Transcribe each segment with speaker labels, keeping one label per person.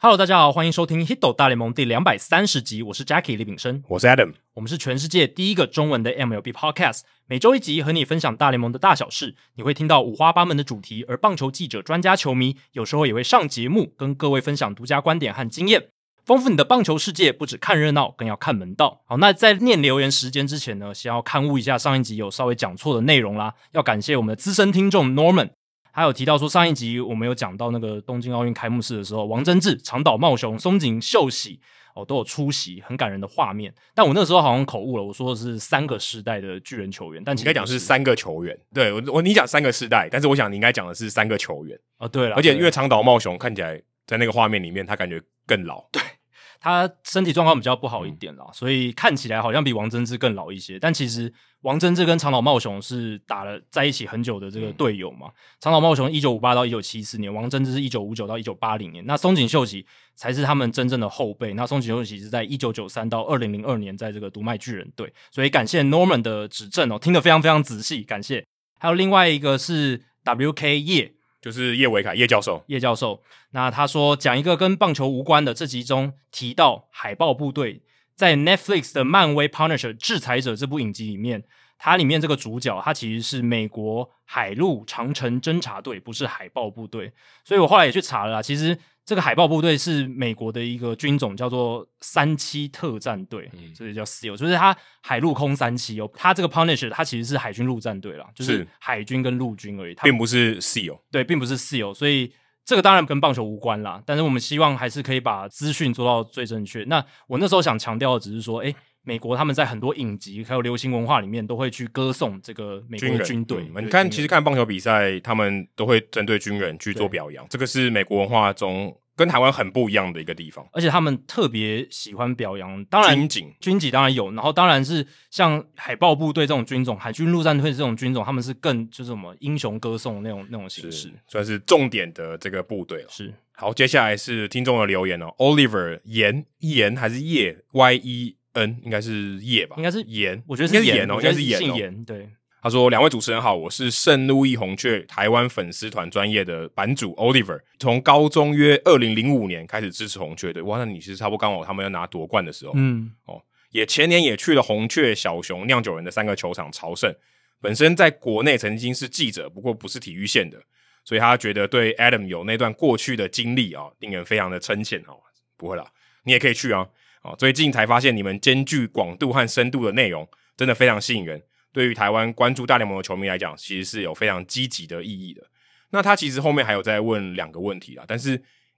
Speaker 1: Hello，大家好，欢迎收听《Hito 大联盟》第两百三十集，我是 Jackie 李炳生，
Speaker 2: 我是 Adam。
Speaker 1: 我们是全世界第一个中文的 MLB Podcast，每周一集和你分享大联盟的大小事，你会听到五花八门的主题，而棒球记者、专家、球迷有时候也会上节目，跟各位分享独家观点和经验。丰富你的棒球世界，不只看热闹，更要看门道。好，那在念留言时间之前呢，先要刊物一下上一集有稍微讲错的内容啦。要感谢我们的资深听众 Norman，还有提到说上一集我们有讲到那个东京奥运开幕式的时候，王贞治、长岛茂雄、松井秀喜哦都有出席，很感人的画面。但我那时候好像口误了，我说的是三个世代的巨人球员，但
Speaker 2: 你
Speaker 1: 其
Speaker 2: 应
Speaker 1: 实
Speaker 2: 该讲
Speaker 1: 不
Speaker 2: 是三个球
Speaker 1: 嗯
Speaker 2: 员，对我我你讲三个世代，但是我想你应该讲的是三个球员，
Speaker 1: 哦，对了，
Speaker 2: 而且因
Speaker 1: 对
Speaker 2: 为长岛茂雄看起来在那个画面里面，他感觉更老。对，
Speaker 1: 他身体状况比较不好一点啦，所以看起来好像比王贞治更老一些。但其实王贞治跟长岛茂雄是打了在一起很久的这个队友嘛。长岛茂雄一九五八到一九七四年，王贞治是一九五九到一九八零年。那松井秀喜才是他们真正的后辈。那松井秀喜是在一九九三到二零零二年在这个独卖巨人队，所以感谢 Norman 的指正哦，听得非常非常仔细，感谢。还有另外一个是 WK 叶。
Speaker 2: 就是叶维凯叶教授，
Speaker 1: 叶教授。那他说讲一个跟棒球无关的，这集中提到海豹部队在 Netflix 的《漫威 Punisher 制裁者》这部影集里面，它里面这个主角他其实是美国海陆长城侦察队，不是海豹部队。所以我后来也去查了啦，其实这个海豹部队是美国的一个军种，叫做三七特战队，
Speaker 2: 嗯
Speaker 1: 所以叫 SEAL，就是它海陆空三七哦。它这个 Punisher 它其实是海军陆战队啦，就是
Speaker 2: 是
Speaker 1: 海军跟陆军而已，它
Speaker 2: 并不是 CEO。
Speaker 1: 对，并不是私有，所以这个当然跟棒球无关啦。但是我们希望还是可以把资讯做到最正确。那我那时候想强调的只是说，诶，美国他们在很多影集还有流行文化里面都会去歌颂这个美国
Speaker 2: 军
Speaker 1: 的
Speaker 2: 人
Speaker 1: 军队。
Speaker 2: 嗯你
Speaker 1: 对
Speaker 2: 看，
Speaker 1: 军
Speaker 2: 其
Speaker 1: 人
Speaker 2: 实看棒球比赛，他们都会针对军人去做
Speaker 1: 对
Speaker 2: 表扬，这个是美国文化中跟台湾很不一样的一个地方。
Speaker 1: 而且他们特别喜欢表扬，当然
Speaker 2: 军警
Speaker 1: 军警当然有，然后当然是像海豹部队这种军种、海军陆战队这种军种，他们是更就是什么英雄歌颂那种那种形式。
Speaker 2: 算是重点的这个部队了。
Speaker 1: 是
Speaker 2: 好，接下来是听众的留言哦，Oliver 严严还是叶 Y E N 应该是叶吧？
Speaker 1: 应该是
Speaker 2: 严，
Speaker 1: 我觉得
Speaker 2: 应该
Speaker 1: 是
Speaker 2: 是
Speaker 1: 演
Speaker 2: 严哦，
Speaker 1: 我
Speaker 2: 应
Speaker 1: 觉得
Speaker 2: 该是严
Speaker 1: 姓
Speaker 2: 哦。
Speaker 1: 严，对，
Speaker 2: 他说：“两位主持人好，我是圣路易红雀台湾粉丝团专业的版主 Oliver，从高中约二零零五年开始支持红雀队。哇，那你是差不多刚好他们要拿夺冠的时候，
Speaker 1: 嗯，
Speaker 2: 也前年也去了红雀、小熊、酿酒人的三个球场朝圣。本身在国内曾经是记者，不过不是体育线的，所以他觉得对 Adam 有那段过去的经历啊、令人非常的称羡哦。不会啦，你也可以去啊。哦，最近才发现你们兼具广度和深度的内容，真的非常吸引人。对于台湾关注大联盟的球迷来讲，其实是有非常积极的意义的。那他其实后面还有在问两个问题啦，但是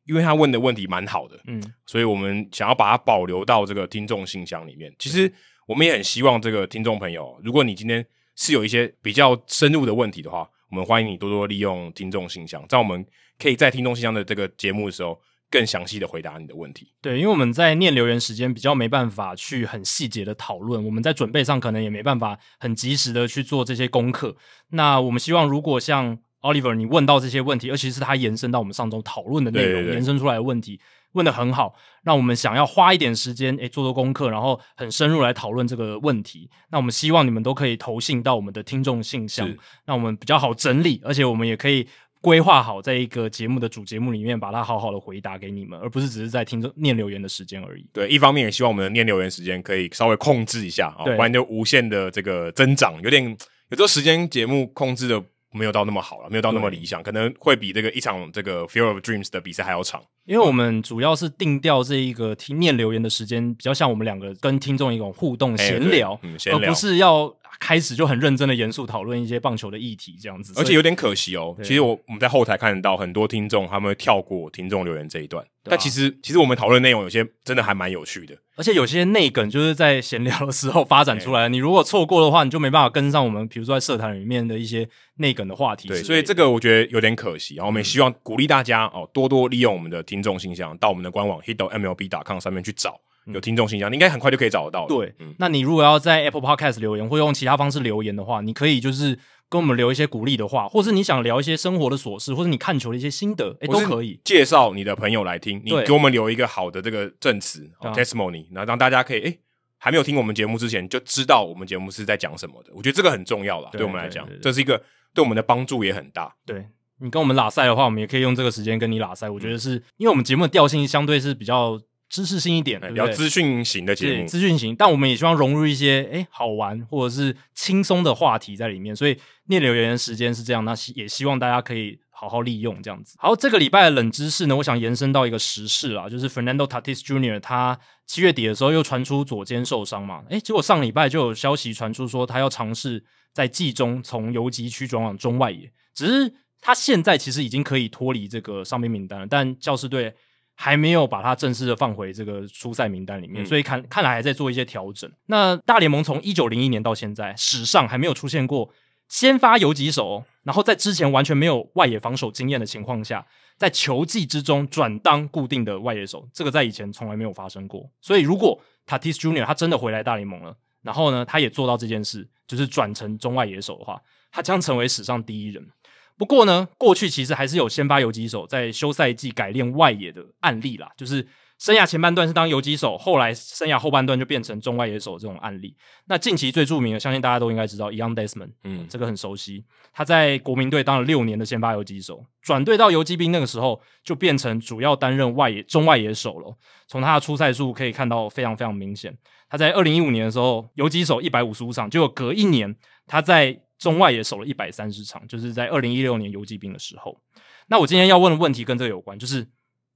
Speaker 2: 因为他问的问题蛮好的，
Speaker 1: 嗯，
Speaker 2: 所以我们想要把它保留到这个听众信箱里面。
Speaker 1: 嗯
Speaker 2: 其实我们也很希望这个听众朋友，如果你今天是有一些比较深入的问题的话，我们欢迎你多多利用听众信箱，这样我们可以在听众信箱的这个节目的时候更详细的回答你的问题。
Speaker 1: 对，因为我们在念留言时间比较没办法去很细节的讨论，我们在准备上可能也没办法很及时的去做这些功课。那我们希望，如果像 Oliver 你问到这些问题，尤其是他延伸到我们上周讨论的内容，
Speaker 2: 对对对
Speaker 1: 延伸出来的问题问的很好，让我们想要花一点时间，诶，做做功课，然后很深入来讨论这个问题。那我们希望你们都可以投信到我们的听众信箱
Speaker 2: 是，
Speaker 1: 那我们比较好整理，而且我们也可以规划好，在一个节目的主节目里面，把它好好的回答给你们，而不是只是在听众念留言的时间而已。
Speaker 2: 对，一方面也希望我们的念留言时间可以稍微控制一下啊、
Speaker 1: 对
Speaker 2: 不然就无限的这个增长，有点有时候时间节目控制的没有到那么好了，没有到那么
Speaker 1: 对
Speaker 2: 理想，可能会比这个一场这个 Fear of Dreams 的比赛还要长。
Speaker 1: 因为我们主要是定调这一个听念留言的时间，比较像我们两个跟听众一种互动
Speaker 2: 哎
Speaker 1: 闲
Speaker 2: 对
Speaker 1: 聊，
Speaker 2: 嗯闲
Speaker 1: 而
Speaker 2: 聊
Speaker 1: 不是要开始就很认真的严肃讨论一些棒球的议题这样子。
Speaker 2: 而
Speaker 1: 所
Speaker 2: 且
Speaker 1: 以
Speaker 2: 有点可惜哦。
Speaker 1: 对
Speaker 2: 其实我我们在后台看得到很多听众，他们会跳过听众留言这一段，
Speaker 1: 对啊
Speaker 2: 但其实其实我们讨论内容有些真的还蛮有趣的。
Speaker 1: 而且有些内梗就是在闲聊的时候发展出来
Speaker 2: 哎
Speaker 1: 的，你如果错过的话，你就没办法跟上我们，比如说在社团里面的一些内梗的话题之类
Speaker 2: 对，
Speaker 1: 的。嗯
Speaker 2: 所以这个我觉得有点可惜。然后我们也希望鼓励大家哦，多多利用我们的听众信箱，到我们的官网 hitomlb.com 上面去找有听众信箱，你应该很快就可以找得到。
Speaker 1: 嗯对，
Speaker 2: 嗯，
Speaker 1: 那你如果要在 Apple Podcast 留言，或用其他方式留言的话，你可以就是跟我们留一些鼓励的话，或是你想聊一些生活的琐事，或者你看球的一些心得，哎、
Speaker 2: 或
Speaker 1: 都
Speaker 2: 是
Speaker 1: 可以。
Speaker 2: 介绍你的朋友来听，你
Speaker 1: 对
Speaker 2: 给我们留一个好的这个证词、
Speaker 1: 对啊
Speaker 2: 哦、testimony，然后让大家可以诶、还没有听我们节目之前就知道我们节目是在讲什么的，我觉得这个很重要啦，
Speaker 1: 对
Speaker 2: 对我们来讲
Speaker 1: 对对，对
Speaker 2: 这是一个对我们的帮助也很大。
Speaker 1: 对，你跟我们拉塞的话，我们也可以用这个时间跟你拉塞。我觉得是因为我们节目的调性相对是比较知识性一点，对
Speaker 2: 哎比
Speaker 1: 不
Speaker 2: 较
Speaker 1: 对？
Speaker 2: 资讯型的节
Speaker 1: 对
Speaker 2: 目，
Speaker 1: 资讯型，但我们也希望融入一些哎好玩或者是轻松的话题在里面，所以念留言的时间是这样，那希也希望大家可以好好利用这样子。好，这个礼拜的冷知识呢，我想延伸到一个时事啦，就是 Fernando Tatis Jr. 他七月底的时候又传出左肩受伤嘛，哎，结果上礼拜就有消息传出说他要尝试在季中从游击区转往中外野，只是他现在其实已经可以脱离这个伤病名单了，但教师队还没有把他正式的放回这个初赛名单里面，
Speaker 2: 嗯
Speaker 1: 所以看看来还在做一些调整。那大联盟从一九零一年到现在，史上还没有出现过先发游击手，然后在之前完全没有外野防守经验的情况下，在球季之中转当固定的外野手，这个在以前从来没有发生过。所以如果 Tatis Junior 他真的回来大联盟了，然后呢，他也做到这件事，就是转成中外野手的话，他将成为史上第一人。不过呢，过去其实还是有先发游击手在休赛季改练外野的案例啦，就是生涯前半段是当游击手，后来生涯后半段就变成中外野手这种案例。那近期最著名的，相信大家都应该知道，Young Desmond，
Speaker 2: 嗯，
Speaker 1: 这个很熟悉。他在国民队当了六年的先发游击手，转队到游击兵那个时候，就变成主要担任外野中外野手了。从他的出赛数可以看到，非常非常明显。他在二零一五年的时候，游击手一百五十五场，结果隔一年他在中外野守了一百三十场，就是在二零一六年游击兵的时候。那我今天要问的问题跟这个有关，就是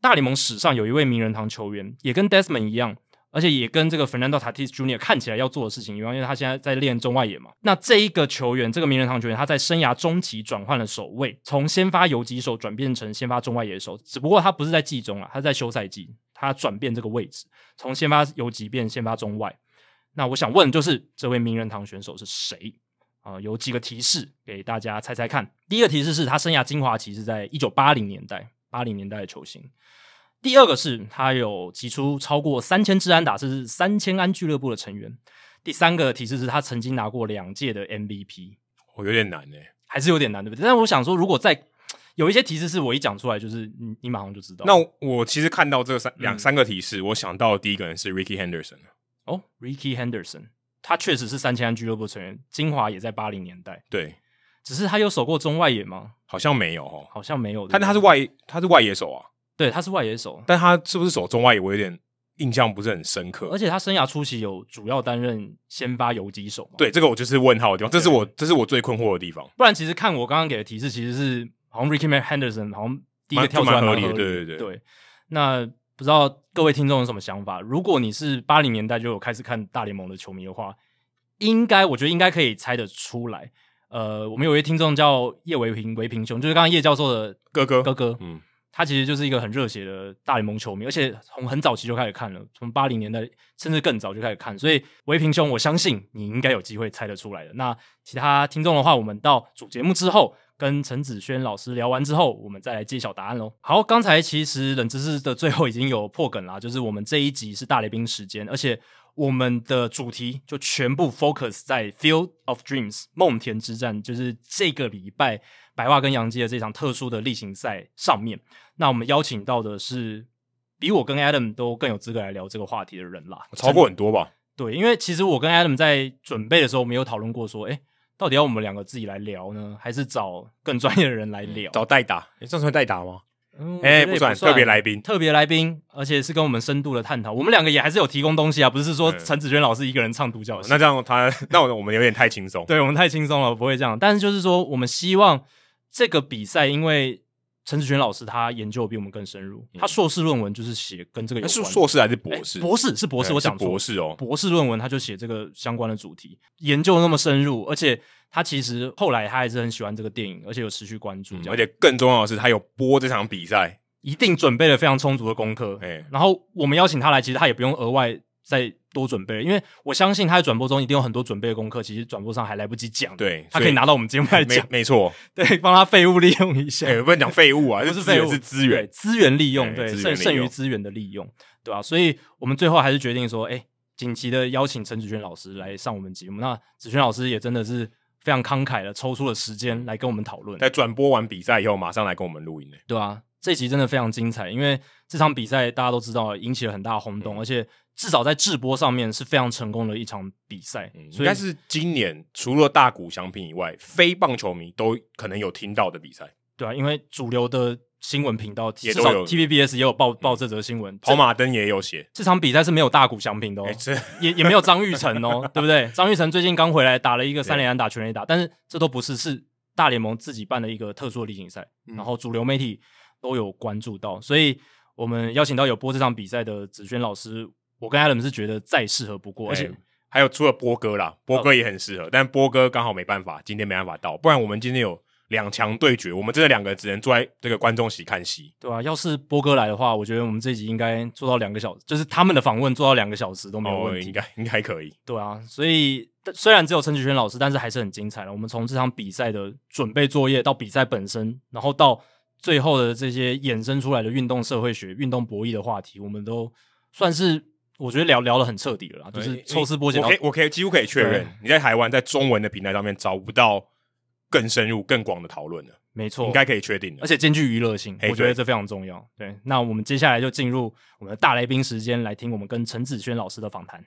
Speaker 1: 大联盟史上有一位名人堂球员，也跟 Desmond 一样，而且也跟这个 Fernando Tatis Jr. 看起来要做的事情一样，因为他现在在练中外野嘛。那这一个球员，这个名人堂球员，他在生涯中期转换了守卫，从先发游击手转变成先发中外野手，只不过他不是在季中啊，他是在休赛季，他转变这个位置，从先发游击变先发中外。那我想问，就是这位名人堂选手是谁？啊、有几个提示给大家猜猜看。第一个提示是他生涯精华期是在一九八零年代，八零年代的球星。第二个是他有提出超过三千支安打，是三千安俱乐部的成员。第三个提示是他曾经拿过两届的 MVP，
Speaker 2: 我哦有点难呢。欸
Speaker 1: 还是有点难，对不对？但我想说，如果再有一些提示是我一讲出来，就是你你马上就知道。
Speaker 2: 那我其实看到这三两
Speaker 1: 嗯
Speaker 2: 三个提示，我想到的第一个人是 Ricky Henderson，
Speaker 1: 哦，Ricky Henderson，他确实是三千安俱乐部成员，精华也在八零年代，
Speaker 2: 对，
Speaker 1: 只是他有守过中外野吗？
Speaker 2: 好像没有哦。
Speaker 1: 好像没有。
Speaker 2: 但
Speaker 1: 对不对
Speaker 2: 他是外他是外野手啊，
Speaker 1: 对，他是外野手，
Speaker 2: 但他是不是手中外野，我有点印象不是很深刻。
Speaker 1: 而且他生涯初期有主要担任先发游击手嘛。，
Speaker 2: 对，这个我就是问号的地方，这是我这是我最困惑的地方。
Speaker 1: 不然其实看我刚刚给的提示，其实是好像 Ricky Henderson 好像第一个
Speaker 2: 蛮
Speaker 1: 跳出来
Speaker 2: 蛮合
Speaker 1: 理
Speaker 2: 理的
Speaker 1: 对
Speaker 2: 对对对
Speaker 1: 对。那不知道各位听众有什么想法？如果你是八零年代就有开始看大联盟的球迷的话，应该我觉得应该可以猜得出来。呃，我们有一位听众叫叶维平，维平兄，就是刚刚叶教授的
Speaker 2: 哥哥，
Speaker 1: 哥哥，
Speaker 2: 嗯，
Speaker 1: 他其实就是一个很热血的大联盟球迷，而且从很早期就开始看了，从八零年代甚至更早就开始看，所以维平兄，我相信你应该有机会猜得出来的。那其他听众的话，我们到主节目之后跟陈子轩老师聊完之后，我们再来揭晓答案喽。好，刚才其实冷知识的最后已经有破梗啦，就是我们这一集是大雷兵时间，而且我们的主题就全部 focus 在 Field of Dreams 梦田之战，就是这个礼拜白袜跟洋基的这场特殊的例行赛上面。那我们邀请到的是比我跟 Adam 都更有资格来聊这个话题的人啦，
Speaker 2: 超过很多吧？
Speaker 1: 对，因为其实我跟 Adam 在准备的时候，我们有讨论过说，哎，到底要我们两个自己来聊呢，还是找更专业的人来聊？
Speaker 2: 嗯找代打，诶这样算代打吗？
Speaker 1: 嗯，
Speaker 2: 哎、
Speaker 1: 我觉得
Speaker 2: 不
Speaker 1: 也
Speaker 2: 算，特别来宾。
Speaker 1: 特别来宾，而且是跟我们深度的探讨。我们两个也还是有提供东西啊，不是说
Speaker 2: 嗯
Speaker 1: 陈子轩老师一个人唱独角戏。
Speaker 2: 哦那这样他，那我们有点太轻松。
Speaker 1: 对我们太轻松了，不会这样。但是就是说，我们希望这个比赛，因为陈子轩老师他研究得比我们更深入，他硕士论文就是写跟这个有
Speaker 2: 嗯
Speaker 1: 关
Speaker 2: 那是
Speaker 1: 的。
Speaker 2: 硕士还是博
Speaker 1: 哎
Speaker 2: 士？
Speaker 1: 博士是博士，
Speaker 2: 哎
Speaker 1: 我
Speaker 2: 是
Speaker 1: 讲错了
Speaker 2: 博士哦。
Speaker 1: 博士论文，他就写这个相关的主题，研究得那么深入，而且他其实后来他还是很喜欢这个电影，而且有持续关注，
Speaker 2: 嗯
Speaker 1: 这样
Speaker 2: 而且更重要的是，他有播这场比赛。
Speaker 1: 一定准备了非常充足的功课。
Speaker 2: 哎
Speaker 1: 然后我们邀请他来，其实他也不用额外再多准备了，因为我相信他在转播中一定有很多准备的功课，其实转播上还来不及讲，，
Speaker 2: 对，
Speaker 1: 他可
Speaker 2: 所
Speaker 1: 以拿到我们 节目来
Speaker 2: 没
Speaker 1: 讲，
Speaker 2: 没错。
Speaker 1: 对，帮他废物利用一下。
Speaker 2: 哎、不能讲废物啊，
Speaker 1: 不
Speaker 2: 这
Speaker 1: 是
Speaker 2: 资
Speaker 1: 废
Speaker 2: 源
Speaker 1: 物，
Speaker 2: 是资源
Speaker 1: 对。资源利用，
Speaker 2: 哎
Speaker 1: 对
Speaker 2: 资源
Speaker 1: 剩
Speaker 2: 利
Speaker 1: 剩余
Speaker 2: 用
Speaker 1: 资源的利用，对吧、所以我们最后还是决定说，哎、紧急的邀请陈子轩老师来上我们节目。那子轩老师也真的是非常慷慨的，抽出了时间来跟我们讨论，
Speaker 2: 在转播完比赛以后，马上来跟我们录音呢。
Speaker 1: 对啊，这集真的非常精彩，因为这场比赛大家都知道引起了很大的轰动，
Speaker 2: 嗯
Speaker 1: 而且至少在制播上面是非常成功的一场比赛，
Speaker 2: 嗯，
Speaker 1: 所
Speaker 2: 应
Speaker 1: 以
Speaker 2: 该是今年除了大谷翔平以外，非棒球迷都可能有听到的比赛。
Speaker 1: 对啊，因为主流的新闻频道
Speaker 2: 也
Speaker 1: 至
Speaker 2: 都
Speaker 1: 少
Speaker 2: 有嗯
Speaker 1: TVBS 也有报报这则新闻，
Speaker 2: 跑
Speaker 1: 这
Speaker 2: 马灯也有写，
Speaker 1: 这场比赛是没有大谷翔平的哦
Speaker 2: 哎、，这
Speaker 1: 也也没有张玉成哦，对不对？张玉成最近刚回来打了一个三连安打、全垒打，但是这都不是是大联盟自己办的一个特殊的例行赛，
Speaker 2: 嗯
Speaker 1: 然后主流媒体都有关注到，所以我们邀请到有播这场比赛的子轩老师，我跟 Adam 是觉得再适合不过，而且
Speaker 2: 哎还有除了波哥啦，波哥也很适合，但波哥刚好没办法，今天没办法到，不然我们今天有两强对决，我们真的两个只能坐在这个观众席看戏。
Speaker 1: 对啊，要是波哥来的话，我觉得我们这集应该做到两个小时，就是他们的访问做到两个小时都没有
Speaker 2: 哦，
Speaker 1: 问
Speaker 2: 应
Speaker 1: 题。
Speaker 2: 该 应该可以。
Speaker 1: 对啊，所以但虽然只有陈启轩老师，但是还是很精彩了。我们从这场比赛的准备作业到比赛本身，然后到最后的这些衍生出来的运动社会学、运动博弈的话题，我们都算是我觉得聊聊的很彻底了啦，就是抽丝剥茧
Speaker 2: 我
Speaker 1: 到
Speaker 2: 可以，我可以几乎可以确认
Speaker 1: 对，
Speaker 2: 你在台湾在中文的平台上面找不到更深入、更广的讨论了，
Speaker 1: 没错，
Speaker 2: 应该可以确定的。
Speaker 1: 而且兼具娱乐性，
Speaker 2: 嘿
Speaker 1: 我觉得
Speaker 2: 对
Speaker 1: 这非常重要。对，那我们接下来就进入我们的大来宾时间，来听我们跟陈子轩老师的访谈。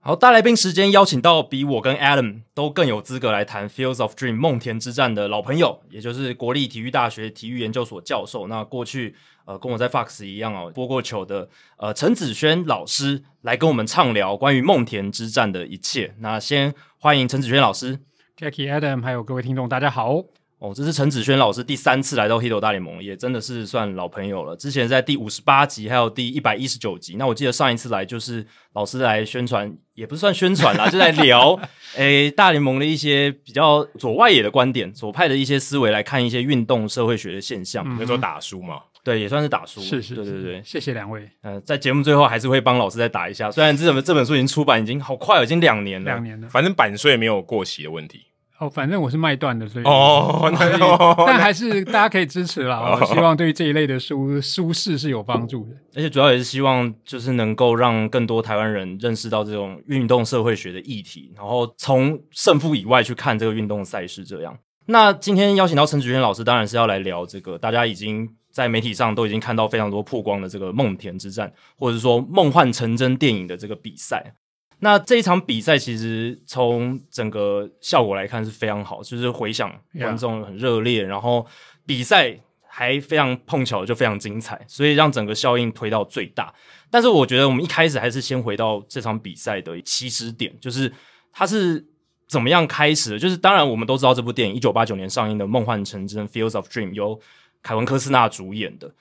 Speaker 1: 好，大来宾时间邀请到比我跟 Adam 都更有资格来谈 Fields of Dream 梦田之战的老朋友，也就是国立体育大学体育研究所教授。那过去呃跟我在 Fox 一样哦播过球的呃陈子轩老师来跟我们畅聊关于梦田之战的一切。那先欢迎陈子轩老师
Speaker 3: Jackie Adam，还有各位听众，大家好。
Speaker 1: 哦，这是陈子轩老师第三次来到 Hito 大联盟，也真的是算老朋友了。之前在第五十八集还有第一百一十九集，那我记得上一次来就是老师来宣传，也不是算宣传啦，就在聊 诶、大联盟的一些比较左外野的观点、左派的一些思维来看一些运动社会学的现象。
Speaker 3: 嗯
Speaker 2: 那时候打输嘛，
Speaker 1: 对，也算是打书。
Speaker 3: 是是，
Speaker 1: 对对
Speaker 3: 是
Speaker 1: 对。
Speaker 3: 谢谢两位。
Speaker 1: 呃，在节目最后还是会帮老师再打一下，虽然这本这本书已经出版已经好快哦，已经两年了。
Speaker 3: 两年了
Speaker 2: 反正版税没有过期的问题。
Speaker 3: 哦，反正我是卖断的，所以，
Speaker 2: 哦，
Speaker 3: 所以
Speaker 2: 那
Speaker 3: 嗯 但还是大家可以支 持啦。我希望对于这一类的书书适是有帮助的。
Speaker 1: 而且主要也是希望就是能够让更多台湾人认识到这种运动社会学的议题，然后从胜负以外去看这个运动赛事。这样，那今天邀请到陈菊轩老师，当然是要来聊这个大家已经在媒体上都已经看到非常多曝光的这个梦田之战，或者说梦幻成真电影的这个比赛。那这一场比赛其实从整个效果来看是非常好，就是回响
Speaker 3: Yeah
Speaker 1: 观众很热烈，然后比赛还非常碰巧就非常精彩，所以让整个效应推到最大。但是我觉得我们一开始还是先回到这场比赛的起始点，就是它是怎么样开始的？就是当然我们都知道这部电影一九八九年上映的《梦幻成真 （Fields of Dream） 由凯文·科斯纳主演的，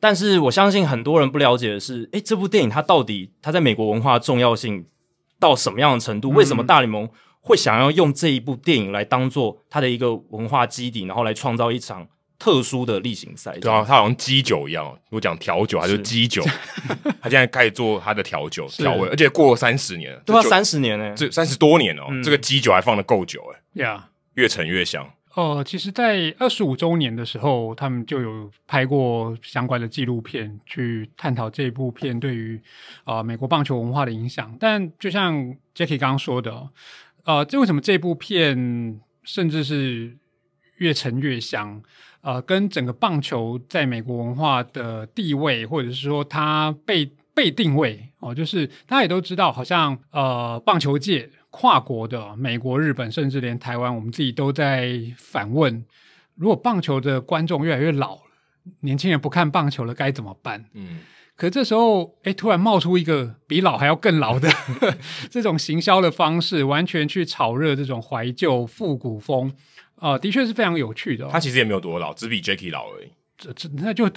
Speaker 1: 但是我相信很多人不了解的是，诶，这部电影它到底它在美国文化的重要性到什么样的程度？为什么大联盟会想要用这一部电影来当做它的一个文化基底，然后来创造一场特殊的例行赛？
Speaker 2: 对啊，他好像基酒一样哦，如果讲调酒，他就是基 酒。他现在开始做他的调酒
Speaker 3: 是
Speaker 2: 调味，而且过了三十年了，
Speaker 1: 对啊，
Speaker 2: 这酒
Speaker 1: 三十年呢、
Speaker 2: 这三十多年哦，
Speaker 1: 嗯
Speaker 2: 这个基酒还放的够久哎，
Speaker 3: 呀、
Speaker 2: 越陈越香。
Speaker 3: 哦，其实，在二十五周年的时候，他们就有拍过相关的纪录片，去探讨这部片对于呃美国棒球文化的影响。但就像 Jackie 刚刚说的、哦，呃，这为什么这部片甚至是越陈越香？呃，跟整个棒球在美国文化的地位，或者是说它被被定位哦，就是大家也都知道，好像呃，棒球界跨国的美国、日本，甚至连台湾，我们自己都在反问：如果棒球的观众越来越老了，年轻人不看棒球了，该怎么办？
Speaker 2: 嗯，
Speaker 3: 可这时候，哎，突然冒出一个比老还要更老的 这种行销的方式，完全去炒热这种怀旧复古风，啊、的确是非常有趣的、哦。
Speaker 2: 他其实也没有多老，只比 Jacky 老而已。
Speaker 3: 这这那就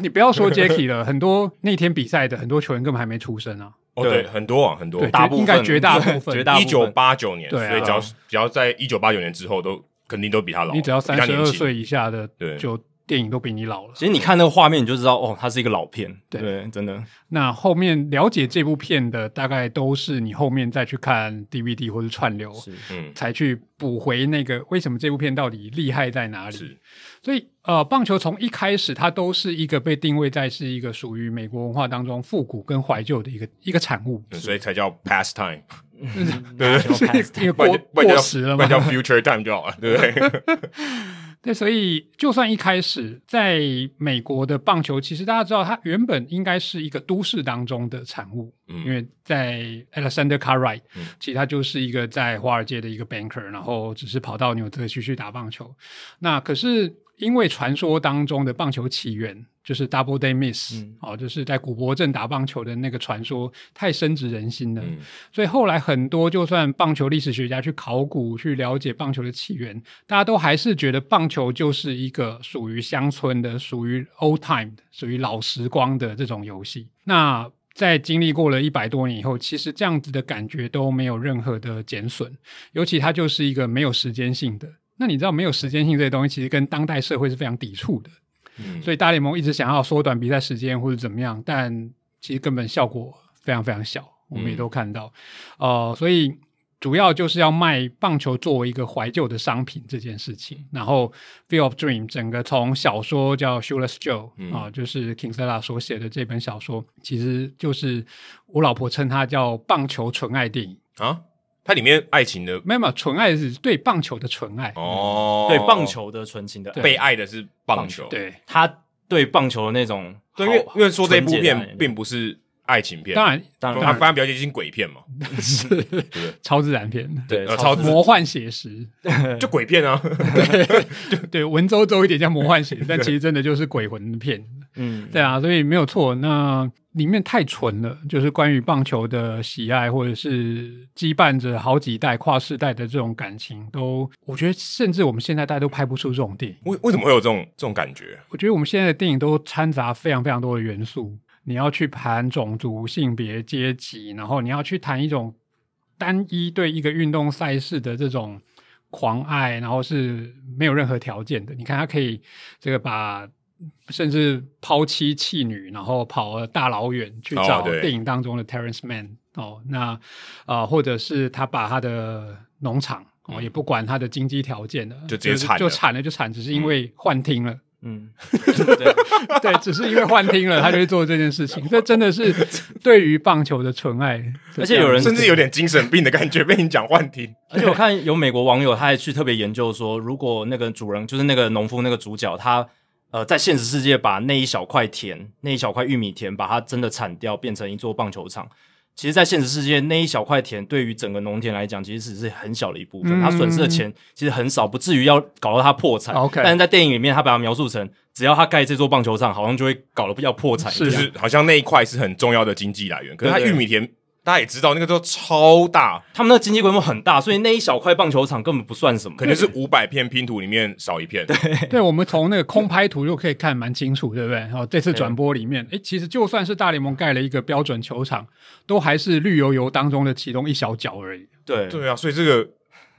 Speaker 3: 你不要说 Jacky 了，很多那天比赛的很多球员根本还没出生啊。
Speaker 2: 哦，
Speaker 1: 对
Speaker 2: 对，很多啊，很多
Speaker 3: 对。
Speaker 1: 大部分
Speaker 3: 应该绝大部分
Speaker 1: 绝大部
Speaker 2: 一
Speaker 1: 分
Speaker 2: 九八九年，
Speaker 3: 对啊
Speaker 2: 所以只要只要在一九八九年之后，都肯定都比他老。
Speaker 3: 你只要
Speaker 2: 比
Speaker 3: 三
Speaker 2: 他
Speaker 3: 十
Speaker 2: 年
Speaker 3: 二
Speaker 2: 轻，
Speaker 3: 岁以下的，
Speaker 2: 对
Speaker 3: 就电影都比你老了。
Speaker 1: 其实你看那个画面，你就知道哦，它是一个老片，
Speaker 3: 对
Speaker 1: 对，真的。
Speaker 3: 那后面了解这部片的，大概都是你后面再去看 DVD 或者串流，
Speaker 1: 是
Speaker 2: 嗯，
Speaker 3: 才去补回那个为什么这部片到底厉害在哪
Speaker 2: 是
Speaker 3: 里。所以，呃，棒球从一开始它都是一个被定位在是一个属于美国文化当中复古跟怀旧的一个一个产物，
Speaker 2: 嗯所以才叫 pastime，
Speaker 1: 对
Speaker 3: 是一个
Speaker 2: 不然
Speaker 3: 过
Speaker 2: 就不然就
Speaker 3: 过
Speaker 2: 叫
Speaker 3: 时了
Speaker 2: 不
Speaker 3: 嘛
Speaker 2: 然。叫 future time 就好了，对不对？
Speaker 3: 对，所以就算一开始在美国的棒球，其实大家知道它原本应该是一个都市当中的产物，
Speaker 2: 嗯
Speaker 3: 因为在 Alexander Cartwright，、
Speaker 2: 嗯
Speaker 3: 其实他就是一个在华尔街的一个 banker，然后只是跑到纽泽西去打棒球。那可是因为传说当中的棒球起源就是 Double Day Miss，、
Speaker 1: 嗯
Speaker 3: 哦，就是在古柏镇打棒球的那个传说太深植人心了，
Speaker 2: 嗯
Speaker 3: 所以后来很多就算棒球历史学家去考古、去了解棒球的起源，大家都还是觉得棒球就是一个属于乡村的、属于 old time 的、属于老时光的这种游戏。那在经历过了一百多年以后，其实这样子的感觉都没有任何的减损，尤其它就是一个没有时间性的。那你知道没有时间性这些东西，其实跟当代社会是非常抵触的。
Speaker 2: 嗯，
Speaker 3: 所以大联盟一直想要缩短比赛时间或者怎么样，但其实根本效果非常非常小，我
Speaker 2: 嗯
Speaker 3: 们也都看到。呃，所以主要就是要卖棒球作为一个怀旧的商品这件事情。然后《Field of Dream》整个从小说叫《Shoeless Joe》啊、
Speaker 2: 嗯
Speaker 3: 就是 Kinsella 所写的这本小说，其实就是我老婆称它叫棒球纯爱电影。
Speaker 2: 啊，它里面爱情的
Speaker 3: 没有没有，纯爱是对棒球的纯爱。
Speaker 2: 哦，
Speaker 1: 嗯对棒球的纯情的爱
Speaker 2: 被爱的是棒球，
Speaker 3: 对，
Speaker 1: 他对棒球的那种好，
Speaker 2: 对，因为因为说这部
Speaker 1: 纯洁的爱
Speaker 2: 片并不是爱情片，
Speaker 3: 当然
Speaker 1: 当
Speaker 2: 它
Speaker 1: 然
Speaker 2: 反而比较接近鬼片嘛，
Speaker 3: 是超自然片。
Speaker 1: 对
Speaker 2: 呃
Speaker 1: 超
Speaker 2: 超自
Speaker 3: 魔幻写实，
Speaker 2: 就鬼片啊，
Speaker 3: 对，文绉绉一点叫魔幻写，但其实真的就是鬼魂片。
Speaker 1: 嗯
Speaker 3: 对啊，所以没有错。那里面太纯了，就是关于棒球的喜爱，或者是羁绊着好几代、跨世代的这种感情，都我觉得，甚至我们现在大家都拍不出这种电影。
Speaker 2: 为为什么会有这种这种感觉？
Speaker 3: 我觉得我们现在的电影都掺杂非常非常多的元素，你要去谈种族、性别、阶级，然后你要去谈一种单一对一个运动赛事的这种狂爱，然后是没有任何条件的。你看，他可以这个把甚至抛妻弃女，然后跑了大老远去
Speaker 2: 哦
Speaker 3: 找
Speaker 2: 对
Speaker 3: 电影当中的 Terrence Mann 哦，那啊、呃或者是他把他的农场哦，
Speaker 2: 嗯
Speaker 3: 也不管他的经济条件了，
Speaker 2: 就直接铲
Speaker 3: 就
Speaker 2: 了嗯
Speaker 3: 铲了就铲，只是因为幻听了。
Speaker 1: 嗯，对
Speaker 3: 对，只是因为幻听了，他就会做这件事 情。这真的是对于棒球的纯爱。
Speaker 1: 而且有人
Speaker 2: 甚至有点精神病的感觉，被你讲幻听，
Speaker 1: 而且我看有美国网友，他还去特别研究说，如果那个主人就是那个农夫那个主角，他呃在现实世界把那一小块田、那一小块玉米田，把它真的铲掉，变成一座棒球场。其实，在现实世界，那一小块田对于整个农田来讲，其实只是很小的一部分，
Speaker 3: 嗯
Speaker 1: 他损失的钱其实很少，不至于要搞到他破产。
Speaker 2: 啊
Speaker 3: OK
Speaker 1: 但是在电影里面，他把它描述成，只要他盖这座棒球场，好像就会搞得要破产一
Speaker 2: 就
Speaker 1: 样。
Speaker 2: 是好像那一块是很重要的经济来源。可是它
Speaker 1: 对对
Speaker 2: 玉米田，大家也知道那个都超大，
Speaker 1: 他们那个经济规模很大，所以那一小块棒球场根本不算什么。
Speaker 2: 可能是五百片拼图里面少一片。对，
Speaker 3: 对我们从那个空拍图就可以看蛮清楚，对不对？哦，这次转播里面，诶，其实就算是大联盟盖了一个标准球场，都还是绿油油当中的其中一小角而已。
Speaker 1: 对
Speaker 2: 对啊，所以这个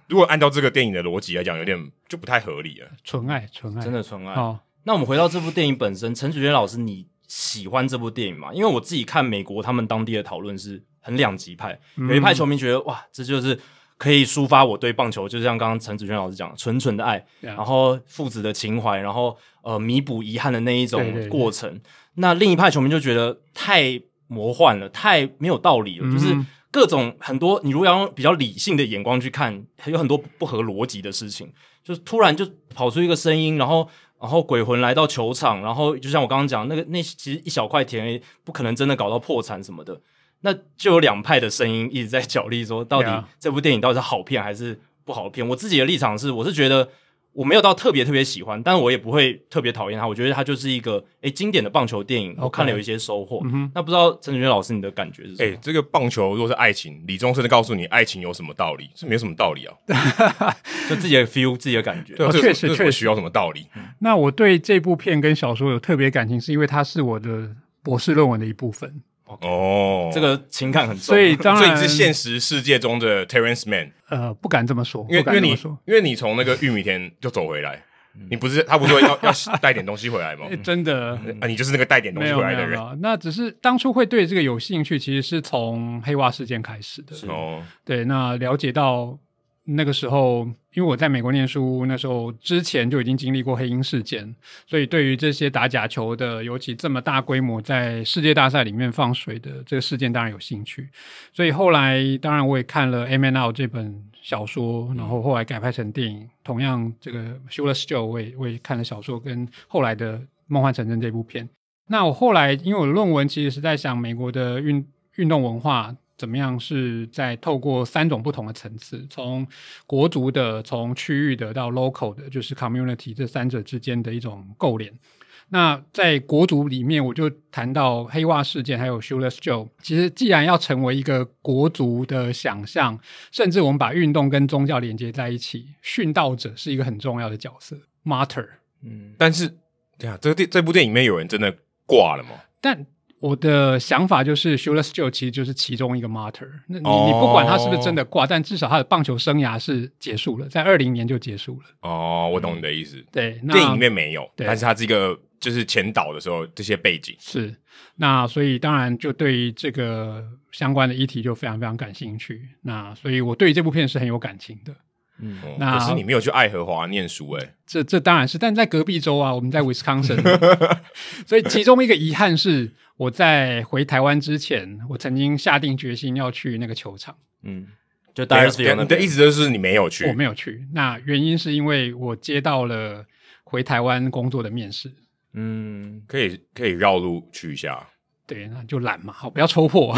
Speaker 2: 如果按照这个电影的逻辑来讲，有点就不太合理了。
Speaker 3: 纯爱，纯爱，
Speaker 1: 真的纯爱。
Speaker 3: 哦，
Speaker 1: 那我们回到这部电影本身，陈楚轩老师，你喜欢这部电影吗？因为我自己看美国他们当地的讨论是很两极派，
Speaker 3: 嗯
Speaker 1: 有一派球迷觉得哇，这就是可以抒发我对棒球，就像刚刚陈楚轩老师讲，的，纯纯的爱，
Speaker 3: 对啊
Speaker 1: 然后父子的情怀，然后呃弥补遗憾的那一
Speaker 3: 对对
Speaker 1: 种
Speaker 3: 对
Speaker 1: 过程。那另一派球迷就觉得太魔幻了，太没有道理了，
Speaker 3: 嗯
Speaker 1: 就是各种很多，你如果要用比较理性的眼光去看，有很多不合逻辑的事情，就是突然就跑出一个声音，然后然后鬼魂来到球场，然后就像我刚刚讲那个那其实一小块田而已，不可能真的搞到破产什么的，那就有两派的声音一直在角力，说到
Speaker 3: Yeah
Speaker 1: 底这部电影到底是好片还是不好的片？我自己的立场是，我是觉得我没有到特别特别喜欢，但我也不会特别讨厌它。我觉得它就是一个诶、经典的棒球电影，我看了有一些收获。那不知道陈子轩老师你的感觉是什
Speaker 3: 啊
Speaker 2: 哎、
Speaker 1: 么？
Speaker 2: 这个棒球如果是爱情，李宗盛告诉你爱情有什么道理，是没有什么道理啊。
Speaker 1: 就自己的 feel，自己的感觉。
Speaker 2: 对啊，
Speaker 3: 哦
Speaker 2: 这
Speaker 3: 确实
Speaker 2: 这
Speaker 3: 确实
Speaker 2: 需要什么道理？
Speaker 3: 那我对这部片跟小说有特别感情，是因为它是我的博士论文的一部分，
Speaker 2: 哦，
Speaker 1: 这个情感很重，
Speaker 3: 所以当
Speaker 2: 所以
Speaker 3: 然
Speaker 2: 你是现实世界中的 Terrence Mann，
Speaker 3: 呃不敢这么说，
Speaker 2: 因为
Speaker 3: 不
Speaker 2: 因
Speaker 3: 敢
Speaker 2: 为
Speaker 3: 这
Speaker 2: 你哦
Speaker 3: 么说。嗯
Speaker 2: 因为你从那个玉米田就走回来，你不是他不是说要要带点东西回来吗
Speaker 3: 诶？真的，
Speaker 2: 啊，你就是那个带点东
Speaker 3: 没
Speaker 2: 西
Speaker 3: 有
Speaker 2: 回来
Speaker 3: 没有
Speaker 2: 的
Speaker 3: 嗯没
Speaker 2: 人
Speaker 3: 有，那只是当初会对这个有兴趣，其实是从黑袜事件开始的。
Speaker 2: 哦，
Speaker 3: 对，那了解到那个时候，因为我在美国念书，那时候之前就已经经历过黑鹰事件，所以对于这些打假球的，尤其这么大规模在世界大赛里面放水的这个事件，当然有兴趣。所以后来，当然我也看了《M N L》这本小说，然后后来改拍成电影。同样，这个《Shoeless Joe》我也我也看了小说，跟后来的《梦幻成真》这部片。那我后来因为我的论文其实是在想美国的运运动文化怎么样是在透过三种不同的层次，从国族的、从区域的到 local 的，就是 community 这三者之间的一种勾连。那在国足里面，我就谈到黑袜事件，还有 Shoeless Joe。其实，既然要成为一个国足的想象，甚至我们把运动跟宗教连接在一起，殉道者是一个很重要的角色，martyr。
Speaker 1: 嗯，
Speaker 2: 但是，对啊，这个电这部电影里面有人真的挂了吗？
Speaker 3: 但我的想法就是，Shoeless Joe 其实就是其中一个 martyr。那你、
Speaker 2: 哦
Speaker 3: 你不管他是不是真的挂，但至少他的棒球生涯是结束了，在二零年就结束了。
Speaker 2: 哦，我懂你的意思。
Speaker 3: 对，那
Speaker 2: 电影里面没有，
Speaker 3: 对
Speaker 2: 但是它这个就是前导的时候这些背景，
Speaker 3: 是，那所以当然就对于这个相关的议题就非常非常感兴趣。那所以我对于这部片是很有感情的。
Speaker 1: 嗯，
Speaker 2: 嗯
Speaker 3: 那
Speaker 2: 可是你没有去爱荷华念书哎、
Speaker 3: 这这当然是，但在隔壁州啊，我们在 Wisconsin，嘛 所以其中一个遗憾是，我在回台湾之前，我曾经下定决心要去那个球场，
Speaker 1: 嗯，就
Speaker 2: 对
Speaker 1: d
Speaker 2: 啊
Speaker 1: i r s
Speaker 2: 对啊
Speaker 1: v
Speaker 2: 你的意思就是你没有去
Speaker 3: 我没有去。那原因是因为我接到了回台湾工作的面试，
Speaker 1: 嗯，
Speaker 2: 可以可以绕路去一下。
Speaker 3: 对，那就懒嘛，好，不要 戳破。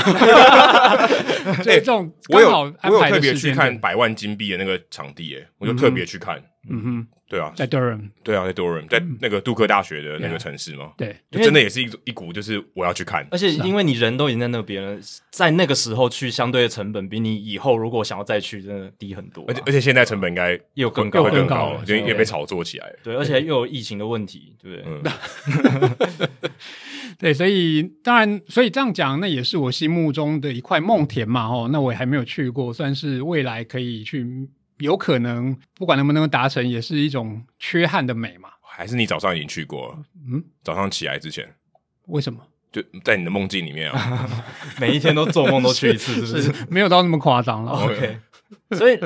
Speaker 3: 就这种
Speaker 2: 哎我
Speaker 3: 刚
Speaker 2: 有
Speaker 3: 好
Speaker 2: 我
Speaker 3: 安
Speaker 2: 有
Speaker 3: 排
Speaker 2: 特
Speaker 3: 的
Speaker 2: 别
Speaker 3: 时
Speaker 2: 去
Speaker 3: 间
Speaker 2: 看
Speaker 3: 点，
Speaker 2: 百万金币的那个场地哎、我就特别去看。
Speaker 3: 嗯哼，
Speaker 2: 对啊，
Speaker 3: 在 Durham，
Speaker 2: 对啊，在多伦，在那个杜克大学的那个
Speaker 3: Yeah
Speaker 2: 城市吗？
Speaker 3: 对，啊
Speaker 2: 就真的也是一种一股，就是我要去看。
Speaker 1: 而且因为你人都已经在那边了，在那个时候去，相对的成本比你以后如果想要再去，真的低很多啊、
Speaker 2: 而且而且现在成本应该
Speaker 1: 又
Speaker 2: 会
Speaker 1: 更高
Speaker 2: 会
Speaker 1: 了
Speaker 2: 更
Speaker 3: 高
Speaker 2: 高
Speaker 3: 了
Speaker 2: 了，就
Speaker 3: 对
Speaker 2: 也被炒作起来了。
Speaker 1: 对，而且又有疫情的问题，对不对？
Speaker 2: 嗯，
Speaker 3: 对，所以当然，所以这样讲，那也是我心目中的一块梦田嘛，哦，那我也还没有去过，算是未来可以去，有可能不管能不能达成，也是一种缺憾的美嘛。
Speaker 2: 还是你早上已经去过了，
Speaker 3: 嗯，
Speaker 2: 早上起来之前
Speaker 3: 为什么？
Speaker 2: 就在你的梦境里面啊。
Speaker 1: 每一天都做梦都去一次，是不是
Speaker 3: 没有到那么夸张了。
Speaker 1: ？OK，所 以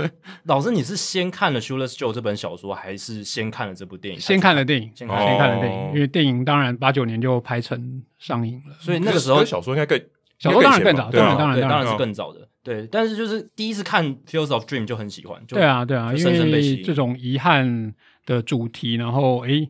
Speaker 1: 老师，你是先看了《Shoeless Joe》这本小说，还是先看了这部电影？
Speaker 3: 先看了电影，
Speaker 1: 先
Speaker 3: 先
Speaker 1: 看
Speaker 3: 看
Speaker 1: 了
Speaker 3: 了电
Speaker 2: 哦
Speaker 3: 影，因为电影当然八九年就拍成上映了。
Speaker 1: 所以那个时候
Speaker 2: 可是小说应该更
Speaker 3: 小说当然
Speaker 2: 应该
Speaker 3: 更早
Speaker 2: 以前吧对啊
Speaker 3: 当然
Speaker 1: 对
Speaker 3: 当然
Speaker 1: 当然是更早的，对。但是就是第一次看《Fields of Dream》就很喜欢，就
Speaker 3: 对，啊，对啊，
Speaker 1: 就
Speaker 3: 因
Speaker 1: 深深被吸
Speaker 3: 为
Speaker 1: 引
Speaker 3: 这种遗憾的主题，然后诶，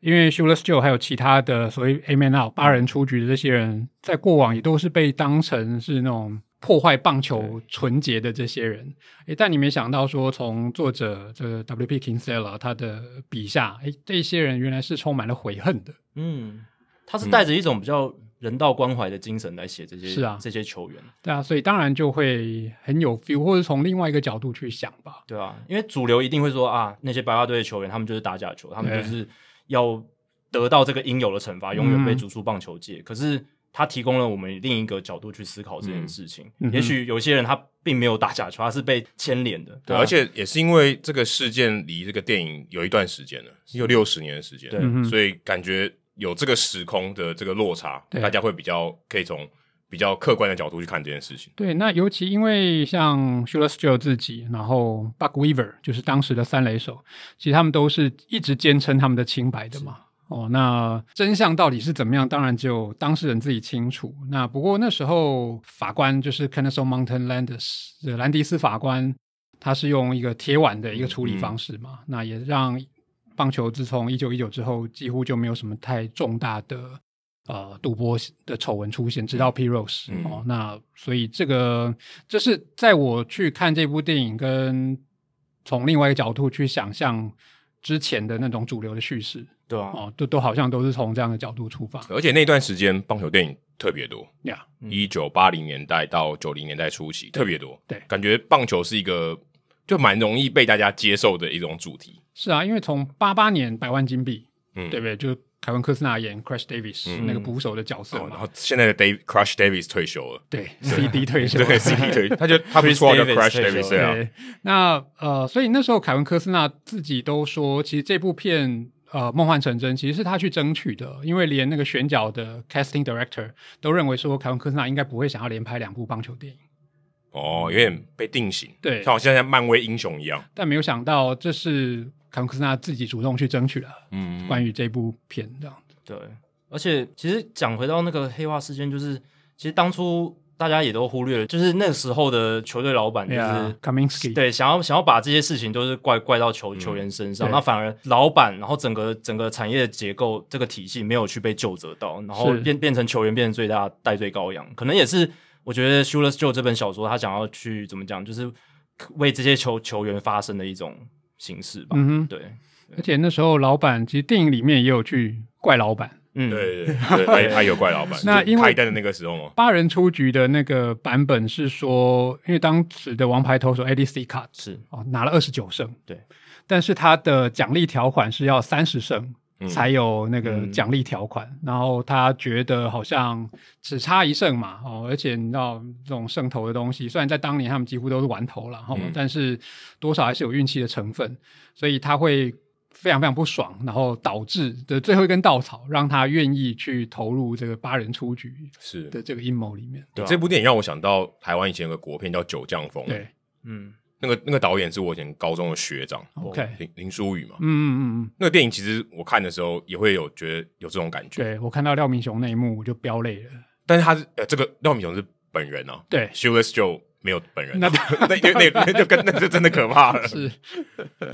Speaker 3: 因为 s h u l e s Joe 还有其他的所谓 A Man Out 八人出局的这些人，在过往也都是被当成是那种破坏棒球纯洁的这些人。诶，但你没想到说，从作者这个 W.P. Kinsella 他的笔下，诶，这些人原来是充满了悔恨的。
Speaker 1: 嗯，他是带着一种比较人道关怀的精神来写这些，
Speaker 3: 是啊
Speaker 1: 这些球员，
Speaker 3: 对啊，所以当然就会很有 feel，或者从另外一个角度去想吧。
Speaker 1: 对啊，因为主流一定会说啊，那些白袜队的球员，他们就是打假球，他们就是要得到这个应有的
Speaker 3: 嗯
Speaker 1: 惩罚，永远被逐出棒球界。可是他提供了我们另一个角度去思考这件事情。
Speaker 3: 嗯嗯哼
Speaker 1: 也许有些人他并没有打假球，他是被牵连的。
Speaker 3: 啊
Speaker 1: 啊
Speaker 2: 对，而且也是因为这个事件离这个电影有一段时间了，有六十年的时间，
Speaker 1: 对
Speaker 3: 嗯哼
Speaker 2: 所以感觉有这个时空的这个落差，
Speaker 3: 对
Speaker 2: 大家会比较可以从比较客观的角度去看这件事情。
Speaker 3: 对，那尤其因为像 s h u l e s Joe 自己，然后 Buck Weaver 就是当时的三垒手，其实他们都是一直坚称他们的清白的嘛。哦，那真相到底是怎么样？当然只有当事人自己清楚。那不过那时候法官就是 Kennesaw Mountain Landis 呃兰迪斯法官，他是用一个铁腕的一个处
Speaker 2: 嗯
Speaker 3: 理方式嘛，那也让棒球自从一九一九之后，几乎就没有什么太重大的呃赌博的丑闻出现，直到 P Rose、
Speaker 2: 嗯
Speaker 3: 哦，那所以这个这是在我去看这部电影跟从另外一个角度去想象之前的那种主流的叙事
Speaker 1: 对啊，
Speaker 3: 哦，都都好像都是从这样的角度出发
Speaker 2: 而且那段时间棒球电影特别多，
Speaker 3: 呀。
Speaker 1: 嗯
Speaker 2: 一九八零年代到九零年代初期特别多，
Speaker 3: 对
Speaker 2: 感觉棒球是一个就蛮容易被大家接受的一种主题。
Speaker 3: 是啊，因为从八八年百万金币，
Speaker 2: 嗯，
Speaker 3: 对不对？就凯文·科斯纳演 Crash Davis、
Speaker 2: 嗯
Speaker 3: 那个捕手的角色
Speaker 2: 哦。
Speaker 3: 嘛，
Speaker 2: 然后现在的 Dave Crash Davis 退休了，
Speaker 3: 对 CD 退休，
Speaker 2: 对，CD 退，他就他不是说叫
Speaker 1: Davis
Speaker 2: Crash
Speaker 1: 退休
Speaker 2: Davis 对啊，
Speaker 3: 对，那呃，所以那时候凯文科斯纳自己都说，其实这部片呃《梦幻成真》其实是他去争取的，因为连那个选角的 casting director 都认为说凯文科斯纳应该不会想要连拍两部棒球电影，
Speaker 2: 哦，有点被定型，
Speaker 3: 对
Speaker 2: 像我现在漫威英雄一样，
Speaker 3: 但没有想到这是凯文科斯纳自己主动去争取了
Speaker 2: 嗯，
Speaker 3: 关于这部片这样。
Speaker 1: 对，而且其实讲回到那个黑化事件，就是其实当初大家也都忽略了，就是那时候的球队老板就是。
Speaker 3: ，Kaminsky，
Speaker 1: 对，想要想要把这些事情都是怪怪到球球员身上，
Speaker 3: 嗯对
Speaker 1: 那反而老板，然后整个整个产业的结构这个体系没有去被救责到，然后
Speaker 3: 是
Speaker 1: 变变成球员变成最大戴罪羔羊，可能也是我觉得《Shoeless Joe》这本小说他想要去怎么讲，就是为这些球球员发声的一种形式吧。
Speaker 3: 嗯哼，
Speaker 1: 对，
Speaker 3: 而且那时候老板其实电影里面也有去怪老板，
Speaker 1: 嗯，
Speaker 2: 对对对，对他他有怪老板，
Speaker 3: 那
Speaker 2: 就
Speaker 3: 因为
Speaker 2: 他一代的那个时候嘛，
Speaker 3: 八人出局的那个版本是说，因为当时的王牌投手 ADC 卡
Speaker 1: 是
Speaker 3: 哦拿了二十九胜，
Speaker 1: 对，
Speaker 3: 但是他的奖励条款是要三十胜
Speaker 2: 嗯
Speaker 3: 才有那个
Speaker 1: 嗯
Speaker 3: 奖励条款，然后他觉得好像只差一胜嘛，哦，而且你知道这种胜投的东西，虽然在当年他们几乎都是完投了，哈、
Speaker 2: 嗯
Speaker 3: 哦但是多少还是有运气的成分，所以他会。非常非常不爽，然后导致的最后一根稻草，让他愿意去投入这个八人出局
Speaker 2: 是
Speaker 3: 的这个阴谋里面。
Speaker 1: 对啊
Speaker 2: 这部电影让我想到台湾以前有个国片叫《九降风》，
Speaker 3: 对
Speaker 1: 嗯
Speaker 2: 那个那个导演是我以前高中的学长
Speaker 3: 哦，OK，
Speaker 2: 林林书宇嘛。
Speaker 3: 嗯嗯嗯，
Speaker 2: 那个电影其实我看的时候也会有觉得有这种感觉，
Speaker 3: 对我看到廖明雄那一幕我就飙泪了。
Speaker 2: 但是他是呃这个廖敏雄是本人啊
Speaker 3: 对，
Speaker 2: ，Shoeless Joe 没有本人啊，
Speaker 3: 那
Speaker 2: 那那那那就跟那就真的可怕 了。
Speaker 3: 是
Speaker 1: 对，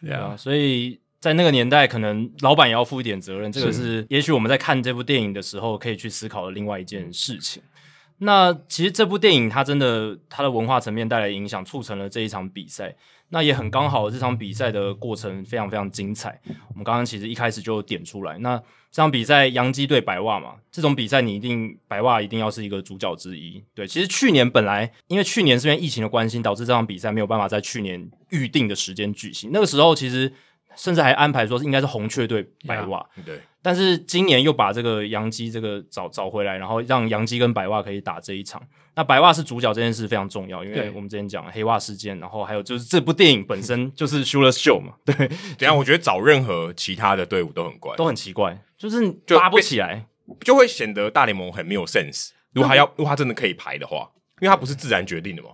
Speaker 1: 对啊，
Speaker 3: Yeah
Speaker 1: 所以在那个年代，可能老板也要负一点责任，这个
Speaker 2: 是
Speaker 1: 是也许我们在看这部电影的时候可以去思考的另外一件事情。那其实这部电影它真的它的文化层面带来的影响，促成了这一场比赛。那也很刚好，这场比赛的过程非常非常精彩。我们刚刚其实一开始就点出来，那这场比赛洋基对白袜嘛，这种比赛你一定白袜一定要是一个主角之一。对，其实去年本来因为去年是因为疫情的关系，导致这场比赛没有办法在去年预定的时间举行。那个时候其实甚至还安排说是应该是红雀对白袜
Speaker 2: 对，
Speaker 1: 但是今年又把这个杨基这个找找回来，然后让杨基跟白袜可以打这一场。那白袜是主角这件事非常重要，因为
Speaker 3: 对
Speaker 1: 我们之前讲了黑袜事件，然后还有就是这部电影本 身就是 Shoeless Show 嘛，对，
Speaker 2: 等一下我觉得找任何其他的队伍都很
Speaker 1: 嗯
Speaker 2: 怪，
Speaker 1: 都很奇怪，就是
Speaker 2: 就
Speaker 1: 搭不起来。
Speaker 2: 就会显得大联盟很没有 sense。如果他要，如果他真的可以排的话，因为他不是自然决定的嘛，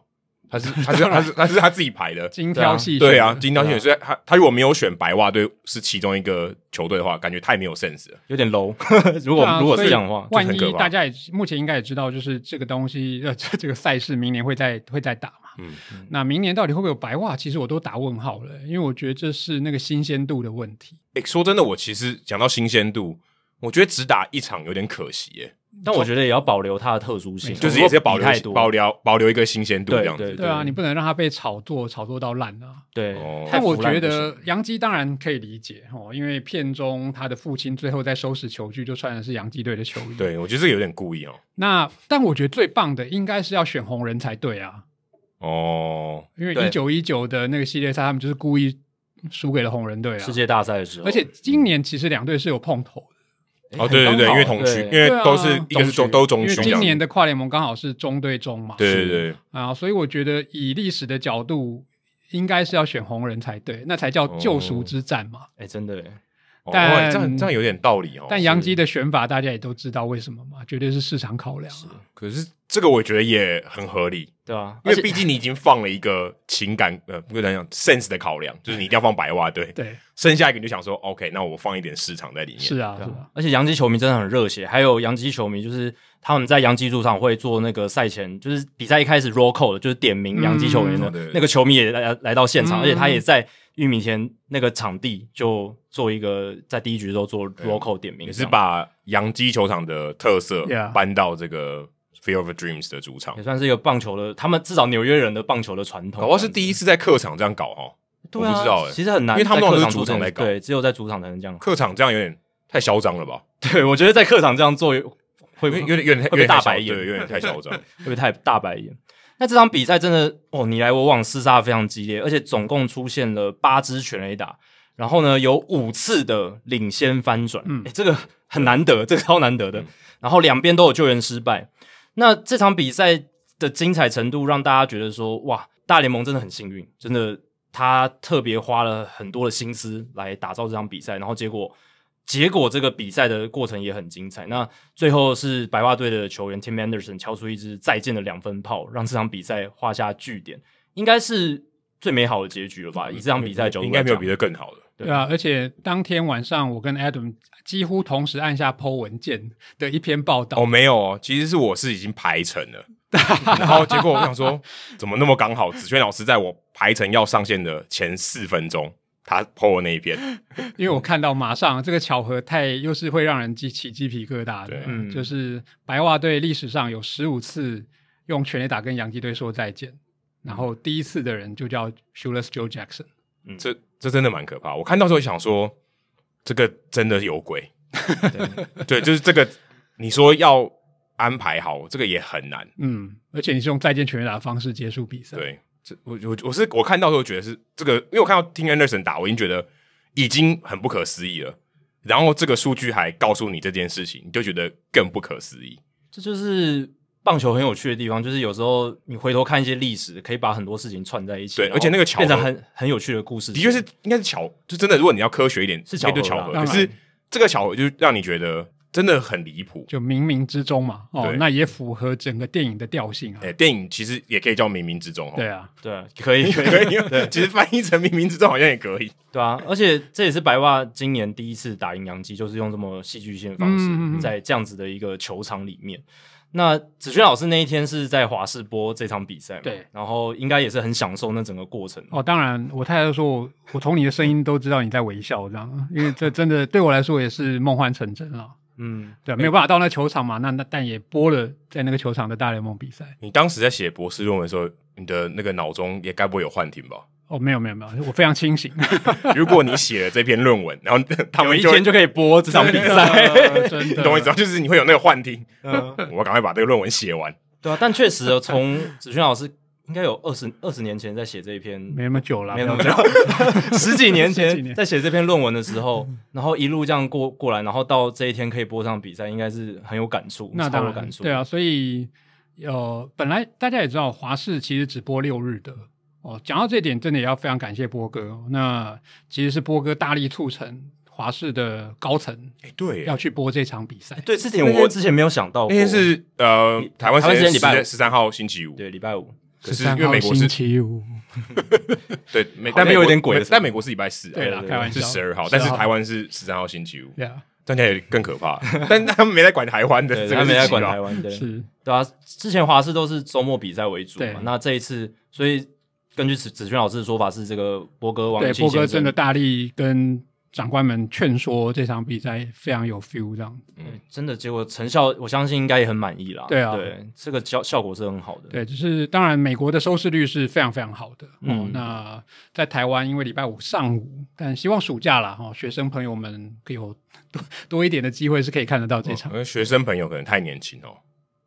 Speaker 2: 他是他是他是他是他自己排的。
Speaker 3: 精挑细选。
Speaker 2: 对啊，，金刀选所以他他如果没有选白袜队是其中一个球队的话，感觉太没有 sense 了。
Speaker 1: 有点 low。如 果、如果是这样的话，
Speaker 3: 啊万
Speaker 2: 就很
Speaker 3: 一
Speaker 2: 可怕
Speaker 3: 大家也目前应该也知道，就是这个东西，呃，这这个赛事明年会再会再打嘛。
Speaker 2: 嗯，
Speaker 3: 那明年到底会不会有白袜？其实我都打问号了，因为我觉得这是那个新鲜度的问题。
Speaker 2: 诶、说真的，我其实讲到新鲜度，我觉得只打一场有点可惜耶，
Speaker 1: 但我觉得也要保留它的特殊性，
Speaker 2: 就是也是要保
Speaker 1: 不
Speaker 2: 留
Speaker 1: 能比太多，
Speaker 2: 保留保留一个新鲜度
Speaker 1: 对
Speaker 2: 这样子。
Speaker 1: 对
Speaker 3: 对啊，你不能让它被炒作炒作到烂啊。
Speaker 1: 对
Speaker 2: 哦。
Speaker 1: 太
Speaker 3: 但我
Speaker 1: 腐烂
Speaker 3: 觉
Speaker 1: 不行
Speaker 3: 得杨基当然可以理解哦，因为片中他的父亲最后在收拾球具就穿的是洋基队的球衣。，
Speaker 2: 对我觉得这个有点故意哦。
Speaker 3: 那但我觉得最棒的应该是要选红人才对啊。
Speaker 2: 哦，
Speaker 3: 因为
Speaker 1: 对
Speaker 3: 一九一九的那个系列赛，他们就是故意输给了红人队啊
Speaker 1: 世。界大赛的时候，哎
Speaker 3: 而且今年其实两队是有碰头的，
Speaker 2: 哦，对对对，因为同区，因
Speaker 1: 为
Speaker 2: 为
Speaker 3: 对啊
Speaker 2: 都是一个是中
Speaker 1: 中区
Speaker 2: 都中
Speaker 3: 因为
Speaker 2: 区这
Speaker 3: 今
Speaker 2: 样
Speaker 3: 年
Speaker 2: 子。
Speaker 3: 的跨联盟刚好是中对中嘛。
Speaker 2: 对对对，
Speaker 3: 啊，所以我觉得以历史的角度，应该是要选红人才对，那才叫
Speaker 1: 哦
Speaker 3: 救赎之战嘛。
Speaker 1: 哎、真的耶
Speaker 2: 哦
Speaker 3: 但
Speaker 2: 这样这样有点道理哦。
Speaker 3: 但杨基的选法大家也都知道为什么嘛，绝对是市场考量啊。
Speaker 2: 可是这个我觉得也很合理，
Speaker 1: 对啊，而
Speaker 2: 因为
Speaker 1: 且
Speaker 2: 毕竟你已经放了一个情感呃，不能讲 sense 的考量，就是你一定要放白袜队，
Speaker 3: 对，
Speaker 2: 剩下一个你就想说 OK，那我放一点市场在里面。
Speaker 3: 是啊，
Speaker 1: 对
Speaker 3: 是啊
Speaker 1: 啊，，而且洋基球迷真的很热血，还有洋基球迷就是他们在洋基主场会做那个赛前，就是比赛一开始 roll call 的，就是点名
Speaker 3: 嗯
Speaker 1: 洋基球员的、
Speaker 2: 哦对
Speaker 1: 那个球迷也来来到现场，
Speaker 3: 嗯
Speaker 1: 而且他也在玉米田那个场地就做一个在第一局的时候做 roll call 点名，
Speaker 2: 也是把洋基球场的特色
Speaker 3: Yeah
Speaker 2: 搬到这个 Field of Dreams 的主场
Speaker 1: 也，算是一个棒球的，他们至少纽约人的棒球的传统。
Speaker 2: 搞不好是第一次在客场这样搞哦，
Speaker 1: 对啊，
Speaker 2: 我不知道欸
Speaker 1: 其实很难，
Speaker 2: 因为他们
Speaker 1: 在
Speaker 2: 都
Speaker 1: 客
Speaker 2: 是
Speaker 1: 场
Speaker 2: 主场
Speaker 1: 才
Speaker 2: 在搞
Speaker 1: 对，只有在主场才能这样。
Speaker 2: 客场这样有点太嚣张了吧？
Speaker 1: 对，我觉得在客场这样做会
Speaker 2: 有点有点有
Speaker 1: 会
Speaker 2: 点有
Speaker 1: 被
Speaker 2: 点
Speaker 1: 大
Speaker 2: 太嚣
Speaker 1: 白眼
Speaker 2: 对，有点太嚣张。
Speaker 1: 会不会太大白眼？那这场比赛真的哦，你来我往厮杀得非常激烈，而且总共出现了八支全垒打，然后呢有五次的领先翻转，嗯
Speaker 3: 嗯，
Speaker 1: 这个很难得，这个超难得的。然后两边都有救援失败，那这场比赛的精彩程度让大家觉得说，哇，大联盟真的很幸运，真的他特别花了很多的心思来打造这场比赛，然后结果结果这个比赛的过程也很精彩。那最后是白袜队的球员 Tim Anderson 敲出一支再见的两分炮，让这场比赛 画下句点，应该是最美好的结局了吧？以这场比赛的角度
Speaker 2: 嗯应该没有
Speaker 1: 来
Speaker 2: 比
Speaker 1: 讲
Speaker 2: 这更好的。
Speaker 1: 对
Speaker 3: 对啊，而且当天晚上我跟 Adam 几乎同时按下 Po 文件的一篇报道，
Speaker 2: 哦，没有哦，其实是我是已经排成了， 然后结果我想说，怎么那么刚好？子轩老师在我排成要上线的前四分钟，他 po 我那一篇，
Speaker 3: 因为我看到马上这个巧合太又是会让人激起鸡皮疙瘩的
Speaker 2: 对，
Speaker 1: 嗯
Speaker 3: 就是白袜队历史上有十五次用全垒打跟洋基队说再见，然后第一次的人就叫 Shoeless Joe Jackson。
Speaker 2: 这这真的蛮可怕。我看到时候想说，这个真的有鬼。对，就是这个，你说要安排好，这个也很难。
Speaker 3: 嗯，而且你是用再见全垒打的方式结束比赛。，
Speaker 2: 对，这我我我是我看到时候觉得是这个，因为我看到听 Anderson 打，我已经觉得已经很不可思议了。然后这个数据还告诉你这件事情，你就觉得更不可思议。
Speaker 1: 这就是棒球很有趣的地方，就是有时候你回头看一些历史，可以把很多事情串在一起。
Speaker 2: 对
Speaker 1: 然后
Speaker 2: 而且那个巧合
Speaker 1: 变成很很有趣的故事，
Speaker 2: 的确是，应该是巧，就真的，如果你要科学一点，
Speaker 1: 是巧合啦
Speaker 2: 应该就巧合。
Speaker 3: 当然
Speaker 2: 可是这个巧合就让你觉得真的很离谱。
Speaker 3: 就冥冥之中嘛，哦
Speaker 2: 对，
Speaker 3: 那也符合整个电影的调性啊。
Speaker 2: 哎、电影其实也可以叫冥冥之中哦。
Speaker 3: 对啊，
Speaker 1: 对，可以可以
Speaker 2: 可以，其实翻译成冥冥之中好像也可以。
Speaker 1: 对啊，而且这也是白袜今年第一次打赢洋基，就是用这么戏剧性的方
Speaker 3: 嗯嗯
Speaker 1: 式，
Speaker 3: 嗯
Speaker 1: 在这样子的一个球场里面。那子轩老师那一天是在华视播这场比赛嘛，
Speaker 3: 对
Speaker 1: 然后应该也是很享受那整个过程。
Speaker 3: 哦，当然，我太太都说我，我从你的声音都知道你在微笑，这样，因为这真的对我来说也是梦幻成真啊了。
Speaker 1: 嗯，
Speaker 3: 对，没有办法到那球场嘛，那那但也播了在那个球场的大联盟比赛。
Speaker 2: 你当时在写博士论文的时候，你的那个脑中也该不会有幻听吧？
Speaker 3: 哦，没有没有没有，我非常清醒。
Speaker 2: 如果你写了这篇论文，然后 他
Speaker 1: 有
Speaker 2: 们
Speaker 1: 一
Speaker 2: 就
Speaker 1: 天就可以嗯播这场比赛。
Speaker 3: 真的真
Speaker 2: 你
Speaker 3: 的，
Speaker 2: 懂我意思吗？就是你会有那个幻听，
Speaker 1: 嗯，
Speaker 2: 我赶快把这个论文写完。
Speaker 1: 对啊，但确实哦从子轩老师应该有二十二十年前在写这一篇，
Speaker 3: 没那么久了，
Speaker 1: 没有
Speaker 3: 不
Speaker 1: 那
Speaker 3: 要
Speaker 1: 么久，十几年
Speaker 3: 十几
Speaker 1: 前
Speaker 3: 年
Speaker 1: 在写这篇论文的时候，然后一路这样过过来，然后到这一天可以播上比赛，应该是很有感触，
Speaker 3: 那
Speaker 1: 超
Speaker 3: 当
Speaker 1: 有
Speaker 3: 然，
Speaker 1: 感触。
Speaker 3: 对啊，所以呃，本来大家也知道，华视其实只播六日的哦。讲到这点，真的也要非常感谢波哥、哦。那其实是波哥大力促成华视的高层
Speaker 2: 哎、对
Speaker 3: 要去播这场比赛。
Speaker 1: 对，这点我之前没有想到过。
Speaker 2: 那天是呃台湾
Speaker 1: 台湾时间
Speaker 2: 时间
Speaker 1: 礼拜五
Speaker 2: 十三号星期五，
Speaker 1: 对礼拜 五，
Speaker 2: 可是
Speaker 3: 13
Speaker 2: 因为美
Speaker 3: 号
Speaker 2: 国
Speaker 3: 星
Speaker 2: 是
Speaker 3: 期五，
Speaker 2: 对，美
Speaker 1: 好
Speaker 2: 但
Speaker 1: 像
Speaker 2: 美
Speaker 1: 有
Speaker 2: 国
Speaker 1: 点鬼的
Speaker 2: 但美国是礼拜四、啊，
Speaker 3: 对啦，
Speaker 1: 对
Speaker 3: 开玩笑
Speaker 2: 是十二号，但是
Speaker 3: 12
Speaker 2: 台湾是十三号星期五，
Speaker 3: 对啊，
Speaker 2: 大家也更可怕。 但他们没在管台湾的，
Speaker 1: 对，
Speaker 2: 这
Speaker 1: 他
Speaker 2: 个啊
Speaker 1: 没
Speaker 2: 是
Speaker 1: 在
Speaker 2: 奇
Speaker 1: 管
Speaker 2: 妙
Speaker 1: 台湾，对
Speaker 3: 是
Speaker 1: 对啊，之前华视都是周末比赛为主
Speaker 3: 对
Speaker 1: 嘛，那这一次，所以根据子子轩老师的说法是，这个波哥王
Speaker 3: 对
Speaker 1: 永庆
Speaker 3: 波哥
Speaker 1: 先
Speaker 3: 真
Speaker 1: 生
Speaker 3: 的大力跟长官们劝说这场比赛非常有 feel 这样。
Speaker 1: 嗯真的结果成效，我相信应该也很满意啦。
Speaker 3: 对啊
Speaker 1: 对，这个效效果是很好的。
Speaker 3: 对，就是当然，美国的收视率是非常非常好的。嗯、
Speaker 1: 嗯
Speaker 3: 那在台湾，因为礼拜五上午，但希望暑假啦，哈、哦，学生朋友们可以有多多一点的机会是可以看得到这场。
Speaker 2: 哦因为学生朋友可能太年轻哦。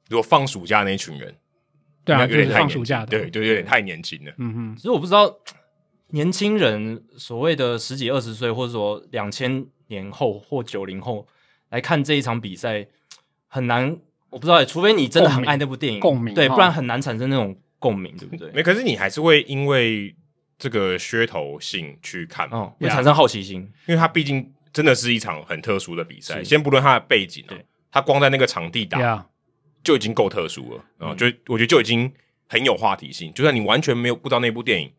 Speaker 2: 如果放暑假那一群人，
Speaker 3: 对啊，
Speaker 2: 应该
Speaker 3: 就
Speaker 2: 有
Speaker 3: 是
Speaker 2: 点太
Speaker 3: 放
Speaker 2: 年
Speaker 3: 暑
Speaker 2: 轻
Speaker 3: 假的。
Speaker 2: 对，，就有点太年轻了。
Speaker 3: 嗯哼，
Speaker 1: 其实我不知道年轻人所谓的十几二十岁，或者说两千年后或九零后来看这一场比赛，很难。我不知道欸，除非你真的很
Speaker 3: 共鸣
Speaker 1: 爱那部电影，
Speaker 3: 共鸣哦
Speaker 1: 对，
Speaker 3: 哈
Speaker 1: 不然很难产生那种共鸣，对不对？
Speaker 2: 没，可是你还是会因为这个噱头性去看嘛，
Speaker 1: 嗯，会
Speaker 3: Yeah
Speaker 1: 产生好奇心。
Speaker 2: 因为它毕竟真的是一场很特殊的比赛。先不论它的背景、啊
Speaker 1: 对，
Speaker 2: 它光在那个场地打
Speaker 3: 对啊，
Speaker 2: 就已经够特殊了，
Speaker 1: 嗯
Speaker 2: 啊、就我觉得就已经很有话题性。就算你完全没有不知道那部电影，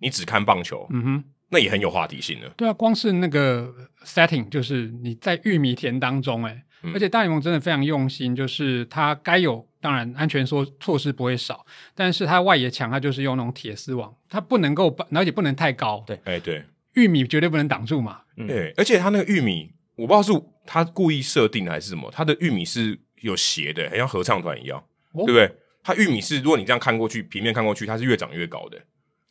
Speaker 2: 你只看棒球，
Speaker 3: 嗯哼，
Speaker 2: 那也很有话题性了。
Speaker 3: 对啊，光是那个 setting，就是你在玉米田当中、欸，哎、
Speaker 2: 嗯
Speaker 3: 而且大联盟真的非常用心，就是它该有，当然安全说措施不会少，但是它外野墙它就是用那种铁丝网，它不能够把，而且不能太高，
Speaker 1: 对
Speaker 2: 哎、对，
Speaker 3: 玉米绝对不能挡住嘛。
Speaker 1: 嗯
Speaker 2: 对，而且它那个玉米，我不知道是他故意设定的还是什么，它的玉米是有斜的，很像合唱团一样，
Speaker 3: 哦
Speaker 2: 对不对？它玉米是，如果你这样看过去，平面看过去，它是越长越高的，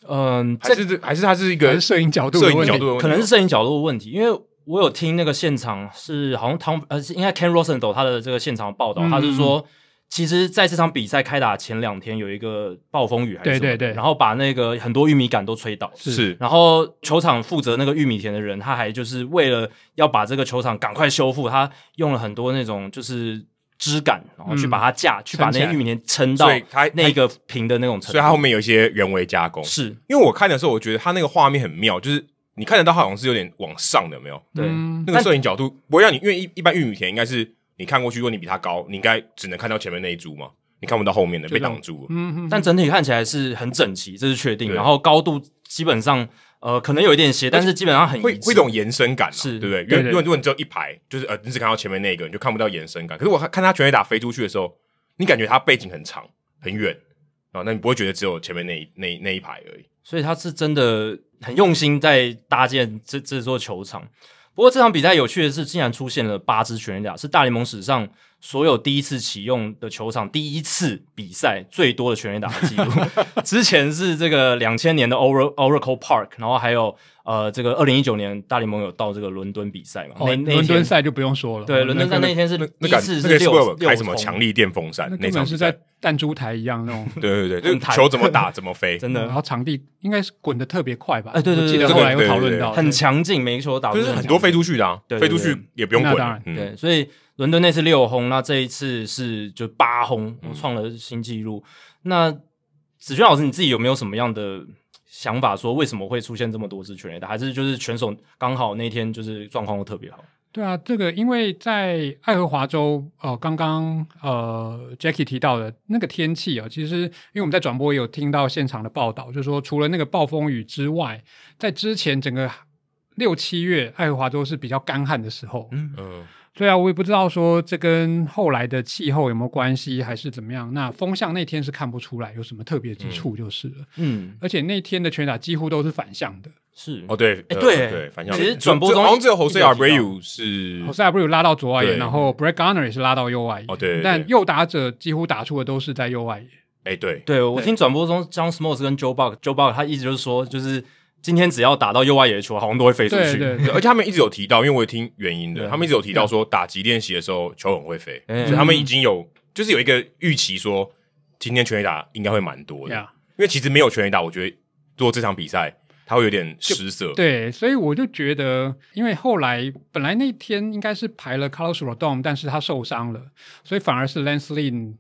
Speaker 1: 嗯，
Speaker 2: 还
Speaker 1: 这
Speaker 2: 是这还是它是一
Speaker 3: 还
Speaker 2: 个
Speaker 3: 是摄影角度的
Speaker 2: 摄影
Speaker 3: 问题
Speaker 2: 角度的问题，
Speaker 1: 可能是摄影角度的问题，因为我有听那个现场是好像汤呃是应该 Ken Rosenthal 他的这个现场报道，
Speaker 3: 嗯
Speaker 1: 他是说。其实，在这场比赛开打前两天，有一个暴风雨还是
Speaker 3: 对
Speaker 1: 什么的
Speaker 3: 对对
Speaker 1: 然后把那个很多玉米杆都吹倒了。
Speaker 2: 是
Speaker 1: 然后球场负责那个玉米田的人，他还就是为了要把这个球场赶快修复，他用了很多那种就是枝杆，然后去
Speaker 3: 嗯
Speaker 1: 把它架，去把
Speaker 3: 撑
Speaker 1: 那
Speaker 3: 起来
Speaker 1: 玉米田撑到
Speaker 2: 所以它
Speaker 1: 那个平的那种程
Speaker 2: 所以它后面有一些人为加工
Speaker 1: 度。。是，
Speaker 2: 因为我看的时候，我觉得它那个画面很妙，就是你看得到它好像是有点往上的，有没有？
Speaker 1: 对
Speaker 3: 嗯
Speaker 2: 那个摄影角度不会让你，因为一一般玉米田应该是你看过去，如果你比它高，你应该只能看到前面那一株嘛，你看不到后面的，被
Speaker 3: 这样
Speaker 2: 挡住了。
Speaker 3: 嗯，
Speaker 1: 但整体看起来是很整齐，这是确定。
Speaker 2: 对
Speaker 1: 然后高度基本上呃可能有一点斜，但是基本上很一
Speaker 2: 会
Speaker 1: 致
Speaker 2: 会一种延伸感嘛，
Speaker 1: 是
Speaker 2: 对不对？因
Speaker 3: 对
Speaker 2: 为
Speaker 3: 对
Speaker 2: 因为如果你只有一排，就是呃，你只看到前面那个，你就看不到延伸感。可是我看看他全垒打飞出去的时候，你感觉他背景很长很远啊，那你不会觉得只有前面那一那一那一排而已。
Speaker 1: 所以他是真的很用心在搭建这这座球场。不过这场比赛有趣的是，竟然出现了八支全垒打，是大联盟史上所有第一次启用的球场第一次比赛最多的全垒打的记录。 之前是这个两千年的 Oracle Oracle Park，然后还有呃这个二零一九年大联盟有到这个伦敦比赛嘛？
Speaker 3: 哦，
Speaker 1: 那那一
Speaker 3: 伦敦
Speaker 1: 天
Speaker 3: 赛就不用说了，
Speaker 1: 对伦敦赛那一天是
Speaker 2: 哦那
Speaker 1: 第一
Speaker 2: 感
Speaker 1: 次
Speaker 2: 那
Speaker 1: 是
Speaker 2: 个是为
Speaker 1: 六
Speaker 2: 了开
Speaker 1: 六
Speaker 2: 什么
Speaker 1: 冲
Speaker 2: 强力电风扇
Speaker 3: 那
Speaker 2: 那
Speaker 3: 根
Speaker 2: 场
Speaker 3: 本
Speaker 2: 比
Speaker 3: 是
Speaker 2: 赛，
Speaker 3: 在弹珠台一样那种
Speaker 2: 对对对，
Speaker 1: 很
Speaker 2: 就
Speaker 1: 弹
Speaker 2: 球怎么打怎么 飞，
Speaker 1: 真的
Speaker 3: 然后场地应该是滚的特别快吧？
Speaker 1: 哎对对
Speaker 3: 我
Speaker 1: 对
Speaker 3: 记得
Speaker 1: 对
Speaker 3: 后
Speaker 2: 对
Speaker 3: 来有
Speaker 2: 对
Speaker 3: 讨
Speaker 2: 对
Speaker 3: 论到，
Speaker 1: 很强劲，每一个球打
Speaker 2: 就是很多飞出去的啊，
Speaker 1: 对
Speaker 2: 飞
Speaker 1: 对
Speaker 2: 出
Speaker 1: 对
Speaker 2: 去也不用滚
Speaker 3: 那当
Speaker 2: 了
Speaker 3: 然，
Speaker 2: 嗯
Speaker 1: 对，所以伦敦那次六轰，那这一次是就八轰，我创了新纪录。那子轩老师，你自己有没有什么样的想法？说为什么会出现这么多支全垒打？还是就是选手刚好那天就是状况都特别好？
Speaker 3: 对啊，这个因为在爱荷华州，呃，刚刚呃 Jackie 提到的那个天气啊、其实因为我们在转播也有听到现场的报道，就是说除了那个暴风雨之外，在之前整个六七月，爱荷华州是比较干旱的时候。
Speaker 1: 嗯，
Speaker 2: 嗯，
Speaker 3: 对啊，我也不知道说这跟后来的气候有没有关系，还是怎么样。那风向那天是看不出来有什么特别之处，就是了。
Speaker 1: 嗯，
Speaker 3: 而且那天的全打几乎都是反向的，
Speaker 1: 是
Speaker 2: 哦对，
Speaker 1: 哎
Speaker 2: 呃
Speaker 1: 对
Speaker 2: 对，反向
Speaker 1: 其实
Speaker 2: 就
Speaker 1: 转播
Speaker 2: 就
Speaker 1: 中
Speaker 2: 好像只有
Speaker 1: 一直
Speaker 2: Jose
Speaker 1: 有提到
Speaker 2: Abreu
Speaker 1: 嗯
Speaker 2: 是
Speaker 3: 侯赛布鲁拉到左外野，
Speaker 2: 对
Speaker 3: 然后 Brett Garner 也是拉到右外野。
Speaker 2: 哦对对对
Speaker 3: 但右打者几乎打出的都是在右外野。
Speaker 2: 哎对，
Speaker 1: 对我
Speaker 3: 对
Speaker 1: 听转播中，John Smoltz 跟 Joe Buck，Joe Buck 他一直就是说，就是今天只要打到右外野的球，好像都会飞出去。
Speaker 3: 对
Speaker 2: 对
Speaker 3: 对对，
Speaker 2: 而且他们一直有提到，因为我也听原因的，
Speaker 1: 对
Speaker 2: 他们一直有提到说打击练习的时候球很会飞，
Speaker 1: 嗯
Speaker 2: 所以他们已经有就是有一个预期说今天全垒打应该会蛮多的，
Speaker 3: 呀
Speaker 2: 因为其实没有全垒打，我觉得做这场比赛他会有点失色，
Speaker 3: 对，所以我就觉得，因为后来本来那天应该是排了 Carlos Rodon，但是他受伤了，所以反而是 Lance Lynn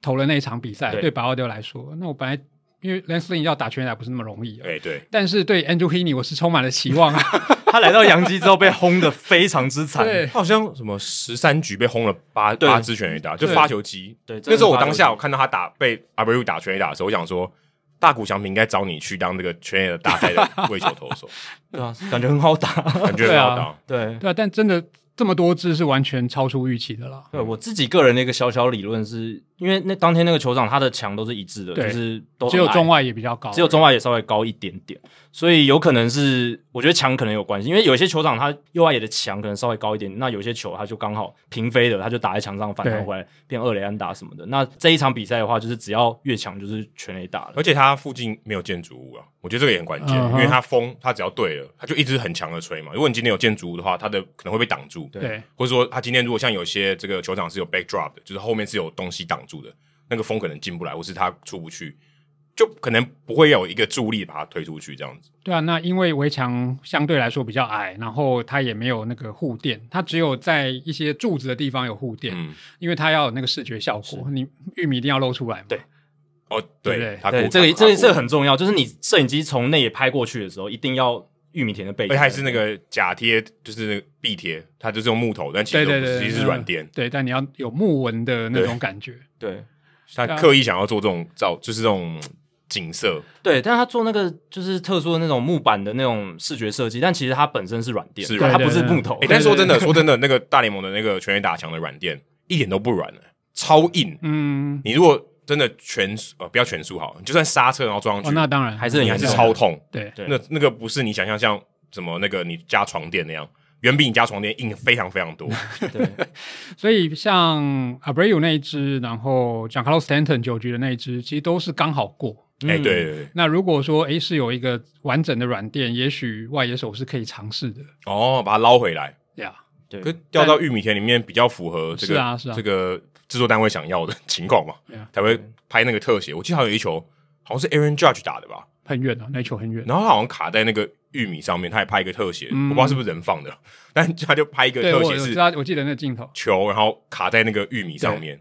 Speaker 3: 投了那一场比赛。
Speaker 1: 对
Speaker 3: 对白奥德来说，那我本来因为 Lance Lynn 要打全垒打不是那么容易啊。
Speaker 2: 哎对，
Speaker 3: 但是对 Andrew Heaney 我是充满了期 望啊！
Speaker 1: 他来到洋基之后被轰的非常之惨。
Speaker 3: 对
Speaker 2: 他好像什么十三局被轰了八
Speaker 1: 对
Speaker 2: 八支全垒打，就
Speaker 3: 对
Speaker 2: 发球机，
Speaker 1: 对真的
Speaker 2: 那时候我
Speaker 1: 发球
Speaker 2: 当下
Speaker 1: 机
Speaker 2: 我看到他打被阿布鲁打全垒打的时候，我想说。大谷翔平应该找你去当这个全垒打大赛的 为球投手，
Speaker 1: 对啊，感觉很好打。
Speaker 2: 感觉很好打。
Speaker 1: 对，
Speaker 3: 对啊，但真的这么多支是完全超出预期的啦。
Speaker 1: 对我自己个人的一个小小理论是，因为那当天那个球场它的墙都是一致的，就
Speaker 3: 对
Speaker 1: 是都
Speaker 3: 只有
Speaker 1: 很矮
Speaker 3: 中外也比较高，
Speaker 1: 只有中外也稍微高一点点，所以有可能是我觉得墙可能有关系，因为有些球场它右外野的墙可能稍微高一点，那有些球它就刚好平飞的，它就打在墙上反弹
Speaker 3: 对
Speaker 1: 回来变二垒安打什么的。那这一场比赛的话，就是只要越强就是全垒打了。
Speaker 2: 而且它附近没有建筑物啊，我觉得这个也很关键
Speaker 3: 嗯
Speaker 2: 因
Speaker 3: 哼
Speaker 2: 为它风它只要对了，它就一直很强的吹嘛。如果你今天有建筑物的话，它的可能会被挡住，
Speaker 3: 对
Speaker 2: 或者说它今天如果像有些这个球场是有 backdrop 的，就是后面是有东西挡住的，那个风可能进不来，或是它出不去，就可能不会有一个助力把它推出去这样子。
Speaker 3: 对啊，那因为围墙相对来说比较矮，然后它也没有那个护垫，它只有在一些柱子的地方有护垫，
Speaker 2: 嗯，
Speaker 3: 因为它要有那个视觉效果，你玉米一定要露出来嘛。
Speaker 1: 对
Speaker 2: 哦，
Speaker 3: 对
Speaker 2: 对
Speaker 3: 不对，
Speaker 2: 它
Speaker 1: 对，
Speaker 2: 过
Speaker 1: 这个
Speaker 2: 它
Speaker 1: 这
Speaker 2: 过
Speaker 1: 个这个很重要，就是你摄影机从内野拍过去的时候，一定要玉米田的背
Speaker 2: 而
Speaker 1: 景，
Speaker 2: 且还是那个假贴，就是那个壁贴，它就是用木头，但其
Speaker 3: 对
Speaker 2: 实
Speaker 3: 对
Speaker 2: 不
Speaker 3: 对
Speaker 2: 是
Speaker 3: 对，
Speaker 2: 其实是
Speaker 3: 嗯
Speaker 2: 软垫。
Speaker 3: 对，但你要有木纹的那种
Speaker 2: 对
Speaker 3: 感觉。
Speaker 1: 对。
Speaker 2: 他
Speaker 3: 对啊
Speaker 2: 刻意想要做这种造，就是这种嗯景色，
Speaker 1: 对，但是他做那个就是特殊的那种木板的那种视觉设计，但其实它本身是软垫，
Speaker 2: 是
Speaker 1: 它
Speaker 2: 软
Speaker 1: 不
Speaker 3: 垫
Speaker 1: 是
Speaker 3: 对对
Speaker 1: 木头
Speaker 2: 哎、。
Speaker 3: 对
Speaker 2: 但说真的，说真的，那个大联盟的那个全垒打墙的软垫一点都不软、欸，超硬。
Speaker 3: 嗯，
Speaker 2: 你如果真的全呃不要全速好了，你就算刹车然后撞上
Speaker 3: 哦，
Speaker 2: 去，
Speaker 3: 那当然
Speaker 1: 还是很
Speaker 2: 你
Speaker 1: 严
Speaker 2: 还是
Speaker 1: 重
Speaker 2: 超痛。
Speaker 3: 对
Speaker 1: 对
Speaker 2: 那那个不是你想象像什么那个你加床垫那样，远比你加床垫硬非常非常多。
Speaker 1: 对，
Speaker 3: 所以像 Abreu 那一支，然后 Giancarlo Stanton 九局的那一支，其实都是刚好过。
Speaker 1: 嗯
Speaker 2: 哎、对对对对，
Speaker 3: 那如果说诶是有一个完整的软垫，也许外野手是可以尝试的
Speaker 2: 哦，把它捞回来，
Speaker 3: 呀。
Speaker 1: 对
Speaker 2: 可是掉到玉米田里面比较符合这个
Speaker 3: 是啊是啊
Speaker 2: 这个制作单位想要的情况嘛
Speaker 3: Yeah，
Speaker 2: 才会拍那个特写。我记得好像有一球，好像是 Aaron Judge 打的吧，
Speaker 3: 很远啊，那一球很远。
Speaker 2: 然后他好像卡在那个玉米上面，他也拍一个特写，
Speaker 3: 嗯
Speaker 2: 我不知道是不是人放的， 但他就拍一个
Speaker 3: 对，
Speaker 2: 特
Speaker 3: 我
Speaker 2: 写
Speaker 3: 我知
Speaker 2: 是
Speaker 3: 道，我记得那个镜头。
Speaker 2: 球，然后卡在那个玉米上面。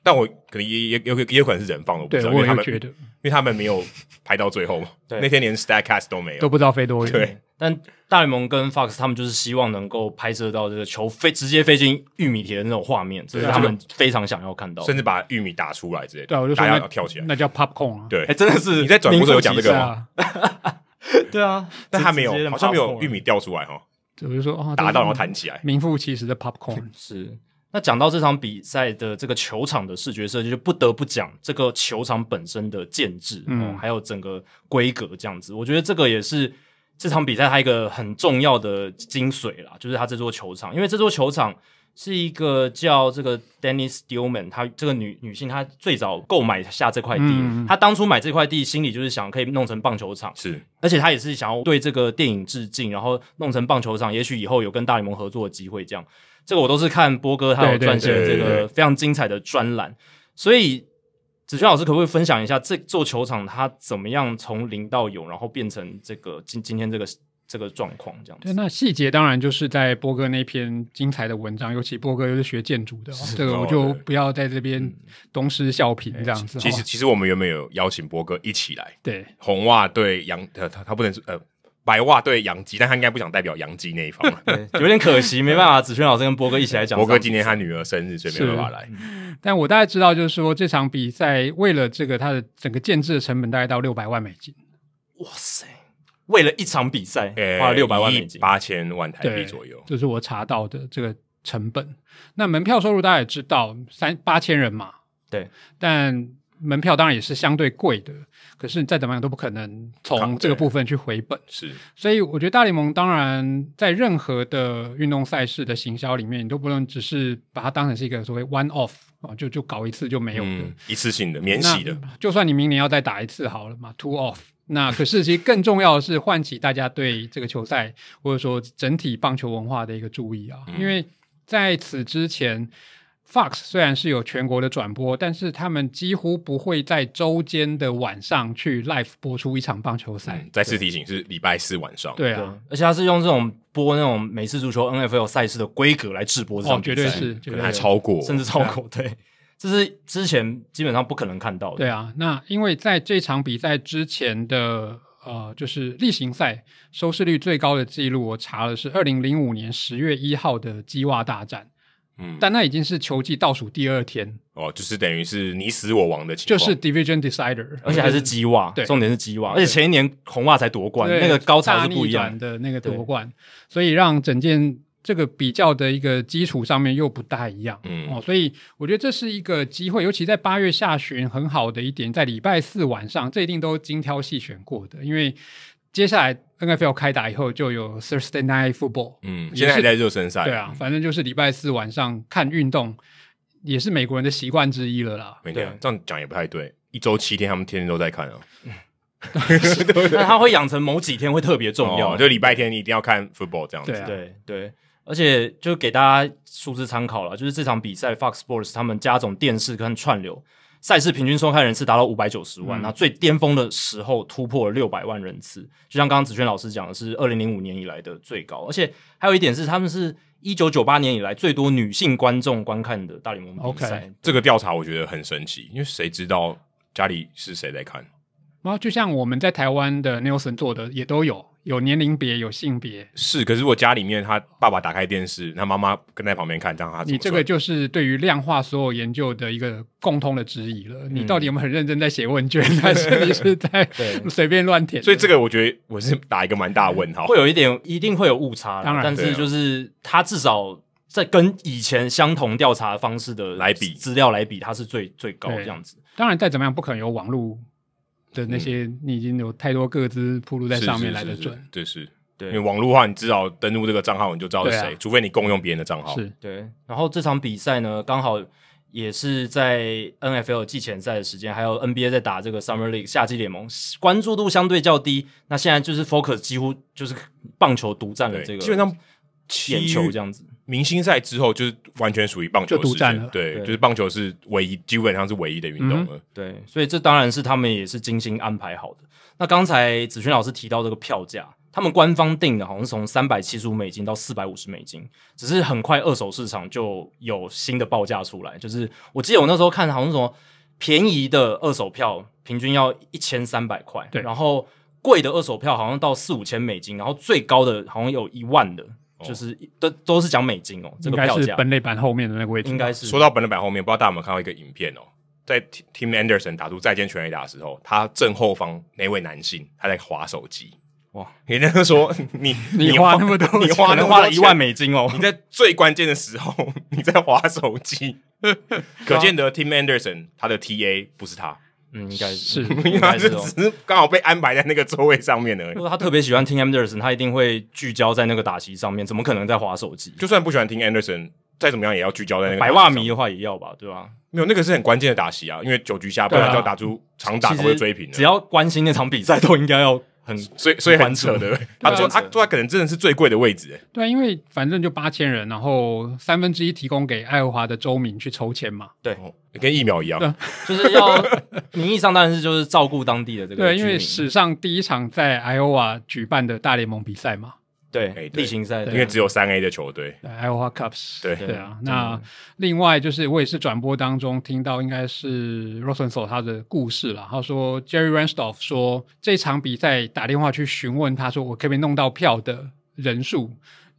Speaker 2: 但我可能也也也有也有可能是人放的，我不
Speaker 3: 对，
Speaker 2: 知道，因
Speaker 3: 我
Speaker 2: 为他
Speaker 3: 也
Speaker 2: 们
Speaker 3: 觉
Speaker 2: 因
Speaker 3: 得
Speaker 2: 为他们没有拍到最后嘛，
Speaker 1: 对
Speaker 2: 那天连 Statcast 都没
Speaker 3: 都
Speaker 2: 有。
Speaker 3: 不知道飞多远。
Speaker 2: 对，
Speaker 1: 但大联盟跟 Fox 他们就是希望能够拍摄到这个球飞直接飞进玉米田的那种画面，这是
Speaker 3: 对
Speaker 1: 他们非常想要看到的。
Speaker 2: 甚至把玉米打出来之类的，
Speaker 3: 对啊，我就说
Speaker 2: 大家
Speaker 3: 那
Speaker 2: 要跳起来。
Speaker 3: 那叫 popcorn 啊。
Speaker 2: 对
Speaker 1: 哎，，真的是
Speaker 2: 你在转播的时候
Speaker 1: 名副
Speaker 2: 有讲
Speaker 1: 其
Speaker 2: 这
Speaker 1: 实
Speaker 2: 个
Speaker 3: 对
Speaker 2: 吗？
Speaker 3: 啊，
Speaker 1: 对啊，
Speaker 2: 但他没
Speaker 1: 直接
Speaker 2: 有，
Speaker 1: 扔
Speaker 2: 好像没有
Speaker 1: popcorn
Speaker 2: 玉米掉出来哈，
Speaker 3: 我就说哦，
Speaker 2: 打到然后
Speaker 3: 弹
Speaker 2: 弹起来。
Speaker 3: 名副其实的 popcorn。
Speaker 1: 是。那讲到这场比赛的这个球场的视觉设计，就不得不讲这个球场本身的建制，嗯，
Speaker 3: 嗯
Speaker 1: 还有整个规格这样子。我觉得这个也是这场比赛它一个很重要的精髓啦，就是它这座球场，因为这座球场是一个叫这个 Dennis Stillman，她这个女女性，她最早购买下这块地，
Speaker 3: 嗯
Speaker 1: 她当初买这块地，心里就是想可以弄成棒球场，
Speaker 2: 是，
Speaker 3: 嗯
Speaker 1: 而且他也是想要对这个电影致敬，然后弄成棒球场，也许以后有跟大联盟合作的机会。这样，这个我都是看波哥他有
Speaker 3: 对对
Speaker 1: 撰写的这
Speaker 2: 对对
Speaker 1: 个
Speaker 2: 对
Speaker 1: 非常精彩的专栏。所以，子轩老师可不可以分享一下这座球场它怎么样从零到有，然后变成这个今今天这个这个状况这样
Speaker 3: 对，
Speaker 1: 子？
Speaker 3: 那细节当然就是在波哥那篇精彩的文章，尤其波哥又是学建筑的哦、这个我就
Speaker 2: 哦对哎
Speaker 3: 不要在这边东施效颦这样子。
Speaker 2: 其实
Speaker 3: 哦
Speaker 2: 其实我们原本有邀请博哥一起来，
Speaker 3: 对，
Speaker 2: 红袜对洋，呃，他他不能是呃白袜对洋基，但他应该不想代表洋基那一方。
Speaker 1: 有点可惜，没办法，子轩老师跟波哥一起来 讲。
Speaker 2: 博哥今天他女儿生日，所以没有办法来。
Speaker 3: 但我大概知道，就是说这场比赛为了这个它的整个建制的成本大概到六百万美金，
Speaker 1: 哇塞，为了一场比赛
Speaker 2: 呃
Speaker 1: 花了六百万美金，
Speaker 2: 八千万台币
Speaker 3: 对
Speaker 2: 左右。
Speaker 3: 这是我查到的这个成本。那门票收入大家也知道，三八千人嘛，
Speaker 1: 对，
Speaker 3: 但门票当然也是相对贵的，可是再怎么样都不可能从这个部分去回本。
Speaker 2: 是，
Speaker 3: 所以我觉得大联盟当然在任何的运动赛事的行销里面，你都不能只是把它当成是一个所谓 one off 啊，就就搞一次就没有的。
Speaker 2: 嗯，一次性的免洗的，
Speaker 3: 那嗯就算你明年要再打一次好了嘛，two off。那可是其实更重要的是唤起大家对这个球赛或者说整体棒球文化的一个注意啊，因为在此之前。Fox 虽然是有全国的转播，但是他们几乎不会在周间的晚上去 live 播出一场棒球赛。
Speaker 2: 嗯，再次提醒是礼拜四晚上。
Speaker 3: 对
Speaker 1: 对
Speaker 3: 啊，，
Speaker 1: 而且他是用这种播那种美式足球 NFL 赛事的规格来直播这场
Speaker 3: 哦，
Speaker 1: 比
Speaker 3: 绝
Speaker 1: 赛，
Speaker 3: 对是，
Speaker 2: 可
Speaker 3: 绝对
Speaker 2: 能还
Speaker 3: 是
Speaker 2: 超过，
Speaker 1: 甚至超过对，这是之前基本上不可能看到的。
Speaker 3: 对啊，那因为在这场比赛之前的呃，就是例行赛收视率最高的记录，我查了是二零零五年十月一号的基袜大战，
Speaker 2: 嗯，
Speaker 3: 但那已经是球季倒数第二天，
Speaker 2: 哦，就是等于是你死我亡的情
Speaker 3: 就
Speaker 2: 况，
Speaker 3: 是 Division Decider，
Speaker 1: 而且还是
Speaker 3: 就是
Speaker 1: 鸡袜，
Speaker 3: 对
Speaker 1: 重点是鸡袜，而且前一年红袜才夺冠，那个高潮
Speaker 3: 大
Speaker 1: 是不
Speaker 3: 逆
Speaker 1: 一
Speaker 3: 转
Speaker 1: 样的。
Speaker 3: 的那个
Speaker 1: 对
Speaker 3: 夺冠，所以让整件这个比较的一个基础上面又不大一样。
Speaker 2: 嗯
Speaker 3: 哦，所以我觉得这是一个机会，尤其在八月下旬很好的一点，在礼拜四晚上，这一定都精挑细选过的，因为接下来 NFL 开打以后就有 Thursday Night Football，
Speaker 2: 嗯，
Speaker 3: 也
Speaker 2: 现在还
Speaker 3: 是
Speaker 2: 在热身赛，嗯
Speaker 3: 对
Speaker 1: 哎
Speaker 3: 啊，，反正就是礼拜四晚上看运动，也是美国人的习惯之一了啦。
Speaker 2: 没错
Speaker 1: 对，
Speaker 2: 这样讲也不太对。一周七天，他们天天都在看啊，
Speaker 1: 但它会养成某几天会特别重要，
Speaker 2: 哦就礼拜天你一定要看 football 这样子
Speaker 3: 对。啊
Speaker 1: 对对，而且就给大家数字参考了，就是这场比赛 Fox Sports 他们加总电视跟串流赛事平均收看人次达到五百九十万，
Speaker 3: 嗯
Speaker 1: 那、最巅峰的时候突破了六百万人次，就像刚刚子轩老师讲的是二零零五年以来的最高，而且还有一点是他们是一九九八年以来最多女性观众观看的大联盟比
Speaker 3: OK
Speaker 1: 赛。
Speaker 2: 这个调查我觉得很神奇，因为谁知道家里是谁在看？
Speaker 3: 然后就像我们在台湾的 Nielsen 做的也都有，有年龄别，有性别，
Speaker 2: 是，可是如果家里面他爸爸打开电视，他妈妈跟在旁边看，这样他怎
Speaker 3: 你
Speaker 2: 么
Speaker 3: 这
Speaker 2: 算
Speaker 3: 个就是对于量化所有研究的一个共通的质疑了。你到底有没有很认真在写问卷， 还是你是在
Speaker 1: 对
Speaker 3: 随便乱填？
Speaker 2: 所以这个我觉得我是打一个蛮大的问号。
Speaker 1: 会有一点，一定会有误差啦，
Speaker 3: 当然
Speaker 1: 但
Speaker 2: 对
Speaker 1: 是
Speaker 2: 啊
Speaker 1: 就是它至少在跟以前相同调查方式的
Speaker 2: 来比
Speaker 1: 资料来比，它是最最高
Speaker 3: 对
Speaker 1: 这样子。
Speaker 3: 当然再怎么样不可能有网络的那些，你已经有太多个资铺露在上面来的准。
Speaker 2: 对是，
Speaker 1: 对
Speaker 2: 因为网络的话，你至少登录这个账号，你就知道是
Speaker 3: 对
Speaker 2: 谁
Speaker 3: 啊，
Speaker 2: 除非你共用别人的账号。
Speaker 3: 是，
Speaker 1: 对，然后这场比赛呢，刚好也是在 NFL 季前赛的时间，还有 NBA 在打这个 Summer League 夏季联盟，关注度相对较低。那现在就是 focus 几乎就是棒球独占了
Speaker 2: 对，
Speaker 1: 这个，
Speaker 2: 基本上
Speaker 1: 眼球这
Speaker 2: 样。
Speaker 1: 样子。
Speaker 2: 明星赛之后就是完全属于棒球
Speaker 3: 就独
Speaker 2: 世界
Speaker 3: 占了嗯
Speaker 2: 对，
Speaker 1: 对
Speaker 2: 就是棒球是唯一，基本上是唯一的运动了。
Speaker 1: 对，所以这当然是他们也是精心安排好的。那刚才子轩老师提到这个票价，他们官方定的好像是从三百七十五美金到四百五十美金，只是很快二手市场就有新的报价出来，就是我记得我那时候看好像什么便宜的二手票平均要一千三百块，
Speaker 3: 对
Speaker 1: 然后贵的二手票好像到四五千美金，然后最高的好像有一万的，就是一都都是讲美金哦，这
Speaker 3: 哦应
Speaker 1: 个
Speaker 3: 该
Speaker 1: 票
Speaker 3: 是
Speaker 1: 价
Speaker 3: 本垒板后面的那个位置。
Speaker 1: 应该是
Speaker 2: 说到本垒板后面，不知道大家有没有看到一个影片哦，在 Tim- Tim Anderson 打出再见全垒打的时候，他正后方那位男性他在划手机，
Speaker 1: 哇，
Speaker 2: 人家就说你
Speaker 3: 你花那么多
Speaker 2: 你
Speaker 3: 钱
Speaker 2: 花
Speaker 1: 可
Speaker 2: 那
Speaker 1: 能
Speaker 2: 么
Speaker 1: 花
Speaker 2: 多
Speaker 1: 了一万
Speaker 2: 钱
Speaker 1: 美金哦
Speaker 2: 你。在最关键的时候你在划手机，可见得 Tim Anderson 他的 TA 不是他，
Speaker 1: 嗯，应该
Speaker 3: 是
Speaker 1: 应
Speaker 2: 他
Speaker 1: 该
Speaker 2: 就是
Speaker 1: 哦。
Speaker 2: 只是刚好被安排在那个座位上面而已
Speaker 1: 如。果他特别喜欢听 Anderson，他一定会聚焦在那个打席上面，怎么可能在划手机？
Speaker 2: 就算不喜欢听 Anderson，再怎么样也要聚焦在那个
Speaker 1: 白袜
Speaker 2: 打席
Speaker 1: 迷的
Speaker 2: 上
Speaker 1: 话也要吧，对吧？
Speaker 2: 没有那个是很关键的打席啊，因为九局下
Speaker 3: 对
Speaker 2: 半他
Speaker 3: 啊
Speaker 2: 就要打出长打
Speaker 1: 其
Speaker 2: 才会
Speaker 1: 实
Speaker 2: 追平
Speaker 1: 只
Speaker 2: 的。
Speaker 1: 要关心那场比赛，都应该要 很
Speaker 2: 所以所以很
Speaker 1: 关注
Speaker 2: 扯的，他坐他坐在可能真的是最贵的位置，欸
Speaker 3: 对，啊因为反正就八千人，然后三分之一提供给爱荷华的州民去抽签嘛。
Speaker 2: 哦跟疫苗一样
Speaker 1: 啊
Speaker 3: 对。
Speaker 1: 就是要名义上当然是就是照顾当地的这个
Speaker 3: 对，
Speaker 1: 居
Speaker 3: 因
Speaker 1: 民
Speaker 3: 为史上第一场在 Iowa 举办的大联盟比赛嘛，
Speaker 1: 对
Speaker 2: 哎对
Speaker 1: 例行赛，
Speaker 2: 因为只有三 A 的球队，
Speaker 3: 对 Iowa Cups。
Speaker 2: 对
Speaker 3: 对啊，那另外就是我也是转播当中听到，应该是 Rosenthal 他的故事啦。他说 Jerry Ransdorf 说这场比赛打电话去询问他说我可不可以弄到票的人数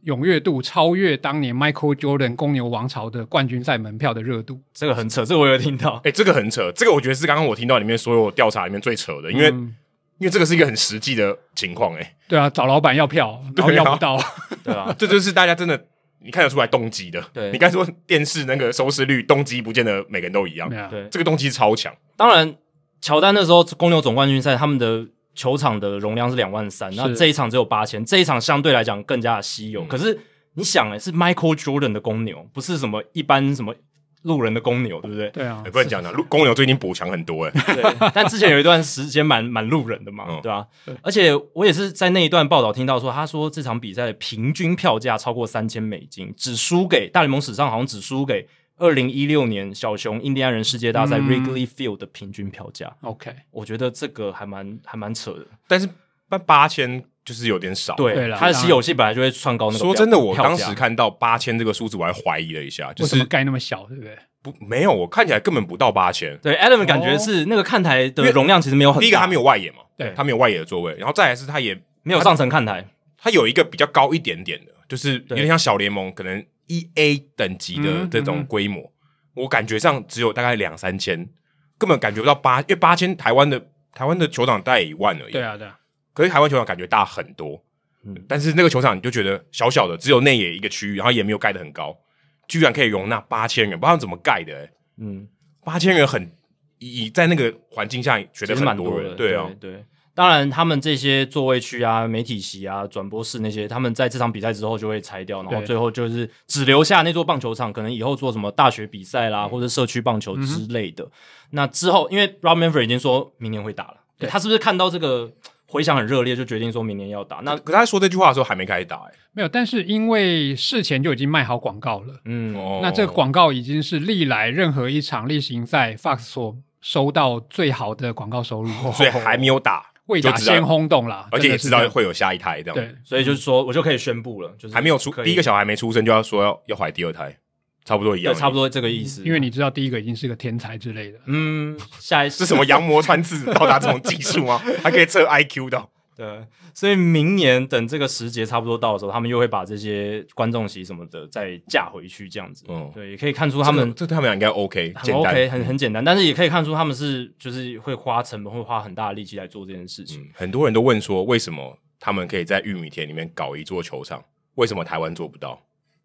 Speaker 3: 踊跃度超越当年 Michael Jordan 公牛王朝的冠军赛门票的热度。
Speaker 1: 这个很扯，这个我有听到，
Speaker 2: 哎，这个很扯，这个我觉得是刚刚我听到里面所有调查里面最扯的，因为
Speaker 3: 嗯
Speaker 2: 因为这个是一个很实际的情况，哎，
Speaker 3: 对啊，找老板要票，然后
Speaker 2: 对啊
Speaker 3: 要 不到。
Speaker 1: 对啊，
Speaker 2: 这就是大家真的你看得出来动机的。
Speaker 1: 对
Speaker 2: 你刚才说电视那个收视率动机不见得每个人都一样，
Speaker 3: 对啊
Speaker 1: 对。哦
Speaker 2: 这个动机超强，
Speaker 1: 当然，乔丹那时候公牛总冠军赛，他们的球场的容量是两万三，那
Speaker 3: 是
Speaker 1: 这一场只有八千，这一场相对来讲更加的稀有。可是你想，哎，是 Michael Jordan 的公牛，不是什么一般什么路人的公牛，对不对？
Speaker 3: 对啊
Speaker 2: 哎，不能讲的，公牛最近补强很多，哎，
Speaker 1: 对。 但之前有一段时间蛮蛮路人的嘛，
Speaker 2: 嗯
Speaker 1: 对吧、而且我也是在那一段报道听到说，他说这场比赛的平均票价超过三千美金，只输给大联盟史上好像只输给。二零一六年小熊印第安人世界大赛
Speaker 3: 嗯
Speaker 1: Wrigley Field 的平均票价，
Speaker 3: OK，
Speaker 1: 我觉得这个还蛮还蛮扯的。
Speaker 2: 但是八八千就是有点少，
Speaker 1: 对
Speaker 3: 对啦
Speaker 1: 他的稀有性本来就会算高那个
Speaker 2: 说
Speaker 1: 标
Speaker 2: 真的，我
Speaker 1: 票价
Speaker 2: 当时看到八千这个数字，我还怀疑了一下，就
Speaker 3: 为什么
Speaker 2: 是
Speaker 3: 盖那么小，对不对？
Speaker 2: 不没有，我看起来根本不到八千。
Speaker 1: 对 Adam 感
Speaker 3: 哦
Speaker 1: 觉是那个看台的容量其实没有很大，
Speaker 2: 第一个，他没有外野嘛，
Speaker 3: 对
Speaker 2: 他没有外野的座位，然后再来是他也
Speaker 1: 没有上层看台，
Speaker 2: 他有一个比较高一点点的，就是有
Speaker 1: 对
Speaker 2: 点像小联盟可能一 A 等级的
Speaker 3: 嗯
Speaker 2: 这种
Speaker 3: 嗯
Speaker 2: 规模，我感觉上只有大概两三千，根本感觉不到八，因为八千台湾的台湾的球场大概一万而已，
Speaker 3: 对啊，对啊，
Speaker 2: 可是台湾球场感觉大很多，
Speaker 1: 嗯
Speaker 2: 但是那个球场你就觉得小小的，只有内野一个区域，然后也没有盖得很高，居然可以容纳八千人，不知道他们怎么盖的、欸，
Speaker 1: 嗯，
Speaker 2: 八千人很以以在那个环境下觉
Speaker 1: 其
Speaker 2: 得
Speaker 1: 实蛮
Speaker 2: 很
Speaker 1: 多
Speaker 2: 人，
Speaker 1: 的，
Speaker 2: 对啊，
Speaker 1: 对。对当然，他们这些座位区啊、媒体席啊、转播室那些，他们在这场比赛之后就会拆掉，然后
Speaker 3: 对
Speaker 1: 最后就是只留下那座棒球场，可能以后做什么大学比赛啦，或者社区棒
Speaker 3: 嗯
Speaker 1: 球之类的。那之后，因为 Rob Manfred 已经说明年会打了，
Speaker 3: 对
Speaker 1: 他是不是看到这个回响很热烈，就决定说明年要打？那
Speaker 2: 可他说这句话的时候还没开始打、欸，
Speaker 3: 没有，但是因为事前就已经卖好广告了。
Speaker 1: 嗯，
Speaker 2: 哦
Speaker 3: 那这个广告已经是历来任何一场例行赛 Fox 所收到最好的广告收入，
Speaker 2: 哦所以还没有打，
Speaker 3: 未
Speaker 2: 就
Speaker 3: 打
Speaker 2: 知道
Speaker 3: 先轰动啦，
Speaker 1: 啊
Speaker 2: 而且也
Speaker 3: 真的是
Speaker 2: 知
Speaker 3: 这
Speaker 2: 道
Speaker 3: 样
Speaker 2: 会有下一胎这样，，
Speaker 3: 对，
Speaker 1: 所以就是说我就可以宣布了，就是
Speaker 2: 还没有出
Speaker 1: 可以
Speaker 2: 第一个小孩没出生就要说要要怀第二胎，差不多一样，
Speaker 1: 对，差不。多这个意思。
Speaker 3: 因为你知道第一个已经是个天才之类的，
Speaker 1: 嗯，下一
Speaker 2: 是什么羊膜穿刺到达这种技术 吗？还可以测 IQ 的，
Speaker 1: 对，所以明年等这个时节差不多到的时候，他们又会把这些观众席什么的再架回去，这样子。
Speaker 2: 嗯
Speaker 1: 对，也可以看出他们
Speaker 2: 这这他们俩应该 OK，
Speaker 1: 很
Speaker 2: 简单嗯
Speaker 1: OK，很很简单，但是也可以看出他们是就是会花成本，会花很大的力气来做这件事情。
Speaker 2: 嗯很多人都问说，为什么他们可以在玉米田里面搞一座球场，为什么台湾做不到？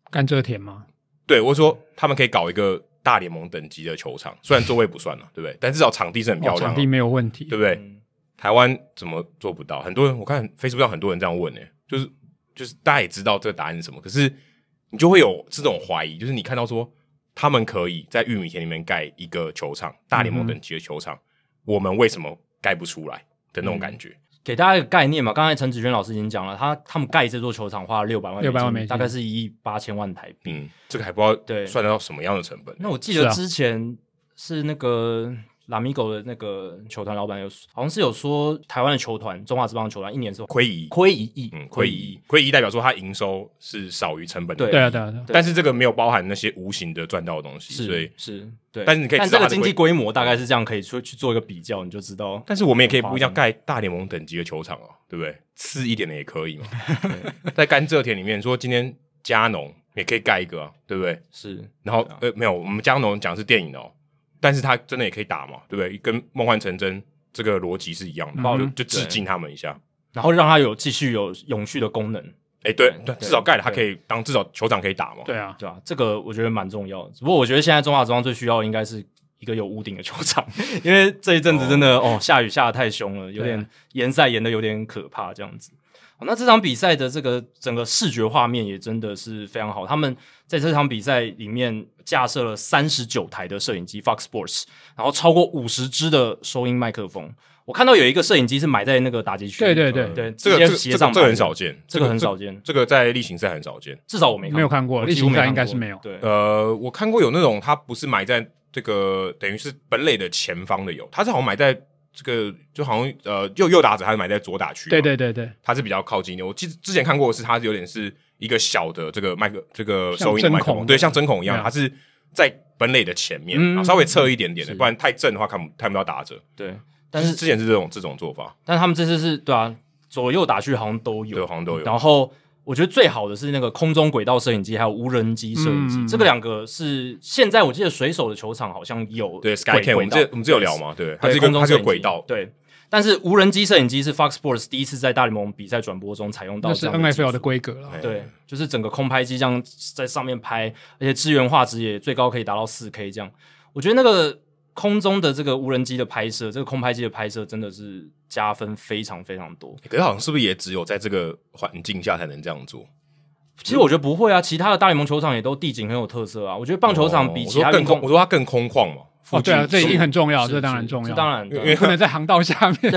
Speaker 3: 甘蔗田嘛，
Speaker 2: 对我说，他们可以搞一个大联盟等级的球场，虽然座位不算了，对不对？但至少场地是很漂
Speaker 3: 哦
Speaker 2: 亮
Speaker 3: 场
Speaker 2: 的，
Speaker 3: 地没有问题
Speaker 2: 对，不对？
Speaker 1: 嗯
Speaker 2: 台湾怎么做不到？很多人我看 Facebook 上很多人这样问呢、欸就是就是大家也知道这个答案是什么，可是你就会有这种怀疑，就是你看到说他们可以在玉米田里面盖一个球场，大联
Speaker 1: 嗯
Speaker 2: 盟等级的球场，我们为什么盖不出来的那种感觉？
Speaker 1: 给大家一个概念嘛，刚才陈子轩老师已经讲了，他他们盖这座球场花了六百万
Speaker 3: 600万美金
Speaker 1: 大概是一亿八千万台币。
Speaker 2: 嗯，这个还不知道
Speaker 1: 对
Speaker 2: 算得到什么样的成本。
Speaker 1: 那我记
Speaker 3: 是
Speaker 1: 得
Speaker 3: 啊
Speaker 1: 之前是那个拉米狗的那个球团老板有，好像是有说台湾的球团，中华职棒球团一年是
Speaker 2: 亏一，
Speaker 1: 亏一亿，
Speaker 2: 嗯，亏一，，亏一代表说它营收是少于成本的，
Speaker 1: 对
Speaker 3: 对啊，对啊，对啊
Speaker 2: 但是这个没有包含那些无形的赚到的东西，所以
Speaker 1: 是是，对。
Speaker 2: 但是你可以
Speaker 1: 但
Speaker 2: 知道
Speaker 1: 这个
Speaker 2: 它的
Speaker 1: 经济
Speaker 2: 规嗯
Speaker 1: 规模大概是这样，可以去去做一个比较，你就知道。
Speaker 2: 但是我们也可以
Speaker 1: 夸
Speaker 2: 不一定
Speaker 1: 张
Speaker 2: 要盖大联盟等级的球场哦，对不 对？次一点的也可以嘛。对在甘蔗田里面，说今天加农也可以盖一个、啊，对不对？
Speaker 1: 是
Speaker 2: 然后呃，没有，我们加农讲的是电影哦，但是他真的也可以打嘛，对不对？跟梦幻成真这个逻辑是一样的，
Speaker 3: 嗯
Speaker 2: 就就致敬他们一下。
Speaker 1: 然后让它有继续有永续的功能，
Speaker 2: 哎，对
Speaker 1: 对对
Speaker 2: 对，至少盖了，他
Speaker 1: 对
Speaker 2: 可以当至少球场可以打嘛。
Speaker 3: 对啊，
Speaker 1: 对啊，这个我觉得蛮重要的。不过我觉得现在中华职棒最需要应该是一个有屋顶的球场， 因为这一阵子真的哦下雨下的太凶了，有点延赛延的有点可怕这样子。好，那这场比赛的这个整个视觉画面也真的是非常好。他们在这场比赛里面架设了三十九台的摄影机 Fox Sports，然后超过五十支的收音麦克风。我看到有一个摄影机是埋在那个打击区，
Speaker 3: 对对对
Speaker 1: 呃对，
Speaker 2: 这个
Speaker 1: 直接
Speaker 2: 这个这
Speaker 1: 斜
Speaker 2: 个
Speaker 1: 上
Speaker 2: 这个
Speaker 1: 买
Speaker 2: 很
Speaker 1: 的
Speaker 2: 少，见，
Speaker 1: 这个很少见，
Speaker 2: 这个在例行赛很少见。
Speaker 1: 至少我没看
Speaker 3: 没有看过，
Speaker 1: 我
Speaker 3: 例
Speaker 1: 几乎
Speaker 3: 行
Speaker 1: 没
Speaker 3: 赛
Speaker 1: 看
Speaker 3: 应该
Speaker 1: 过
Speaker 3: 是没有。
Speaker 1: 对，
Speaker 2: 呃，我看过有那种他不是埋在这个等于是本垒的前方的有，他是好像埋在这个就好像呃右右打者，他是埋在左打区。
Speaker 3: 对，对对对，
Speaker 2: 他是比较靠近的。我记之前看过的是，他有点是一个小的这个麦克这个
Speaker 3: 像
Speaker 2: 收音的麦克
Speaker 3: 针
Speaker 2: 风，
Speaker 3: 孔
Speaker 2: 对，像针孔一样，
Speaker 3: 对啊
Speaker 2: 他是在本垒的前面，
Speaker 1: 嗯
Speaker 2: 然后稍微侧一点点的，
Speaker 1: 是
Speaker 2: 不然太正的话看不看不到打者。
Speaker 1: 对，但是
Speaker 2: 之前是这种这种做法，
Speaker 1: 但他们这次是对啊，左右打去好像都有，
Speaker 2: 对，好像都有。
Speaker 1: 然后我觉得最好的是那个空中轨道摄影机，还有无人机摄影机，
Speaker 3: 嗯嗯嗯
Speaker 1: 这个两个是现在我记得水手的球场好像有
Speaker 2: 对
Speaker 1: 轨
Speaker 2: SkyCam，
Speaker 1: 轨
Speaker 2: 我们
Speaker 1: 道
Speaker 2: 这我们这有聊嘛？对，它
Speaker 1: 对
Speaker 2: 是一个
Speaker 1: 空中
Speaker 2: 它是
Speaker 1: 摄
Speaker 2: 一个
Speaker 1: 影
Speaker 2: 轨
Speaker 1: 机
Speaker 2: 道，
Speaker 1: 对。但是无人机摄影机是 Fox Sports 第一次在大联盟比赛转播中采用到
Speaker 3: 那是
Speaker 1: 这样的技术
Speaker 3: NFL 的规格了。
Speaker 2: 哎
Speaker 1: 对，就是整个空拍机这样在上面拍，而且支援画质也最高可以达到四 K 这样。我觉得那个空中的这个无人机的拍摄，这个空拍机的拍摄真的是加分非常非常多。
Speaker 2: 可是好像是不是也只有在这个环境下才能这样做？
Speaker 1: 其实我觉得不会啊，其他的大联盟球场也都地景很有特色啊。我觉得棒球场比
Speaker 2: 哦
Speaker 1: 其他
Speaker 2: 我说
Speaker 1: 运
Speaker 2: 更空，
Speaker 1: 动
Speaker 2: 我说它更空旷嘛。附
Speaker 3: 哦，对
Speaker 2: 近
Speaker 3: 啊，这一定很重要，
Speaker 1: 是
Speaker 3: 这当然重
Speaker 1: 是
Speaker 3: 要，
Speaker 1: 当然，当
Speaker 2: 因为
Speaker 1: 然
Speaker 3: 不能在航道下面。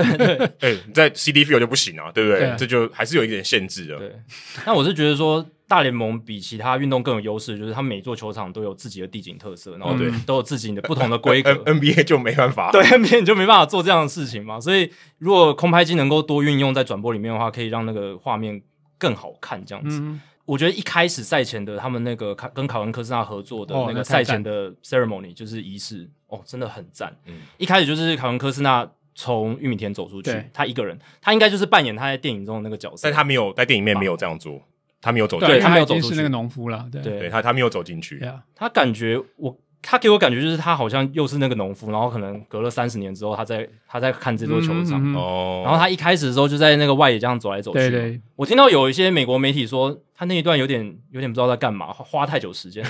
Speaker 2: 哎，你在 CD field 就不行啊，对不对
Speaker 3: 对？
Speaker 2: 这就还是有一点限制的。
Speaker 1: 对。那我是觉得说，大联盟比其他运动更有优势，就是他们每座球场都有自己的地景特色，然后
Speaker 3: 对
Speaker 1: 都有自己的不同的规格。
Speaker 2: N NBA 就没办 法，
Speaker 1: 对 NBA 你就没办法做这样的事情嘛。所以如果空拍机能够多运用在转播里面的话，可以让那个画面更好看这样子。
Speaker 3: 嗯，
Speaker 1: 我觉得一开始赛前的他们那个卡跟凯文科斯纳合作的
Speaker 3: 哦
Speaker 1: 那个
Speaker 3: 那
Speaker 1: 赛
Speaker 3: 太赞
Speaker 1: 前的 ceremony 就是仪式，哦，真的很赞。
Speaker 2: 嗯
Speaker 1: 一开始就是凯文科斯纳从玉米田走出去
Speaker 3: 对，
Speaker 1: 他一个人，他应该就是扮演他在电影中的那个角色，
Speaker 2: 但他没有在电影里面没有这样做，他没有走进，
Speaker 1: 对
Speaker 3: 对，
Speaker 1: 他没有
Speaker 3: 已经
Speaker 1: 走出
Speaker 3: 是
Speaker 1: 去
Speaker 3: 那个农夫了，对
Speaker 1: 对
Speaker 2: 对他他没有走进去
Speaker 3: 对，啊，
Speaker 1: 他感觉我。他给我感觉就是他好像又是那个农夫，然后可能隔了三十年之后，他在他在看这座球场，
Speaker 3: 嗯嗯嗯
Speaker 2: 哦，
Speaker 1: 然后他一开始的时候就在那个外野这样走来走去。
Speaker 3: 对对，
Speaker 1: 我听到有一些美国媒体说他那一段有点有点不知道在干嘛，花花太久 时间。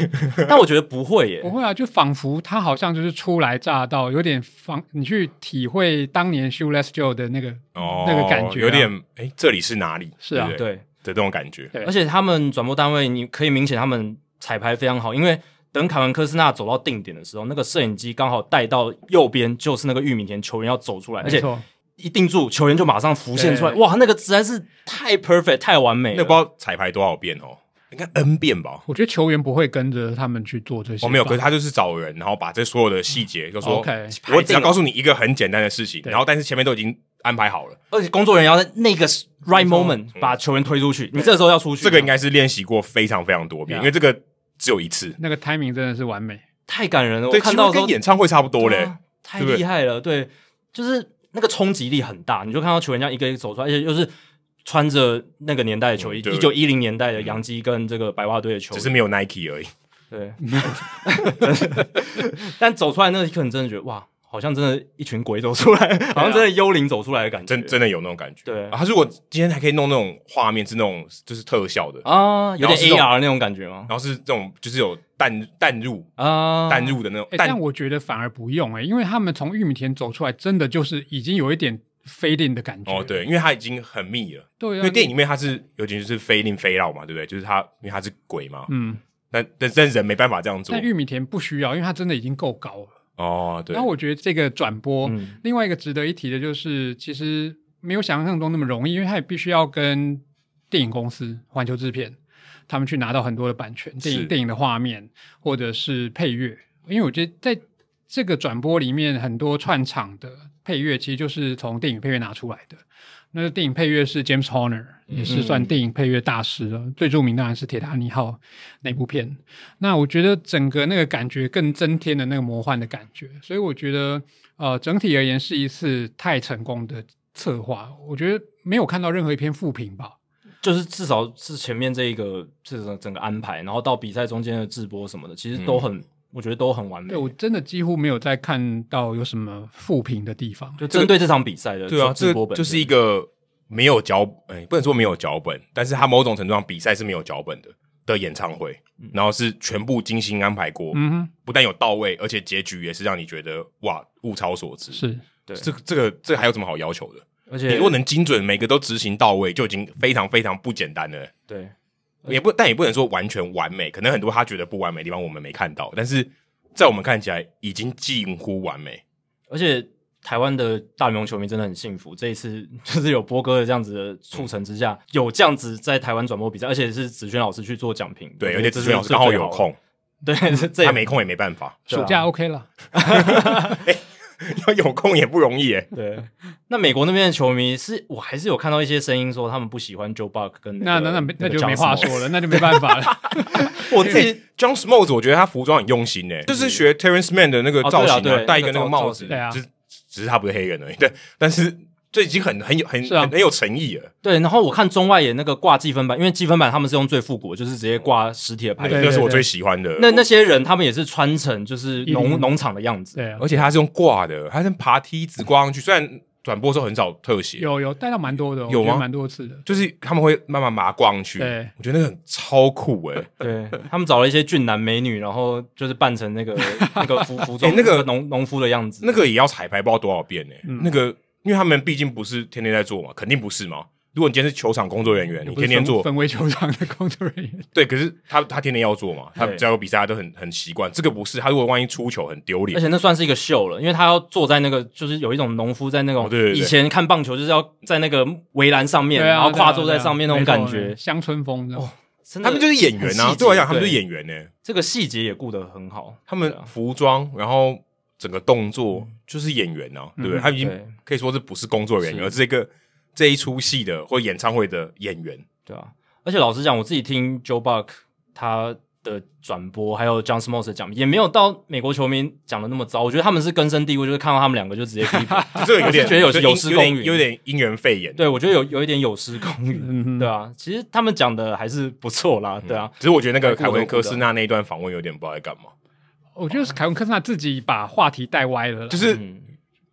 Speaker 1: 但我觉得不会
Speaker 3: 不
Speaker 1: 耶，
Speaker 3: 会啊，就仿佛他好像就是初来乍到，有点仿你去体会当年 Shoeless Joe 的那个
Speaker 2: 哦
Speaker 3: 那个感觉啊
Speaker 2: 有点哎，这里是哪里？
Speaker 3: 是啊
Speaker 2: 对不对
Speaker 1: 对，
Speaker 2: 的这种感觉，
Speaker 3: 对
Speaker 1: 而且他们转播单位你可以明显他们彩排非常好，因为等凯文科斯纳走到定点的时候，那个摄影机刚好带到右边就是那个玉米田球员要走出来，而
Speaker 3: 没
Speaker 1: 且
Speaker 3: 错，
Speaker 1: 一定住球员就马上浮现出来，
Speaker 3: 对
Speaker 1: 哇，那个实在是太 perfect 太完美
Speaker 2: 那
Speaker 1: 了
Speaker 2: 不知。道彩排多少遍哦，应该 N 遍吧。
Speaker 3: 我觉得球员不会跟着他们去做这些
Speaker 2: 哦，
Speaker 3: 吧，
Speaker 2: 没有，可是他就是找人，然后把这所有的细节，就说
Speaker 3: OK
Speaker 2: 我只要告诉你一个很简单的事情，
Speaker 3: 对
Speaker 2: 然后但是前面都已经安排好了，
Speaker 1: 而且工作人员要在那个 right moment 把球员推出去，你这时候要出去，
Speaker 2: 嗯这个应该是练习过非常非常多遍，
Speaker 3: 对啊
Speaker 2: 因为这个只有一次，
Speaker 3: 那个 timing 真的是完美，
Speaker 1: 太感人了。我
Speaker 2: 对，
Speaker 1: 看
Speaker 2: 其实
Speaker 1: 到的时候
Speaker 2: 跟演唱会差不多
Speaker 1: 对
Speaker 2: 嘞
Speaker 1: 啊，太
Speaker 2: 对不对
Speaker 1: 厉害了，对，就是那个冲击力很大，你就看到球员这样一个一个走出来，而且又是穿着那个年代的球衣，
Speaker 2: 嗯对
Speaker 1: 一九一零年代的洋基跟这个白袜队的球
Speaker 2: 只
Speaker 1: 衣，
Speaker 2: 是没有 Nike 而已。
Speaker 1: 对， 但走出来那一刻，你真的觉得哇，好像真的一群鬼走出来，好像真的幽灵走出来的感觉，
Speaker 2: 真真的有那种感觉。
Speaker 1: 对
Speaker 2: 啊，他如果今天还可以弄那种画面是那种就是特效的，
Speaker 1: 啊，有
Speaker 2: 然后
Speaker 1: 点
Speaker 2: 是这种
Speaker 1: AR 那种感觉吗？
Speaker 2: 然后是这种就是有淡淡入
Speaker 1: 啊，
Speaker 2: 淡入的那种
Speaker 3: 诶
Speaker 2: 淡
Speaker 3: 但我觉得反而不用哎、因为他们从玉米田走出来，真的就是已经有一点 fade in 的感觉，
Speaker 2: 哦，对，因为它已经很密了。
Speaker 3: 对啊，
Speaker 2: 因为电影里面它是尤其是飞令飞绕嘛，对不对？就是它因为它是鬼嘛，
Speaker 3: 嗯，
Speaker 2: 但但但人没办法这样做
Speaker 3: 但玉米田不需要，因为它真的已经够高了。
Speaker 2: 哦，对
Speaker 3: 然后我觉得这个转播，
Speaker 1: 嗯
Speaker 3: 另外一个值得一提的就是，其实没有想象中那么容易，因为它也必须要跟电影公司、环球制片他们去拿到很多的版权，电
Speaker 2: 是
Speaker 3: 影电影的画面或者是配乐，因为我觉得在这个转播里面，很多串场的配乐其实就是从电影配乐拿出来的。那个电影配乐是 James Horner，也是算电影配乐大师了。最著名当然是《铁达尼号》那部片。那我觉得整个那个感觉更增添了那个魔幻的感觉，所以我觉得呃，整体而言是一次太成功的策划，我觉得没有看到任何一篇负评吧。
Speaker 1: 就是至少是前面这一个这个整个安排，然后到比赛中间的直播什么的，其实
Speaker 2: 嗯
Speaker 1: 都很，我觉得都很完美
Speaker 3: 对。我真的几乎没有再看到有什么负评的地方。
Speaker 1: 就针对这场比赛的
Speaker 2: 对啊，
Speaker 1: 直
Speaker 2: 这
Speaker 1: 播本
Speaker 2: 就是
Speaker 1: 身
Speaker 2: 一个没有脚，哎、不能说没有脚本，但是他某种程度上比赛是没有脚本的的演唱会，
Speaker 1: 嗯
Speaker 2: 然后是全部精心安排过，
Speaker 3: 嗯哼，
Speaker 2: 不但有到位，而且结局也是让你觉得哇，物超所值。
Speaker 3: 是
Speaker 1: 对
Speaker 2: 这个这个这个还有什么好要求的？
Speaker 1: 而
Speaker 2: 你
Speaker 1: 且
Speaker 2: 如果能精准，每个都执行到位，就已经非常非常不简单了。
Speaker 1: 对
Speaker 2: 也不，但也不能说完全完美，可能很多他觉得不完美的地方我们没看到，但是在我们看起来已经近乎完美。
Speaker 1: 而且台湾的大联盟球迷真的很幸福，这一次 就是有波哥的这样子的促成之
Speaker 2: 嗯
Speaker 1: 下，有这样子在台湾转播比赛，而且是子轩老师去做讲评，
Speaker 2: 对，
Speaker 1: 我
Speaker 2: 而
Speaker 1: 觉得
Speaker 2: 且
Speaker 1: 这
Speaker 2: 子
Speaker 1: 是
Speaker 2: 轩老师刚好有
Speaker 1: 最好
Speaker 2: 空，嗯
Speaker 1: 的，对，这这也
Speaker 2: 他没空也没办法，
Speaker 1: 对啊
Speaker 3: 暑假 OK 了，
Speaker 2: 要有空也不容易耶。
Speaker 1: 对。那美国那边的球迷是我还是有看到一些声音说他们不喜欢 Joe Buck 跟
Speaker 3: 那
Speaker 1: 个
Speaker 3: 那那
Speaker 1: 个
Speaker 3: 那就没
Speaker 1: John
Speaker 3: 话
Speaker 1: Smoltz
Speaker 3: 说了，那就没办法了。
Speaker 1: 我自己
Speaker 2: John Smoltz，我觉得他服装很用心诶，就是学 Terrence Mann 的那个
Speaker 1: 哦
Speaker 2: 造型
Speaker 1: 对啊对
Speaker 2: 戴一个那
Speaker 1: 那
Speaker 2: 个
Speaker 1: 个
Speaker 2: 帽
Speaker 1: 造
Speaker 2: 子，
Speaker 1: 型
Speaker 3: 对啊
Speaker 2: 只只是他不是黑人而已，对，但是这已经很很有很
Speaker 3: 是啊
Speaker 2: 很很有诚意了，
Speaker 1: 对，然后我看中外野那个挂积分板，因为积分板他们是用最复古的，就是直接挂实体的牌
Speaker 2: 那
Speaker 1: 子。
Speaker 2: 个
Speaker 3: 对
Speaker 2: 那是我
Speaker 3: 对
Speaker 2: 最喜欢的。
Speaker 1: 那那些人他们也是穿成就是
Speaker 3: 一
Speaker 1: 农
Speaker 3: 零
Speaker 1: 农场的样子，
Speaker 3: 对啊，
Speaker 2: 而且他是用挂的，他是爬梯子挂上去，虽然转播的时候很少特写，
Speaker 3: 有有带到蛮多的哦，
Speaker 2: 有
Speaker 3: 我觉得
Speaker 2: 吗
Speaker 3: 蛮多次的，
Speaker 2: 就是他们会慢慢把它挂上去。
Speaker 3: 对
Speaker 2: 我觉得那个很超酷欸诶、
Speaker 1: 对 他们找了一些俊男美女，然后就是扮成 那个那个服服装、
Speaker 2: 欸那个
Speaker 1: 农农夫的样子，
Speaker 2: 那个也要彩排不知道多少遍呢、欸那个，因为他们毕竟不是天天在做嘛，肯定不是嘛。如果你今天是球场工作人员，你
Speaker 3: 不是
Speaker 2: 天天做，
Speaker 3: 分分为球场的工作人员，
Speaker 2: 对，可是他他天天要做嘛，他
Speaker 1: 对
Speaker 2: 只要有比赛，他都很很习惯。这个不是，他如果万一出球很丢
Speaker 1: 而
Speaker 2: 脸，
Speaker 1: 且那算是一个秀了，因为他要坐在那个，就是有一种农夫在那种、
Speaker 2: 哦对对对
Speaker 1: 以前看棒球就是要在那个围栏上面，
Speaker 3: 对啊，
Speaker 1: 然后跨
Speaker 3: 对啊
Speaker 1: 坐在上面那种
Speaker 3: 对啊
Speaker 1: 感
Speaker 3: 没
Speaker 1: 觉
Speaker 3: 错，乡村风这样
Speaker 1: 哦真的
Speaker 2: 他们就是演员
Speaker 1: 很
Speaker 2: 啊。
Speaker 1: 细
Speaker 2: 对我来
Speaker 1: 节
Speaker 2: 讲，他们就是
Speaker 1: 对
Speaker 2: 演员呢、
Speaker 1: 这个细节也顾得很好，
Speaker 2: 他们
Speaker 1: 对啊嗯
Speaker 2: 服装，然后整个动作就是演员啊，对不对？他们已
Speaker 1: 对
Speaker 2: 经可以说是不是工作人员，
Speaker 1: 是
Speaker 2: 而是一个这一出戏的或演唱会的 演员。
Speaker 1: 对啊，而且老实讲，我自己听 Joe Buck 他的转播，还有 John Smoltz 的讲，也没有到美国球迷讲的那么糟。我觉得他们是根深蒂固，就是看到他们两个就直接批评。
Speaker 2: 这个有
Speaker 1: 我
Speaker 2: 点
Speaker 1: 是觉得有
Speaker 2: 就
Speaker 1: 有
Speaker 2: 因
Speaker 1: 失
Speaker 2: 有
Speaker 1: 公
Speaker 2: 点
Speaker 1: 允
Speaker 2: 有点因缘肺炎。
Speaker 1: 对，我觉得有有一点有失公
Speaker 3: 嗯
Speaker 1: 允，
Speaker 3: 哼
Speaker 1: 对啊。其实他们讲的还是不错啦，对啊，
Speaker 2: 只是我觉得那个
Speaker 1: 太
Speaker 2: 凯
Speaker 1: 过
Speaker 2: 文
Speaker 1: 头
Speaker 2: 科斯纳那一段访问有点不知道在干
Speaker 1: 嗯
Speaker 2: 嘛，
Speaker 3: 我觉得是凯文科斯纳自己把话题带歪了啦，
Speaker 2: 就是
Speaker 1: 嗯，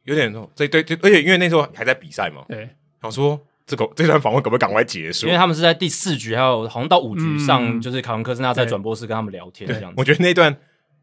Speaker 2: 有点那种这对对，而且因为那时候还在比赛嘛，
Speaker 3: 对，
Speaker 2: 想说这个这段访问可不可以赶快结束
Speaker 1: 因为？他们是在第四局，还有好像到五局上，
Speaker 3: 嗯
Speaker 1: 就是凯文科斯纳在
Speaker 3: 对
Speaker 1: 转播室跟他们聊天这样
Speaker 2: 我
Speaker 1: 子。
Speaker 2: 觉得那段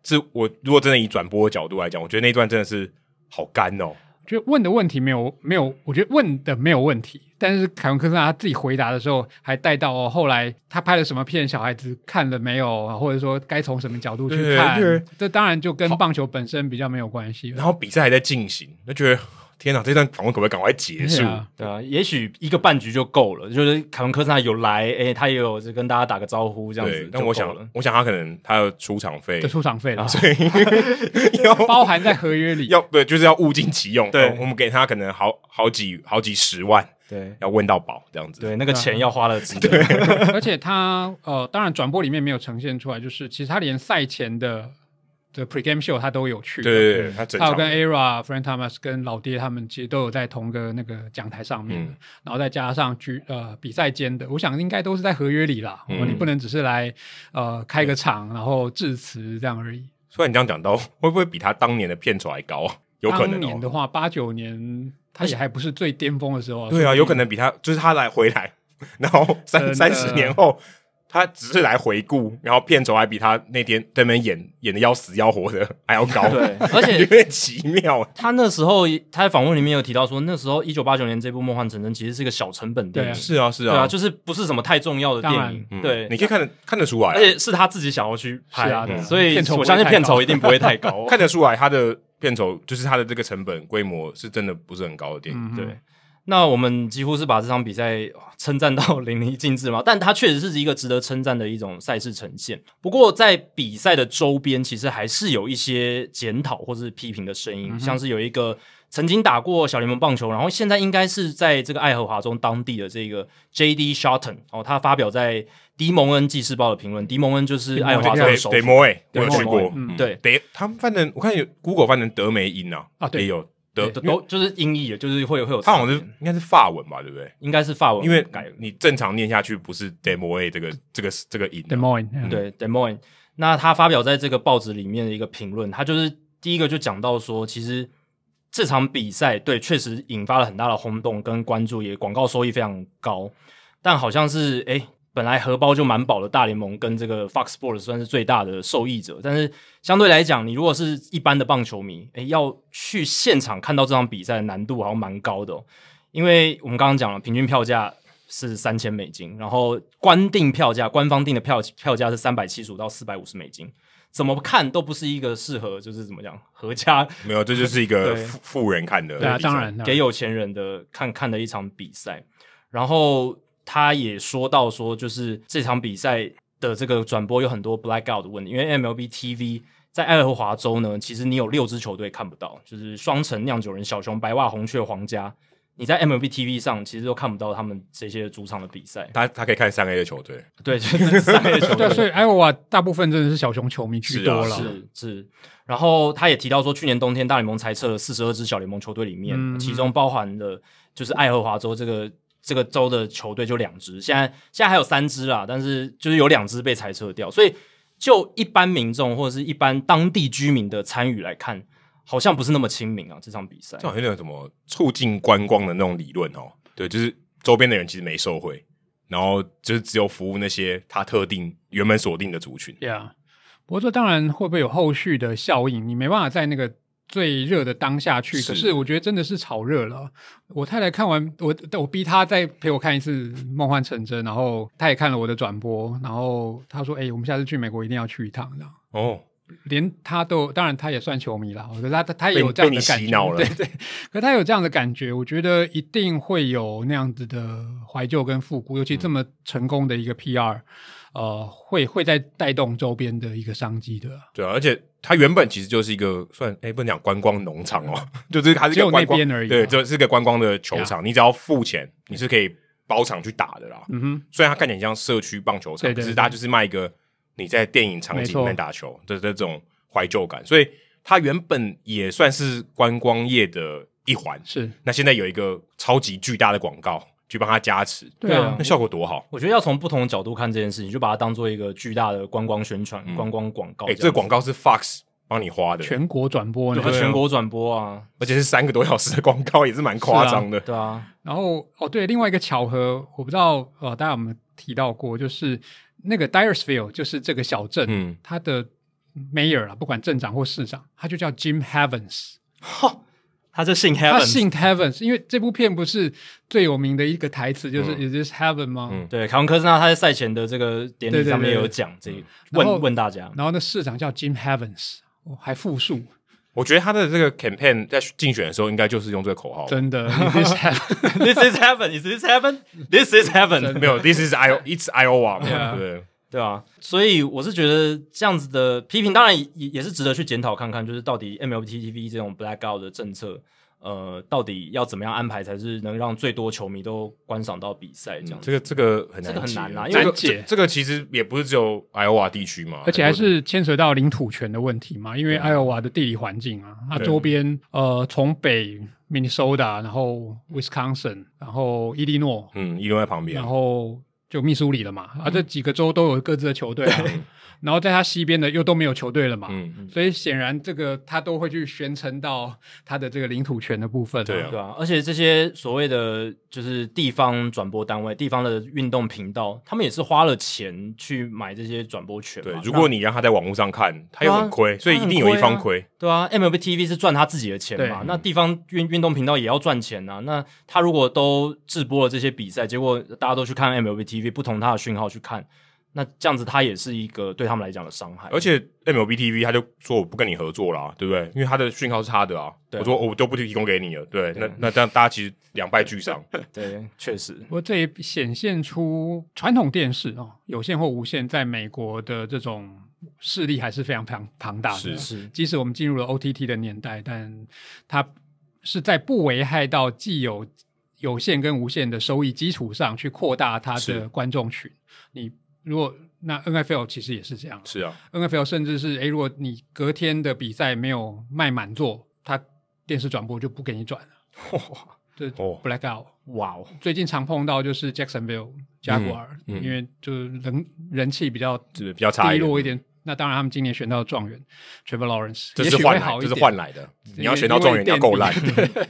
Speaker 2: 是我如果真的以转播的角度来讲，我觉得那段真的是好干哦。
Speaker 3: 我觉得问的问题没有没有，我觉得问的没有问题，但是凯文科斯纳他自己回答的时候还带到哦，后来他拍了什么片，小孩子看了没有，啊或者说该从什么角度去
Speaker 2: 对
Speaker 3: 看
Speaker 2: 就是，
Speaker 3: 这当然就跟棒球本身比较没有关系了
Speaker 2: 然。后比赛还在进行，就觉得天哪，这段访问可不可以赶快结束
Speaker 3: 对？啊
Speaker 1: 对啊，也许一个半局就够了，就是凯文科斯纳有来，诶、他也有就跟大家打个招呼这样子
Speaker 2: 对
Speaker 1: 就，
Speaker 2: 但我
Speaker 1: 够
Speaker 2: 想
Speaker 1: 了，
Speaker 2: 我想他可能他的出场费
Speaker 3: 的出场费
Speaker 1: 啊
Speaker 3: 了，
Speaker 2: 要
Speaker 3: 包含在合约里。
Speaker 2: 要对，就是要物尽其用。
Speaker 1: 对
Speaker 2: 我们给他可能好好几好几十万，
Speaker 1: 对
Speaker 2: 要问到饱这样子。
Speaker 1: 对，那个钱要花的值得。
Speaker 3: 而且他呃，当然转播里面没有呈现出来，就是其实他连赛前的的 pregame show 他都有去，
Speaker 2: 对对对，他整
Speaker 3: 他有
Speaker 2: 场
Speaker 3: 跟 ERA、Frank Thomas 跟老爹他们其实都有在同个那个讲台上面，
Speaker 2: 嗯
Speaker 3: 然后再加上局呃比赛间的，我想应该都是在合约里啦。
Speaker 2: 嗯
Speaker 3: 哦你不能只是来呃开个场然后致辞这样而已。
Speaker 2: 虽然你这样讲到，会不会比他当年的片酬还高啊？有可
Speaker 3: 当
Speaker 2: 能
Speaker 3: 年的
Speaker 2: 哦。
Speaker 3: 话，八九年他也还不是最巅峰的时候，
Speaker 2: 对啊，有可
Speaker 3: 能
Speaker 2: 能比他就是他来回来， 然后
Speaker 3: 真
Speaker 2: 三三
Speaker 3: 的
Speaker 2: 十年后，他只是来回顾，然后片酬还比他那天在那边演演的要死要活的还要高，
Speaker 1: 对而且
Speaker 2: 有点奇妙。
Speaker 1: 他那时候他在访问里面有提到说，那时候一九八九年这部《梦幻成真》其实是一个小成本电
Speaker 3: 对啊
Speaker 1: 影，
Speaker 2: 是啊，是
Speaker 1: 对啊，就是不是什么太重要的电
Speaker 3: 当
Speaker 1: 影
Speaker 3: 然，
Speaker 2: 嗯
Speaker 1: 对，
Speaker 2: 你可以看得看得出来啊。
Speaker 1: 而，且是他自己想要去拍，
Speaker 3: 是啊对啊
Speaker 1: 所以
Speaker 3: 片酬不
Speaker 1: 我
Speaker 3: 会
Speaker 1: 相信
Speaker 3: 太
Speaker 1: 片
Speaker 3: 高
Speaker 1: 酬一定不会太高
Speaker 2: 看得出来他的片酬就是他的这个成本规模是真的不是很高的电
Speaker 3: 嗯
Speaker 2: 影。
Speaker 1: 对，那我们几乎是把这场比赛 哇称赞到淋漓尽致嘛，但它确实是一个值得称赞的一种赛事呈现。不过在比赛的周边，其实还是有一些检讨或是批评的声
Speaker 2: 嗯
Speaker 1: 音，像是有一个曾经打过小联盟棒球，然后现在应该是在这个爱荷华州当地的这个 J.D. Shotton 哦，他发表在迪蒙恩纪事报的评论，迪蒙恩就是爱荷华州的
Speaker 2: 对
Speaker 1: 首
Speaker 2: 对，
Speaker 1: 府。
Speaker 2: 莫诶，我
Speaker 1: 对
Speaker 2: 有去
Speaker 1: 莫
Speaker 2: 过
Speaker 1: 诶，
Speaker 2: 嗯
Speaker 1: 对
Speaker 2: 德他们反正我看有 Google 翻成德梅音啊，
Speaker 3: 啊对
Speaker 2: 也有德，
Speaker 1: 都
Speaker 2: 因为
Speaker 1: 都就是音译的，就是会有会有差
Speaker 2: 它
Speaker 1: 别，
Speaker 2: 好像是应该是法文吧，对不对？
Speaker 1: 应该是法文
Speaker 2: 因为
Speaker 1: 改的，
Speaker 2: 你正常念下去不是 demo a 这个这个这个音啊、
Speaker 3: ，Des Moines，嗯
Speaker 1: 对 Des Moines。那他发表在这个报纸里面的一个评论，他就是第一个就讲到说，其实这场比赛对确实引发了很大的轰动跟关注，也广告收益非常高。但好像是诶、本来荷包就蛮饱的大联盟跟这个 Fox Sports 算是最大的受益者，但是相对来讲，你如果是一般的棒球迷，诶、要去现场看到这场比赛的难度好像蛮高的、哦，因为我们刚刚讲了，平均票价是三千美金，然后官定票价，官方定的票票价是三百七十五到四百五十美金。怎么看都不是一个适合，就是怎么讲，合家
Speaker 2: 没有，这就是一个
Speaker 1: 对
Speaker 2: 富富人看的比
Speaker 3: 对
Speaker 2: 赛。
Speaker 3: 啊，当然，当
Speaker 1: 给
Speaker 3: 然
Speaker 1: 有钱人的看看的一场比赛。然后他也说到说，就是这场比赛的这个转播有很多 blackout 的问题，因为 MLB TV 在爱荷华州呢，其实你有六支球队看不到，就是双城、酿酒人、小熊、白袜、红雀、皇家。你在 MLB TV 上其实都看不到他们这些主场的比赛，
Speaker 2: 他他可以看三 A 的球队，
Speaker 1: 对，就是三个球
Speaker 3: 对
Speaker 1: 队
Speaker 3: 啊，，所以 Iowa 大部分真的是小熊球迷居多
Speaker 2: 是啊
Speaker 3: 了。
Speaker 1: 是是，然后他也提到说，去年冬天大联盟裁撤了四十二支小联盟球队里面，
Speaker 3: 嗯
Speaker 1: 其中包含了就是爱荷华州这个这个州的球队就两支，现在现在还有三支啦，但是就是有两支被裁撤掉，所以就一般民众或者是一般当地居民的参与来看，好像不是那么亲民啊这场比赛
Speaker 2: 这。好像有点什么促进观光的那种理论哦。对，就是周边的人其实没受惠，然后就是只有服务那些他特定原本锁定的族群。
Speaker 3: Yeah，不过这当然会不会有后续的效应，你没办法在那个。最热的当下去，
Speaker 2: 是
Speaker 3: 可是我觉得真的是炒热了。我太太看完我，我逼她再陪我看一次《梦幻成真》，然后她也看了我的转播，然后她说：“哎、我们下次去美国一定要去一趟。”这样，
Speaker 2: 哦，
Speaker 3: 连他都，当然他也算球迷啦，我觉得他他他也
Speaker 2: 被
Speaker 3: 有这样
Speaker 2: 被
Speaker 3: 的
Speaker 2: 你
Speaker 3: 感
Speaker 2: 洗
Speaker 3: 觉，
Speaker 2: 脑了
Speaker 3: 对 对，可他有这样的感觉，我觉得一定会有那样子的怀旧跟复古，尤
Speaker 2: 嗯
Speaker 3: 其这么成功的一个 PR，、呃，会会在带动周边的一个商机的，
Speaker 2: 对啊，而且它原本其实就是一个算哎，不能讲观光农场哦， 就是它是一
Speaker 3: 只有
Speaker 2: 个观
Speaker 3: 那
Speaker 2: 光
Speaker 3: 边而已啊啊
Speaker 2: 对，这是个观光的球场，你只要付钱，你是可以包场去打的啦。
Speaker 3: 嗯哼，
Speaker 2: 虽然它看起来像社区棒球场，
Speaker 3: 对对
Speaker 2: 可是
Speaker 3: 对
Speaker 2: 它就是卖一个你在电影场
Speaker 3: 没
Speaker 2: 景
Speaker 3: 错
Speaker 2: 里面打球的这种怀旧感，所以它原本也算是观光业的一环。
Speaker 3: 是
Speaker 2: 那现在有一个超级巨大的广告去帮它加持，
Speaker 3: 对啊
Speaker 2: 那，效果多好！
Speaker 1: 我觉得要从不同的角度看这件事情，就把它当做一个巨大的观光宣传、
Speaker 2: 嗯
Speaker 1: 观光广告
Speaker 2: 哎、
Speaker 1: 哦样子。
Speaker 2: 这个广告是 Fox 帮你花的，
Speaker 3: 全国转播呢
Speaker 2: 啊
Speaker 1: 对，它全国转播啊，
Speaker 2: 而且是三个多小时的广告，也是蛮夸张的。
Speaker 1: 对啊，
Speaker 3: 然后哦，对，另外一个巧合，我不知道呃，大家有没有提到过，就是那个 Dyersville，就是这个小镇，
Speaker 2: 嗯，
Speaker 3: 它的 mayor 啊，不管镇长或市长，他就叫 Jim Havens。
Speaker 1: 他这姓 Heaven，
Speaker 3: 他信 Heaven，因为这部片不是最有名的一个台词就是 Is this Heaven 吗？
Speaker 2: 嗯
Speaker 1: 对，凯文科斯纳他在赛前的这个典礼
Speaker 3: 对对
Speaker 1: 上面
Speaker 3: 对嗯
Speaker 1: 有讲这个，
Speaker 3: 然后
Speaker 1: 问问大家，
Speaker 3: 然后那市长叫 Jim Heavens，哦还复述，
Speaker 2: 我觉得他的这个 campaign 在竞选的时候，应该就是用这个口号。
Speaker 3: 真的 Is this
Speaker 2: 哦
Speaker 3: Heaven？
Speaker 1: This is heaven. Is this heaven? This is heaven.
Speaker 2: 没有，This is I it's Iowa 嘛
Speaker 3: Yeah
Speaker 2: 对
Speaker 1: 对啊，所以我是觉得这样子的批评，当然也也是值得去检讨看看，就是到底 MLB TV 这种 blackout 的政策，呃，到底要怎么样安排才是能让最多球迷都观赏到比赛这样
Speaker 3: 嗯
Speaker 1: 子。
Speaker 2: 嗯这个这个很难
Speaker 1: 这个很
Speaker 2: 解哦
Speaker 1: 难啊因
Speaker 2: 这
Speaker 1: 为
Speaker 2: 个
Speaker 3: 难解
Speaker 2: 这这个其实也不是只有 Iowa 地区嘛，
Speaker 3: 而且还
Speaker 2: 很多
Speaker 3: 是牵扯到领土权的问题嘛，因为艾奥瓦的地理环境啊，它
Speaker 2: 对
Speaker 3: 周边呃从北 Minnesota，然后 Wisconsin，然后伊利诺，
Speaker 2: 嗯，议论在旁边
Speaker 3: 然，后就密苏里了嘛，啊这几个州都有各自的球队、啊，然后在它西边的又都没有球队了嘛，
Speaker 2: 嗯，
Speaker 3: 所以显然这个他都会去宣称到他的这个领土权的部分、
Speaker 2: 对啊
Speaker 1: 对啊，而且这些所谓的就是地方转播单位、地方的运动频道，他们也是花了钱去买这些转播权嘛。
Speaker 2: 对。
Speaker 1: 那啊
Speaker 2: 如果你让他在网络上看，他又很亏，所以一定有一方亏。
Speaker 1: 对啊，MLB TV 是赚他自己的钱嘛
Speaker 3: 对，
Speaker 1: 那地方运运动频道也要赚钱啊。那他如果都直播了这些比赛，结果大家都去看 MLB TV，不同他的讯号去看，那这样子他也是一个对他们来讲的伤害。
Speaker 2: 而且 MLB TV 他就说我不跟你合作啦，对不对？因为他的讯号是他的啊，
Speaker 1: 对啊
Speaker 2: 我说我都不提供给你了，对，
Speaker 1: 对啊
Speaker 2: 那那这样大家其实两败俱 伤。
Speaker 1: 对，确实，
Speaker 3: 不过这也显现出传统电视哦，有线或无线在美国的这种势力还是非常庞庞大的。
Speaker 2: 是
Speaker 1: 是
Speaker 3: 即使我们进入了 OTT 的年代，但它是在不危害到既有有线跟无线的收益基础上去扩大它
Speaker 2: 是
Speaker 3: 的观众群。你如果那 NFL 其实也是这样，
Speaker 2: 是啊，
Speaker 3: NFL 甚至是诶，如果你隔天的比赛没有卖满座，它电视转播就不给你转了。 这
Speaker 2: 哦
Speaker 3: blackout
Speaker 1: 哇哦，
Speaker 3: 最近常碰到就是 Jacksonville 加古尔，
Speaker 2: 嗯嗯嗯
Speaker 3: 因为就是人人气比较
Speaker 2: 是比较差
Speaker 3: 低
Speaker 2: 一
Speaker 3: 落一
Speaker 2: 点。
Speaker 3: 点，那当然，他们今年选到的状元 Trevor Lawrence，
Speaker 2: 这
Speaker 3: 也
Speaker 2: 是
Speaker 3: 许
Speaker 2: 换
Speaker 3: 会
Speaker 2: 来，
Speaker 3: 好一
Speaker 2: 这是
Speaker 3: 点。
Speaker 2: 换来的。你要选到状元，你
Speaker 3: 因
Speaker 2: 要
Speaker 3: 为
Speaker 2: 够烂。
Speaker 3: 垫底 对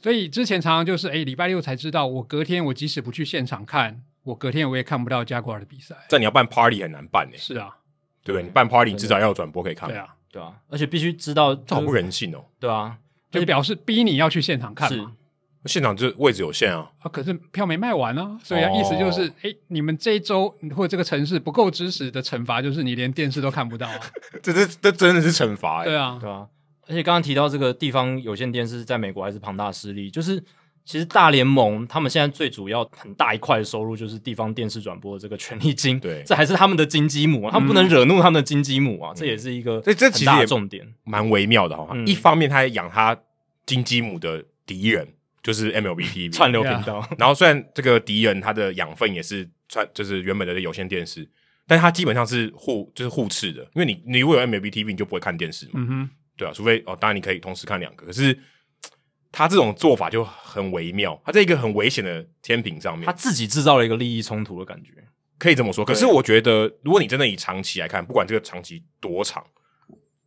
Speaker 3: 所以之前常常就是，哎，礼拜六才知道，我隔天我即使不去现场看，我隔天我也看不到加古尔的比赛。
Speaker 2: 但你要办 party 很难办诶、欸
Speaker 3: 是啊，
Speaker 2: 对不对？你办 party
Speaker 1: 真的
Speaker 2: 至少要有转播可以看
Speaker 3: 对，啊，
Speaker 1: 对啊，而且必须知道，
Speaker 2: 这好不人性哦。
Speaker 1: 对啊，
Speaker 3: 就表示逼你要去现场看
Speaker 1: 是
Speaker 3: 嘛。
Speaker 2: 现场这位置有限啊，
Speaker 3: 啊，可是票没卖完啊，所以
Speaker 1: 哦
Speaker 3: 啊，意思就是，哎、你们这一周或者这个城市不够支持的惩罚，就是你连电视都看不到、啊。
Speaker 2: 这这这真的是惩罚欸诶、
Speaker 3: 对啊，
Speaker 1: 对啊，而且刚刚提到这个地方有线电视在美国还是庞大势力，就是其实大联盟他们现在最主要很大一块的收入就是地方电视转播的这个权利金，
Speaker 2: 对
Speaker 1: 这还是他们的金鸡母、啊，他们不能惹怒他们的金鸡母啊，这也是一个
Speaker 2: 这这
Speaker 1: 很
Speaker 2: 其实
Speaker 1: 大的
Speaker 2: 也
Speaker 1: 重点，
Speaker 2: 蛮微妙的哈、
Speaker 1: 嗯
Speaker 2: 一方面，他也养他金鸡母的敌人就是 MLB TV
Speaker 1: 串流频道，
Speaker 2: 然后虽然这个敌人他的养分也是传，就是原本的有线电视，但他基本上是互就是互斥的，因为你你如果有 MLB TV，你就不会看电视嘛，
Speaker 3: 嗯哼，
Speaker 2: 对啊，除非哦，当然你可以同时看两个，可是嘖他这种做法就很微妙，他在一个很危险的天平上面
Speaker 1: 他，自己制造了一个利益冲突的感觉。
Speaker 2: 可以这么说。可是我觉得，如果你真的以长期来看，不管这个长期多长，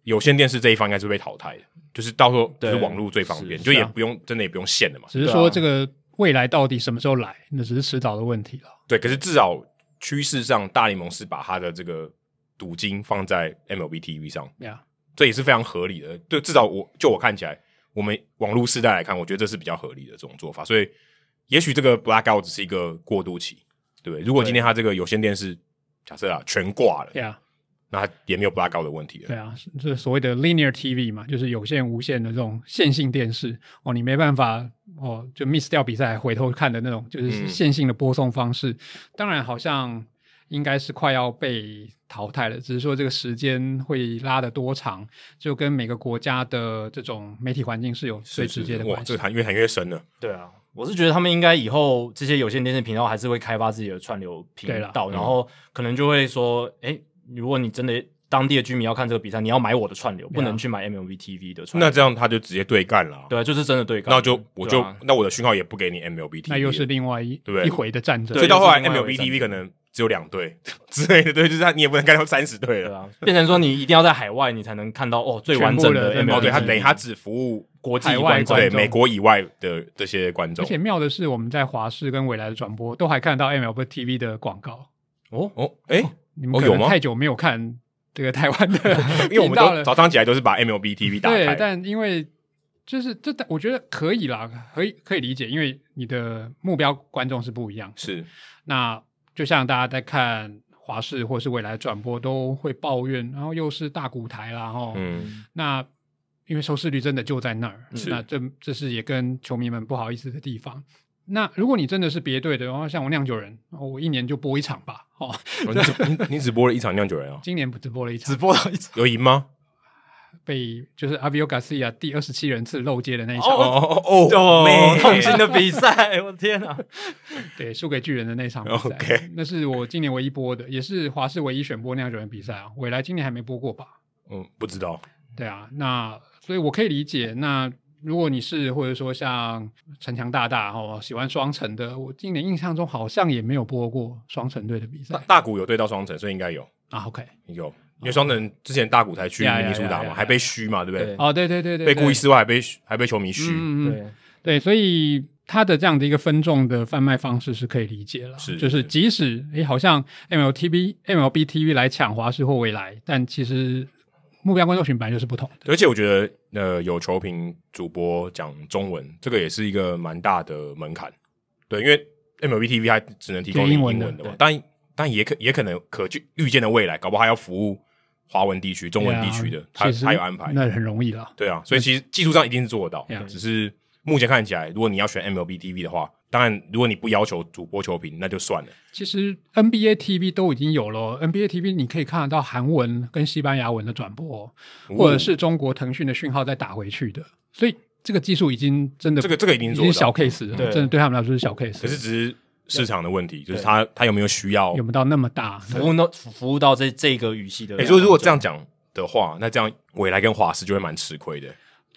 Speaker 2: 有线电视这一方应该是被淘汰的，就是到时候就
Speaker 1: 对
Speaker 2: 是网络最方便，
Speaker 1: 是
Speaker 2: 就也
Speaker 3: 是啊
Speaker 2: 不用真的也不用限了嘛。
Speaker 3: 只是
Speaker 1: 对啊
Speaker 3: 说这个未来到底什么时候来，那只是迟早的问题了。
Speaker 2: 对，可是至少趋势上，大联盟是把他的这个赌金放在 MLB TV 上，
Speaker 3: 呀、
Speaker 2: 这也是非常合理的。对，至少我就我看起来，我们网络世代来看，我觉得这是比较合理的这种做法。所以，也许这个 blackout 只是一个过渡期，对不对？如果今天他这个有线电视假设啊全挂了
Speaker 3: y，呀、
Speaker 2: 那他也没有 blackout 的问题了。
Speaker 3: 对啊，是这所谓的 linear TV 嘛，就是有线、无线的这种线性电视哦，你没办法哦，就 miss 掉比赛回头看的那种，就
Speaker 2: 嗯
Speaker 3: 是线性的播送方式。当然，好像应该是快要被淘汰了，只是说这个时间会拉得多长，就跟每个国家的这种媒体环境是有最
Speaker 2: 是
Speaker 3: 直接的
Speaker 2: 是哇，
Speaker 3: 关
Speaker 2: 这
Speaker 3: 系
Speaker 2: 个。谈越谈越深了。
Speaker 1: 对啊，我是觉得他们应该以后这些有线电视频道还是会开发自己的串流频
Speaker 3: 对啦
Speaker 1: 道，
Speaker 2: 嗯
Speaker 1: 然后可能就会说，哎、如果你真的当地的居民要看这个比赛，你要买我的串流，不能去买 MLB TV 的串流。
Speaker 2: 那这样他就直接对干了啊，
Speaker 1: 对啊，就是真的对抗。
Speaker 2: 那就我
Speaker 1: 对
Speaker 2: 就
Speaker 1: 啊
Speaker 2: 那我的讯号也不给你 MLB TV，
Speaker 3: 那又
Speaker 2: 了
Speaker 3: 是另外一
Speaker 2: 对不对
Speaker 3: 一回的战争
Speaker 2: 所
Speaker 1: 对。
Speaker 2: 以到后来
Speaker 1: 又是另外一回
Speaker 2: MLB
Speaker 1: 战
Speaker 2: TV 可能只有两队 之类的，对，就是他你也不能干到三十队
Speaker 1: 对
Speaker 2: 了。
Speaker 1: 啊，变成说你一定要在海外，你才能看到哦最完整
Speaker 3: 全部的
Speaker 2: 哦，
Speaker 1: MLB。
Speaker 2: 对，他
Speaker 3: 对啊
Speaker 2: 等于他只服务
Speaker 1: 国际
Speaker 3: 海外
Speaker 1: 观众
Speaker 3: 观
Speaker 2: 对
Speaker 3: 众
Speaker 2: 美国以外的这些观众
Speaker 3: 而。且妙的是，我们在华视跟未来的转播都还看得到 MLB TV 的广告。
Speaker 1: 哦，
Speaker 2: 哦，哎，
Speaker 3: 你
Speaker 2: 哦
Speaker 3: 们可
Speaker 2: 有
Speaker 3: 能
Speaker 2: 吗
Speaker 3: 太久没有看这个台 湾的
Speaker 2: 因为我们
Speaker 3: 频道了
Speaker 2: 都早上起来都是把 MLB TV 打
Speaker 3: 对，
Speaker 2: 开，
Speaker 3: 但因为就是这，我觉得可以啦，可以可以理解，因为你的目标观众是不一样。
Speaker 2: 是
Speaker 3: 那就像大家在看华视或是未来转播都会抱怨，然后又是大舞台啦，哦，
Speaker 2: 嗯，
Speaker 3: 那因为收视率真的就在那儿
Speaker 2: 是，
Speaker 3: 那这这是也跟球迷们不好意思的地方。那如果你真的是别队的，然后像我酿酒人，哦我一年就播一场吧，哦，
Speaker 2: 哦你只你你只播了一场酿酒人啊，
Speaker 3: 今年不只播了一场，
Speaker 1: 播到一场。
Speaker 2: 有赢吗？
Speaker 3: 被就是阿比 i 卡 g 亚第二十七人次漏接的那一
Speaker 2: 哦
Speaker 3: 场，
Speaker 2: 哦哦
Speaker 1: 哦，
Speaker 2: man
Speaker 1: 痛心的比 赛，我天啊！
Speaker 3: 对，输给巨人的那场比赛
Speaker 2: OK
Speaker 3: 那是我今年唯一播的，也是华视唯一选播酿酒人比赛啊。未来今年还没播过吧？
Speaker 2: 嗯，不知道，
Speaker 3: 对啊，那所以我可以理解。那如果你是或者说像城墙大大哦，喜欢双城的，我今年印象中好像也没有播过双城队的比赛
Speaker 2: 大大谷有对到双城，所以应该有
Speaker 3: 啊。OK，
Speaker 2: 有，因为双城之前大谷才去
Speaker 3: 呀呀
Speaker 2: 明尼苏达
Speaker 3: 呀呀
Speaker 2: 嘛，
Speaker 3: 呀
Speaker 2: 还被嘘嘛，对不对
Speaker 1: 对？
Speaker 3: 哦，对对对对，
Speaker 2: 被故意
Speaker 3: 对
Speaker 2: 室外，还被嘘还被球迷嘘，
Speaker 3: 嗯嗯嗯
Speaker 1: 对，
Speaker 3: 对，所以他的这样的一个分众的贩卖方式是可以理解了，
Speaker 2: 是
Speaker 3: 就是即使诶好像 MLTV、MLB TV 来抢华视或未来，但其实目标观众群本来就是不同的。
Speaker 2: 而且我觉得，呃，有球评主播讲中文，这个也是一个蛮大的门槛。对，因为 MLB TV 它只能提供
Speaker 3: 对
Speaker 2: 你英
Speaker 3: 英
Speaker 2: 文
Speaker 3: 文的
Speaker 2: 的嘛，但但也可也可能可去预见的未来，搞不好还要服务华文地区、中文地区的，他
Speaker 3: 其啊实
Speaker 2: 他有安排。
Speaker 3: 那很啊容易了。
Speaker 2: 对啊，所以其实技术上一定是做得到
Speaker 3: Yeah，
Speaker 2: 只是目前看起来，如果你要选 MLB TV 的话，当然如果你不要求主播球评，那就算了。
Speaker 3: 其实 NBA TV 都已经有了哦，NBA TV 你可以看得到韩文跟西班牙文的转播哦、或者是中国腾讯的讯号再打回去的，所以这个技术已经真的
Speaker 2: 这个这个已经
Speaker 3: 已
Speaker 2: 做得
Speaker 3: 经
Speaker 2: 到
Speaker 3: 小，case 了，
Speaker 1: 对
Speaker 3: 真的对他们来说是小 case，
Speaker 2: 可是只是市场的问题，就是他他有没有需要
Speaker 3: 有没有到那么大？
Speaker 1: 服务到服务到这这个语系的。
Speaker 2: 也就是如果这样讲的话，那这样未来跟华视就会蛮吃亏的。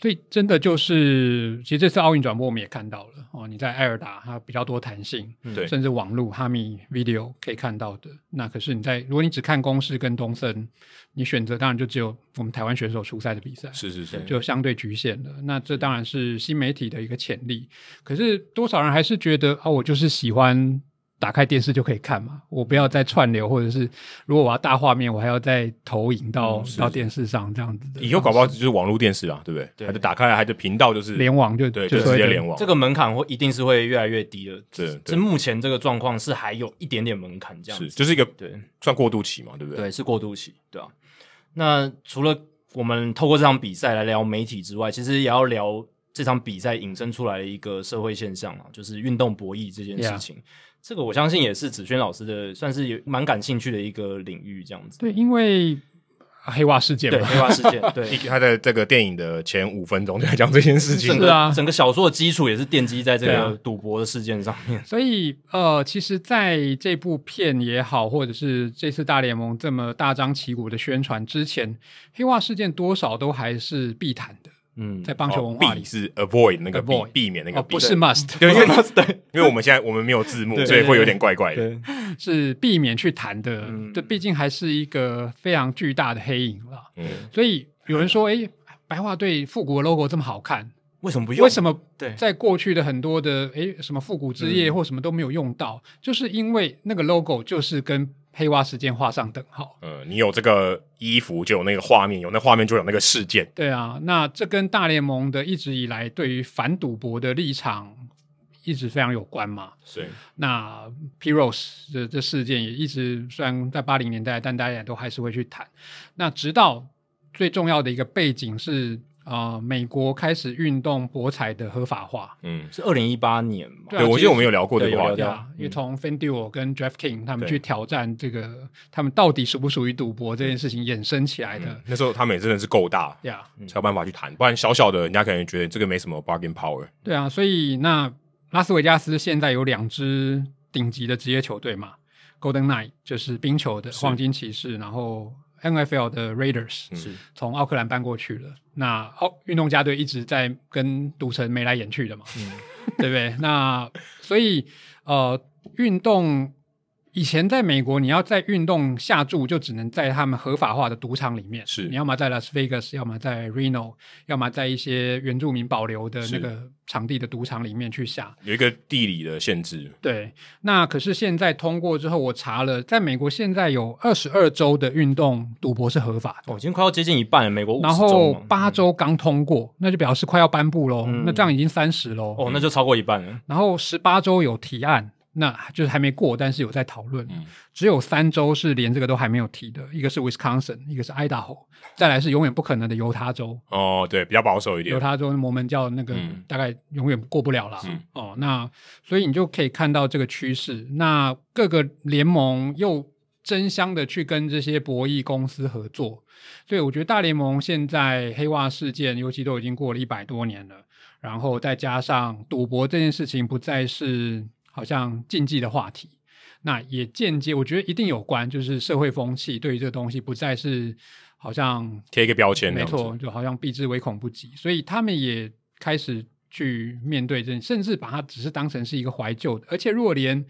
Speaker 3: 所以真的就是，其实这次奥运转播我们也看到了哦，你在艾尔达它比较多弹性，
Speaker 1: 嗯
Speaker 2: 对
Speaker 3: 甚至网络哈密 video 可以看到的。那可是你在如果你只看公式跟东森，你选择当然就只有我们台湾选手出赛的比赛，
Speaker 2: 是是是，
Speaker 3: 就相对局限了。那这当然是新媒体的一个潜力，可是多少人还是觉得啊，我就是喜欢打开电视就可以看嘛，我不要再串流，或者是如果我要大画面，我还要再投影到、
Speaker 2: 嗯是
Speaker 3: 到
Speaker 2: 是
Speaker 3: 电视上这样子的。
Speaker 2: 以后搞不好就是网络电视啊，对不对？
Speaker 1: 对
Speaker 2: 它就打开来，它的频道就是
Speaker 3: 联，网就
Speaker 2: 对，
Speaker 3: 就
Speaker 2: 就直
Speaker 3: 所谓
Speaker 2: 接
Speaker 3: 的
Speaker 2: 联网。
Speaker 1: 这个门槛会一定是会越来越低的。
Speaker 2: 对对
Speaker 1: 这目前这个状况是还有一点点门槛这样
Speaker 2: 是
Speaker 1: 子。
Speaker 2: 就是一个
Speaker 1: 对
Speaker 2: 算过渡期嘛，对不对？
Speaker 1: 对，是过渡期，对啊。那除了我们透过这场比赛来聊媒体之外，其实也要聊这场比赛引申出来的一个社会现象啊，就是运动博弈这件事
Speaker 3: Yeah
Speaker 1: 情。这个我相信也是子轩老师的，算是也蛮感兴趣的一个领域，这样子。
Speaker 3: 对，因为啊黑袜 事件
Speaker 1: 对，
Speaker 3: 嘛，
Speaker 1: 黑化事件，对
Speaker 2: 一，他的这个电影的前五分钟就在讲这件事情
Speaker 1: 整
Speaker 3: 是，
Speaker 1: 个、
Speaker 3: 啊
Speaker 1: 整个小说的基础也是奠基在这
Speaker 3: 对
Speaker 1: 个
Speaker 3: 啊
Speaker 1: 赌博的事件上面。
Speaker 3: 所以呃，其实在这部片也好，或者是这次大联盟这么大张旗鼓的宣传之前，黑袜事件多少都还是必谈的，
Speaker 1: 嗯，
Speaker 3: 在棒球文化
Speaker 2: 哦避
Speaker 3: 里。
Speaker 2: 是 avoid 那个避
Speaker 3: avoid
Speaker 2: 避免那
Speaker 3: 哦，
Speaker 2: 个避，
Speaker 3: 不是 must，
Speaker 2: 对，因为
Speaker 1: 对
Speaker 2: 因为我们现在我们没有字幕，
Speaker 1: 对
Speaker 2: 所以会有点怪怪的。
Speaker 1: 对，
Speaker 3: 是避免去谈的
Speaker 1: 嗯。
Speaker 3: 这、毕竟还是一个非常巨大的黑影了。
Speaker 2: 嗯，
Speaker 3: 所以有人说，诶，白话队复古的 logo 这么好看，
Speaker 1: 为什么不用？
Speaker 3: 为什么
Speaker 1: 对嗯
Speaker 3: 在过去的很多的诶什么复古之夜或什么都没有用到？就是因为那个 logo 就是跟黑蛙事件画上等号。
Speaker 2: 呃，你有这个衣服就有那个画面，有那画面就有那个事件，
Speaker 3: 对啊，那这跟大联盟的一直以来对于反赌博的立场一直非常有关嘛。
Speaker 2: 是
Speaker 3: 那 P Rose 这这事件也一直虽然在八零年代，但大家也都还是会去谈。那直到最重要的一个背景是啊、呃美国开始运动博彩的合法化。
Speaker 2: 嗯，
Speaker 1: 是二零一八年嘛？
Speaker 3: 对啊
Speaker 2: 对，我记得我们有聊过这
Speaker 1: 对
Speaker 2: 个
Speaker 1: 有
Speaker 2: 话
Speaker 1: 聊
Speaker 2: 题
Speaker 1: 对
Speaker 3: 对
Speaker 1: 到，
Speaker 3: 啊，因为从 FanDuel 跟 DraftKings 他
Speaker 2: 嗯
Speaker 3: 们
Speaker 2: 对
Speaker 3: 去挑战这个，他们到底属不属于赌博这件事情衍生起来的
Speaker 2: 嗯那时候他们也真的是够大，
Speaker 3: 呀。
Speaker 2: 才有办法去谈，不然小小的人家可能觉得这个没什么 bargain power。
Speaker 3: 对啊，所以那拉斯维加斯现在有两支顶级的职业球队嘛，Golden Knight 就是冰球的
Speaker 2: 是
Speaker 3: 黄金骑士，然后 NFL 的 Raiders
Speaker 2: 嗯
Speaker 1: 是
Speaker 3: 从奥克兰搬过去了。那奥运动家队一直在跟赌城眉来眼去的嘛，
Speaker 2: 嗯
Speaker 3: 对不对？那所以呃，运动以前在美国，你要在运动下注，就只能在他们合法化的赌场里面，
Speaker 2: 是
Speaker 3: 你要么在拉斯维加斯，要么在 Reno，要么在一些原住民保留的
Speaker 2: 是
Speaker 3: 那个场地的赌场里面去下。
Speaker 2: 有一个地理的限制，
Speaker 3: 对，那可是现在通过之后，我查了，在美国现在有二十二州的运动赌博是合法的。
Speaker 1: 哦，已经快要接近一半了，美国50
Speaker 3: 然
Speaker 1: 州
Speaker 3: 后
Speaker 1: 嘛哦
Speaker 3: 八周刚通过，那就表示快要颁布喽。
Speaker 1: 嗯
Speaker 3: 那这样已经三十喽。
Speaker 1: 哦，那就超过一半了。
Speaker 3: 然后十八周有提案，那就是还没过，但是有在讨论。
Speaker 2: 嗯
Speaker 3: 只有三州是连这个都还没有提的，一个是 Wisconsin，一个是 Idaho，再来是永远不可能的犹他州。
Speaker 2: 哦，对，比较保守一点
Speaker 3: 犹，他州摩门教那个
Speaker 2: 嗯
Speaker 3: 大概永远过不了啦。
Speaker 2: 嗯
Speaker 3: 哦，那所以你就可以看到这个趋势。那各个联盟又争相的去跟这些博弈公司合作，所以我觉得大联盟现在黑袜事件，尤其都已经过了一百多年了，然后再加上赌博这件事情不再是好像禁忌的话题。那也间接，我觉得一定有关，就是社会风气对于这个东西不再是好像
Speaker 2: 贴一个标签，
Speaker 3: 没错，，就好像避之唯恐不及，所以他们也开始去面对这，甚至把它只是当成是一个怀旧的。而且，如果连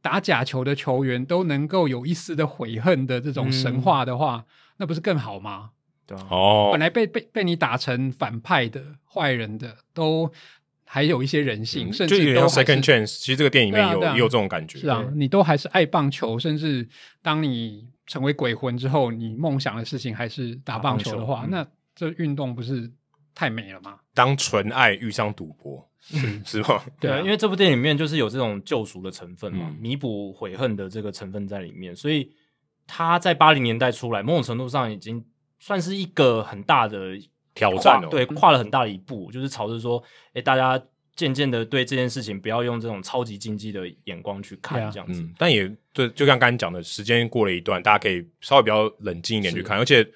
Speaker 3: 打假球的球员都能够有一丝的悔恨的这
Speaker 2: 嗯
Speaker 3: 种神话的话，那不是更好吗？
Speaker 1: 对啊，
Speaker 2: 哦
Speaker 3: 本，来被被被你打成反派的、坏人的，都还有一些人性，
Speaker 2: 嗯
Speaker 3: 甚
Speaker 2: 就有
Speaker 3: 至
Speaker 2: 点
Speaker 3: 都
Speaker 2: 像
Speaker 3: 还
Speaker 2: second
Speaker 3: 是
Speaker 2: chance。其实这个电影里面
Speaker 3: 对啊
Speaker 2: 有
Speaker 3: 对啊
Speaker 2: 也有这种感觉，
Speaker 3: 是啊，你都还是爱棒球，甚至当你成为鬼魂之后，你梦想的事情还是打
Speaker 1: 打
Speaker 3: 棒
Speaker 1: 棒
Speaker 3: 球
Speaker 1: 球
Speaker 3: 的话，
Speaker 1: 嗯
Speaker 3: 那这运动不是太美了吗？
Speaker 2: 当纯爱遇上赌博， 是吧？
Speaker 1: 对啊，因为这部电影里面就是有这种救赎的成分嘛
Speaker 2: 嗯，
Speaker 1: 弥补悔恨的这个成分在里面，所以他在八零年代出来，某种程度上已经算是一个很大的
Speaker 2: 挑战
Speaker 1: 跨
Speaker 2: 哦，
Speaker 1: 对，跨了很大的一步，就是朝着说，诶，大家渐渐的对这件事情不要用这种超级竞技的眼光去
Speaker 3: 对
Speaker 1: 看，
Speaker 3: 啊
Speaker 1: 这样子。
Speaker 2: 嗯，但也对，就像刚才讲的，时间过了一段，大家可以稍微比较冷静一点去看，而且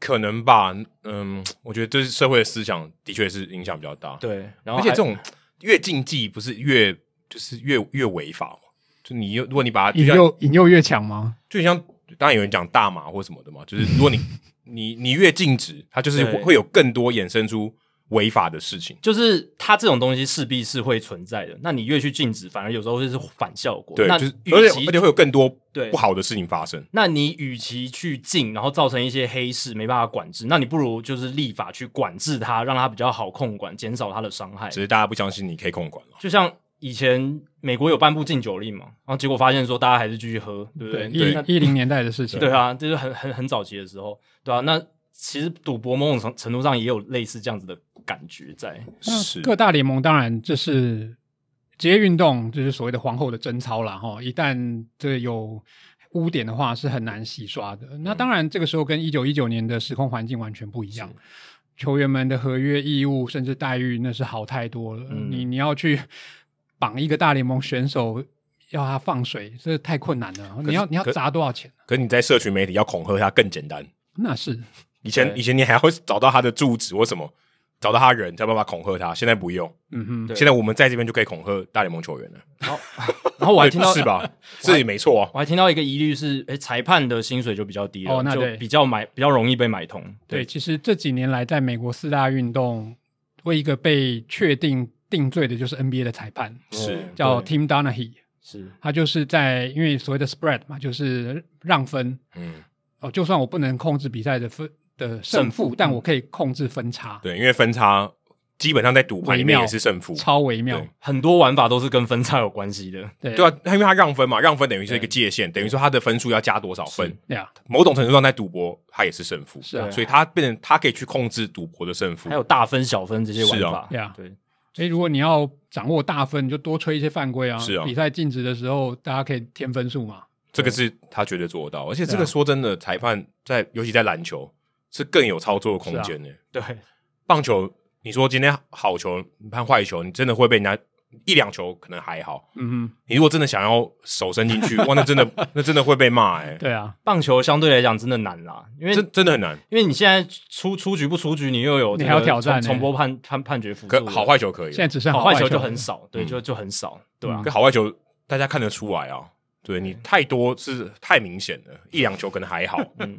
Speaker 2: 可能吧，嗯，我觉得这是社会的思想的确是影响比较大，，
Speaker 1: 对，然后
Speaker 2: 而且
Speaker 1: 还
Speaker 2: 这种越禁忌不是越就是越越违法嘛，就你又如果你把它就
Speaker 3: 引
Speaker 2: 像
Speaker 3: 诱引诱越强吗？
Speaker 2: 就像当然有人讲大 麻或什么的嘛，就是如果你你你越禁止，它就是
Speaker 1: 对
Speaker 2: 会会有更多衍生出违法的事情。
Speaker 1: 就是它这种东西势必是会存在的。那你越去禁止，反而有时候会是反效果。
Speaker 2: 对，
Speaker 1: 那
Speaker 2: 就是而
Speaker 1: 与
Speaker 2: 且
Speaker 1: 其
Speaker 2: 而且会有更多
Speaker 1: 对
Speaker 2: 不好的事情发生。
Speaker 1: 那你与其去禁，然后造成一些黑市没办法管制，那你不如就是立法去管制它，让它比较好控管，减少它的伤害
Speaker 2: 只。是大家不相信你可以控管了。
Speaker 1: 就像以前美国有颁布禁酒令嘛，然后结果发现说大家还是继续喝，对不对？
Speaker 3: 一
Speaker 1: 那
Speaker 3: 零一零年代的事情，
Speaker 1: 对啊，这是很很很早期的时候，对啊。那其实赌博某种程程度上也有类似这样子的感觉在，
Speaker 2: 是
Speaker 3: 那各大联盟当然这是职业运动，就是所谓的皇后的贞操啦。哈。一旦这有污点的话，是很难洗刷的。那
Speaker 1: 嗯
Speaker 3: 当然，这个时候跟一九一九年的时空环境完全不一样。球员们的合约义务甚至待遇，那是好太多了。
Speaker 1: 嗯
Speaker 3: 你你要去绑一个大联盟选手，要他放水，这太困难了。你要你要
Speaker 2: 可
Speaker 3: 砸多少钱？
Speaker 2: 可是你在社群媒体要恐吓他更简单。
Speaker 3: 那是
Speaker 2: 以前
Speaker 1: 对
Speaker 2: 以前你还会找到他的住址或什么，找到他人才有办法恐吓他。现在不用，
Speaker 3: 嗯哼，
Speaker 1: 对
Speaker 2: 现在我们在这边就可以恐吓大联盟球员了。
Speaker 1: 然后 然后我还听到
Speaker 2: 是吧？这也没错啊。
Speaker 1: 我还听到一个疑虑是，诶，裁判的薪水就比较低了，
Speaker 3: 哦那
Speaker 1: 就
Speaker 3: 对
Speaker 1: 比较买比较容易被买通。
Speaker 3: 对，其实这几年来，在美国四大运动，为一个被确定定罪的就是 NBA 的裁判，
Speaker 2: 是
Speaker 3: 叫
Speaker 1: 对
Speaker 3: Tim Donaghy，
Speaker 1: 是
Speaker 3: 他就是在因为所谓的 spread 嘛，就是让分
Speaker 2: 嗯，
Speaker 3: 哦，就算我不能控制比赛的分的胜负，但我可以控制分差，
Speaker 2: 对，因为分差基本上在赌盘里
Speaker 3: 微
Speaker 2: 面
Speaker 3: 妙
Speaker 2: 也是胜负。
Speaker 3: 超微妙
Speaker 2: 对。
Speaker 1: 很多玩法都是跟分差有关系的。
Speaker 3: 对
Speaker 2: 对啊，他因为他让分嘛，让分等于是一个界限，等于说他的分数要加多少分
Speaker 1: 是，
Speaker 3: 对啊，
Speaker 2: 某种程度上在赌博他也是胜负，
Speaker 3: 是啊
Speaker 2: 所以他变成他可以去控制赌博的胜负
Speaker 1: 还。有大分、小分这些玩法，
Speaker 3: 是啊
Speaker 1: 对，
Speaker 3: 所以如果你要掌握大分，你就多吹一些犯规啊。
Speaker 2: 是啊
Speaker 3: 比赛静止的时候，大家可以添分数嘛。
Speaker 2: 这个是他绝对做得到，而且这
Speaker 3: 对
Speaker 2: 个
Speaker 3: 啊
Speaker 2: 说真的，裁判在尤其在篮球是更有操作的空间呢、
Speaker 1: 对，
Speaker 2: 棒球，你说今天好球你判坏球，你真的会被人家一两球可能还好，
Speaker 3: 嗯
Speaker 2: 你如果真的想要手伸进去，哇，那真的那真的会被骂哎、
Speaker 3: 哼，对啊，
Speaker 1: 棒球相对来讲真的难啦，因为
Speaker 2: 真真的很难。
Speaker 1: 因为你现在出出局不出局，你又有这个
Speaker 3: 你还要挑战
Speaker 1: 重重
Speaker 3: 欸
Speaker 1: 播判判判决辅助
Speaker 2: 可
Speaker 1: 的，
Speaker 2: 好坏球可以
Speaker 3: 现，在只剩
Speaker 1: 好坏球
Speaker 3: 球嗯
Speaker 1: 就很少，对，
Speaker 2: 嗯
Speaker 1: 就就很少，对啊
Speaker 2: 可，好坏球大家看得出来啊。对你太多是太明显了，一两球可能还好。
Speaker 1: 嗯，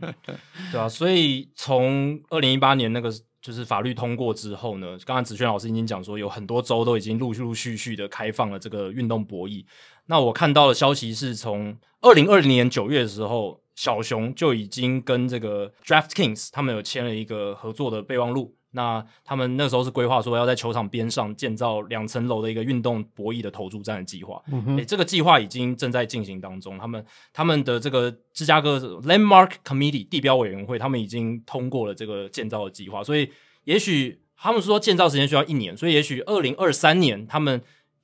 Speaker 1: 对啊，所以从二零一八年那个就是法律通过之后呢，刚刚子轩老师已经讲说，有很多州都已经陆陆续续的开放了这个运动博弈。那我看到的消息是从二零二零年九月的时候，小熊就已经跟这个 DraftKings 他们有签了一个合作的备忘录。那他们那时候是规划说要在球场边上建造两层楼的一个运动博弈的投注站的计划。
Speaker 3: 嗯
Speaker 1: 诶、
Speaker 3: 哼，
Speaker 1: 这个计划已经正在进行当中。他们他们的这个芝加哥 Landmark Committee 地标委员会，他们已经通过了这个建造的计划，所以也许他们说建造时间需要一年，所以也许二零二三年他们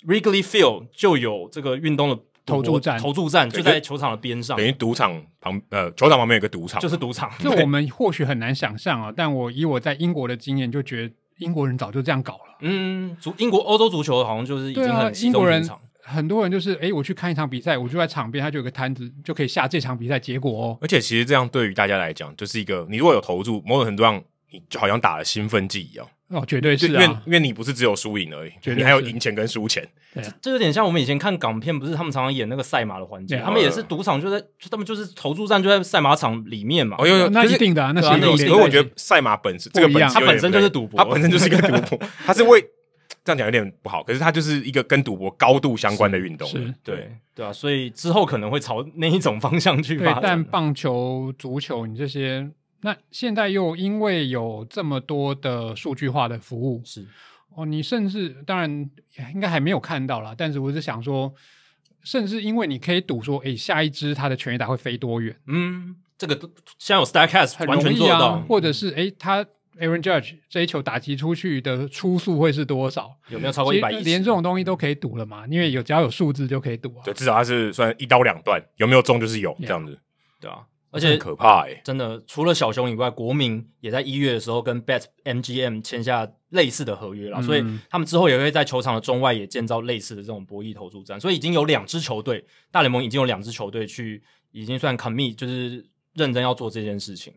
Speaker 1: Wrigley Field 就有这个运动的赌博
Speaker 3: 投注站
Speaker 1: 投注站
Speaker 2: 对
Speaker 1: 就在球场的边上
Speaker 2: 等，于赌场旁呃球场旁边有个赌场，
Speaker 1: 就是赌场。
Speaker 3: 这我们或许很难想象啊，但我以我在英国的经验，就觉得英国人早就这样搞了。
Speaker 1: 嗯，足英国欧洲足球好像就是已
Speaker 3: 对
Speaker 1: 经
Speaker 3: 啊
Speaker 1: 很，集
Speaker 3: 英
Speaker 1: 中
Speaker 3: 国
Speaker 1: 赌
Speaker 3: 人
Speaker 1: 场，
Speaker 3: 很多人就是，哎，我去看一场比赛，我就在场边，他就有个摊子，就可以下这场比赛结果哦。
Speaker 2: 而且其实这样对于大家来讲，就是一个你如果有投注，某种程度上你就好像打了兴奋剂一样，
Speaker 3: 哦，绝对
Speaker 2: 就是因为
Speaker 3: 啊，
Speaker 2: 因为你不是只有输赢而已，
Speaker 3: 绝对
Speaker 2: 你还有
Speaker 3: 是
Speaker 2: 赢钱跟输钱，
Speaker 1: 这有点像我们以前看港片，不是他们常常演那个赛马的环节，
Speaker 3: 对啊
Speaker 1: 他们也
Speaker 2: 呃
Speaker 1: 是赌场就在，就他们就是投注站就在赛马场里面嘛。
Speaker 2: 哦，有有，
Speaker 3: 那
Speaker 2: 就
Speaker 3: 一
Speaker 2: 是
Speaker 3: 定的啊，那
Speaker 1: 对
Speaker 3: 是
Speaker 1: 啊
Speaker 3: 一
Speaker 1: 那
Speaker 3: 定
Speaker 1: 有
Speaker 3: 的
Speaker 1: 时
Speaker 2: 可是我觉得赛马本身这个
Speaker 3: 不一
Speaker 2: 本
Speaker 3: 样
Speaker 2: 质有点
Speaker 1: 它本身就是
Speaker 2: 累
Speaker 1: 赌博
Speaker 2: 它本身就是一个赌 博，它是为这样讲有点不好，可是它就是一个跟赌博高度相关的运动了，
Speaker 3: 是
Speaker 2: 对，
Speaker 1: 对对啊，所以之后可能会朝那一种方向去
Speaker 3: 对
Speaker 1: 发，展
Speaker 3: 但。棒球、足球你这些，那现在又因为有这么多的数据化的服务，
Speaker 1: 是
Speaker 3: 哦，你甚至当然应该还没有看到啦，但是我是想说，甚至因为你可以赌说，哎，下一支它的全垒打会飞多远，
Speaker 1: 嗯，这个都现在有 Stacks
Speaker 3: 很
Speaker 1: 完
Speaker 3: 容
Speaker 1: 全做
Speaker 3: 易
Speaker 1: 得
Speaker 3: 啊
Speaker 1: 到，，
Speaker 3: 或者是哎，诶他 Aaron Judge 这一球打击出去的出速会是多少？
Speaker 1: 有没有超过
Speaker 3: 其
Speaker 1: 一
Speaker 3: 实
Speaker 1: 百亿？
Speaker 3: 连这种东西都可以赌了嘛，因为有只要有数字就可以赌啊
Speaker 2: 对，。至少它是算一刀两断，有没有中就是有这样子，
Speaker 1: 对啊，而
Speaker 2: 很
Speaker 1: 且
Speaker 2: 可怕哎，
Speaker 1: 真的除了小熊以外，国民也在一月的时候跟 Bet MGM 签下类似的合约了，
Speaker 3: 嗯
Speaker 1: 所以他们之后也会在球场的中外也建造类似的这种博弈投注站，所以已经有两支球队，大联盟已经有两支球队去已经算 commit，就是认真要做这件事情。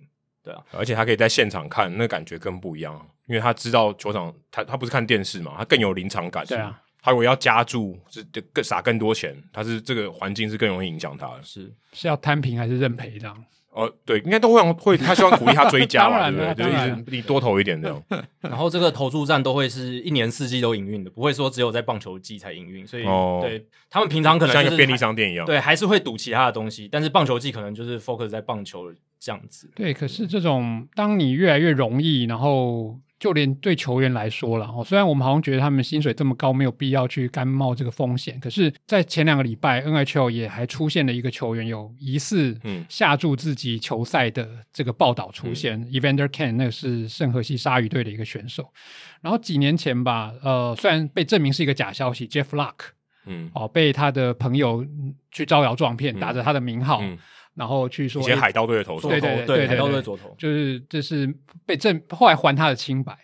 Speaker 2: 而且他可以在现场看，那感觉更不一样，因为他知道球场，他他不是看电视嘛，他更有临场感。
Speaker 3: 对啊，
Speaker 2: 他如果要加注，是就更撒更多钱，他是这个环境是更容易影响他的。
Speaker 1: 是，
Speaker 3: 是要摊平还是认赔这样？
Speaker 2: 哦，对，应该都会会，他希望鼓励他追加
Speaker 3: 当
Speaker 2: 嘛，
Speaker 3: 然
Speaker 2: 对不
Speaker 3: 啦
Speaker 2: 对？就
Speaker 3: 当
Speaker 2: 是
Speaker 3: 然
Speaker 2: 一直你多投一点这样。
Speaker 1: 然后这个投注站都会是一年四季都营运的，不会说只有在棒球季才营运，所以、
Speaker 2: 哦
Speaker 1: 对他们平常可能
Speaker 2: 像一
Speaker 1: 就是
Speaker 2: 个便利商店一样。
Speaker 1: 对还是会赌其他的东西，但是棒球季可能就是 focus 在棒球这样子。
Speaker 3: 对，可是这种当你越来越容易，然后就连对球员来说了，哦，虽然我们好像觉得他们薪水这么高，没有必要去甘冒这个风险，可是，在前两个礼拜，NHL 也还出现了一个球员有疑似
Speaker 2: 嗯
Speaker 3: 下注自己球赛的这个报道出现、e
Speaker 2: 嗯
Speaker 3: v a n d e r Kane 那个是圣荷西鲨鱼队的一个选手，然后几年前吧，呃，虽然被证明是一个假消息，Jeff Luck
Speaker 2: 嗯，
Speaker 3: 哦被他的朋友嗯去招摇撞骗，
Speaker 2: 嗯
Speaker 3: 打着他的名号，
Speaker 2: 嗯
Speaker 3: 然后去说
Speaker 2: 以前
Speaker 3: 诶
Speaker 2: 海盗队的投手
Speaker 1: 左
Speaker 3: 哦对
Speaker 1: 投
Speaker 3: 对对
Speaker 1: 对
Speaker 3: 对
Speaker 1: 海盗
Speaker 3: 对
Speaker 1: 队
Speaker 3: 对
Speaker 1: 左投，
Speaker 3: 就是这是被证，后来还他的清白。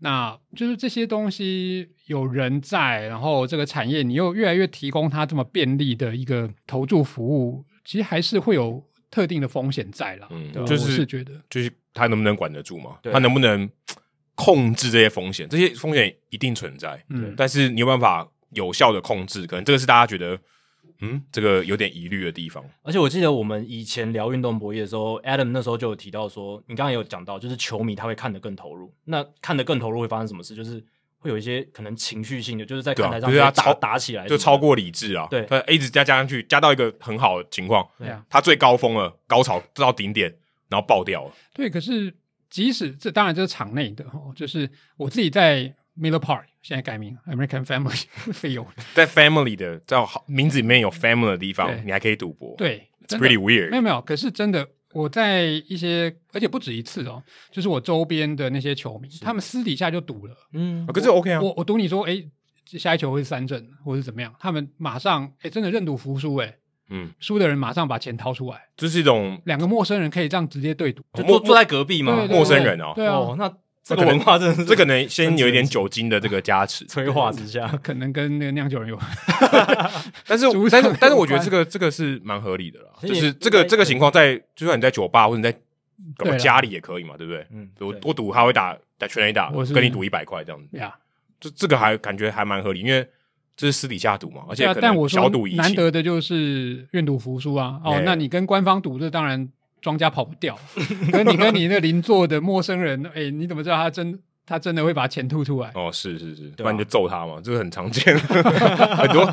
Speaker 3: 那就是这些东西有人在，然后这个产业你又越来越提供它这么便利的一个投注服务，其实还是会有特定的风险在啦。
Speaker 2: 嗯
Speaker 3: 对吧
Speaker 2: 就
Speaker 3: 我
Speaker 2: 是
Speaker 3: 是觉得，
Speaker 2: 就是他能不能管得住嘛？
Speaker 1: 对
Speaker 2: 他能不能控制这些风险？这些风险一定存在，
Speaker 3: 嗯，
Speaker 2: 但是你有办法有效的控制，可能这个是大家觉得嗯，这个有点疑虑的地方。
Speaker 1: 而且我记得我们以前聊运动博弈的时候，Adam 那时候就有提到说，你刚刚也有讲到，就是球迷他会看得更投入。那看得更投入会发生什么事？就是会有一些可能情绪性的，就是在
Speaker 2: 对啊
Speaker 1: 看台上
Speaker 2: 就是他
Speaker 1: 直接
Speaker 2: 超
Speaker 1: 打打起来什么
Speaker 2: 就
Speaker 1: 的，
Speaker 2: 超过理智啊，
Speaker 1: 对
Speaker 2: 他一直加加上去，加到一个很好的情况，
Speaker 3: 对啊，
Speaker 2: 他最高峰了，高潮到顶点，然后爆掉了，
Speaker 3: 对。可是即使这当然这是场内的哦，就是我自己在 Miller Park 现在改名 American Family 费用，
Speaker 2: 在 family 的在好名字里面有 family 的地
Speaker 3: 对
Speaker 2: 方，你还可以赌博，
Speaker 3: 对，
Speaker 2: ，it's
Speaker 3: 真的
Speaker 2: pretty
Speaker 3: 没
Speaker 2: weird，
Speaker 3: 有没有，可是真的，我在一些，而且不止一次哦，就是我周边的那些球迷，他们私底下就赌了。
Speaker 1: 嗯
Speaker 2: 啊，可是 OK 啊，
Speaker 3: 我我赌你说，哎，下一球会是三振，或者是怎么样？他们马上，哎，真的认赌服输，哎，
Speaker 2: 嗯，
Speaker 3: 输的人马上把钱掏出来，
Speaker 2: 就是一种
Speaker 3: 两个陌生人可以这样直接对赌，
Speaker 1: 就
Speaker 2: 陌
Speaker 1: 坐坐在隔壁嘛，
Speaker 3: 对对对
Speaker 2: 陌生人哦
Speaker 3: 对啊，
Speaker 1: 哦，那这
Speaker 2: 那
Speaker 1: 个
Speaker 2: 可能
Speaker 1: 文化真的是
Speaker 2: 这可能先有一点酒精的这个加持，
Speaker 1: 催化之下，
Speaker 3: 可能跟那个酿酒人有，
Speaker 2: 但是
Speaker 3: 主
Speaker 2: 但
Speaker 3: 场
Speaker 2: 是
Speaker 3: 有
Speaker 2: 但是我觉得
Speaker 3: 关
Speaker 2: 这个这个是蛮合理的啦，
Speaker 1: 其实
Speaker 2: 就
Speaker 1: 也
Speaker 2: 是
Speaker 1: 应
Speaker 2: 这个
Speaker 1: 该
Speaker 2: 这个
Speaker 1: 对
Speaker 2: 情况在就算你在酒吧或者你在搞
Speaker 3: 对啦
Speaker 2: 家里也可以嘛，对不对？
Speaker 1: 嗯，
Speaker 2: 我
Speaker 1: 对
Speaker 2: 我赌他会打打全垒打，
Speaker 3: 我是
Speaker 2: 跟你赌一百块这样子，
Speaker 3: 呀，
Speaker 2: 这这个还感觉还蛮合理，因为这是私底下赌嘛，而
Speaker 3: 对
Speaker 2: 且
Speaker 3: 啊，
Speaker 2: 可
Speaker 3: 但我
Speaker 2: 能小
Speaker 3: 说
Speaker 2: 赌怡
Speaker 3: 难
Speaker 2: 情，
Speaker 3: 得的就是愿赌服输啊，哦
Speaker 2: 哎，
Speaker 3: 那你跟官方赌，这当然庄家跑不 掉，可是你跟你那邻座的陌生人，哎，你怎么知道他真他真的会把钱吐出来？
Speaker 2: 哦，是是是，不
Speaker 1: 对
Speaker 2: 然
Speaker 1: 啊
Speaker 2: 你就揍他嘛，这个很常见， 很多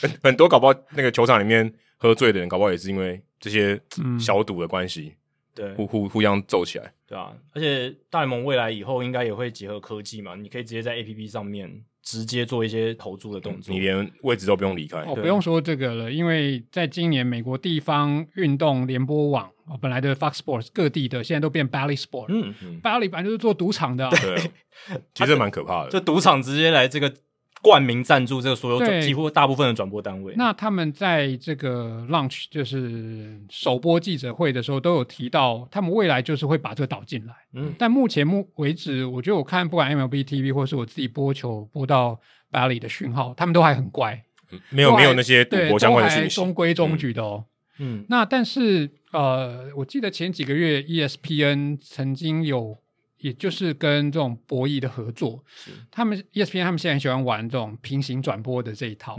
Speaker 2: 很很多搞不好那个球场里面喝醉的人，搞不好也是因为这些
Speaker 3: 嗯
Speaker 2: 小赌的关系，
Speaker 1: 对
Speaker 2: 互互互相揍起来。
Speaker 1: 对啊，而且大联盟未来以后应该也会结合科技嘛，你可以直接在 A P P 上面直接做一些投注的动作。
Speaker 2: 嗯你连位置都不用离开，
Speaker 3: 哦，
Speaker 1: 对
Speaker 3: 不用说这个了，因为在今年美国地方运动联播网，哦、本来的 Fox Sports 各地的，现在都变 Bally Sport。
Speaker 1: 嗯，
Speaker 3: Bally 本来就是做赌场的啊、
Speaker 2: 对啊，其实蛮可怕的。
Speaker 1: 就赌场直接来这个冠名赞助这个所有
Speaker 3: 对
Speaker 1: 几乎大部分的转播单位。
Speaker 3: 那他们在这个 launch 就是首播记者会的时候，都有提到，他们未来就是会把这个导进来。
Speaker 1: 嗯
Speaker 3: 但目前目为止，我觉得我看不管 MLB TV 或是我自己播球播到 Bally 的讯号，他们都还很乖，
Speaker 2: 没有
Speaker 3: 都还
Speaker 2: 没有那些赌
Speaker 3: 对，
Speaker 2: 博相关的
Speaker 3: 都还
Speaker 2: 讯息
Speaker 3: 中，规中矩的哦。
Speaker 1: 嗯，
Speaker 3: 那但是呃，我记得前几个月 E ESPN 曾经有，也就是跟这种博弈的合作，他们，E ESPN 他们现在很喜欢玩这种平行转播的这一套，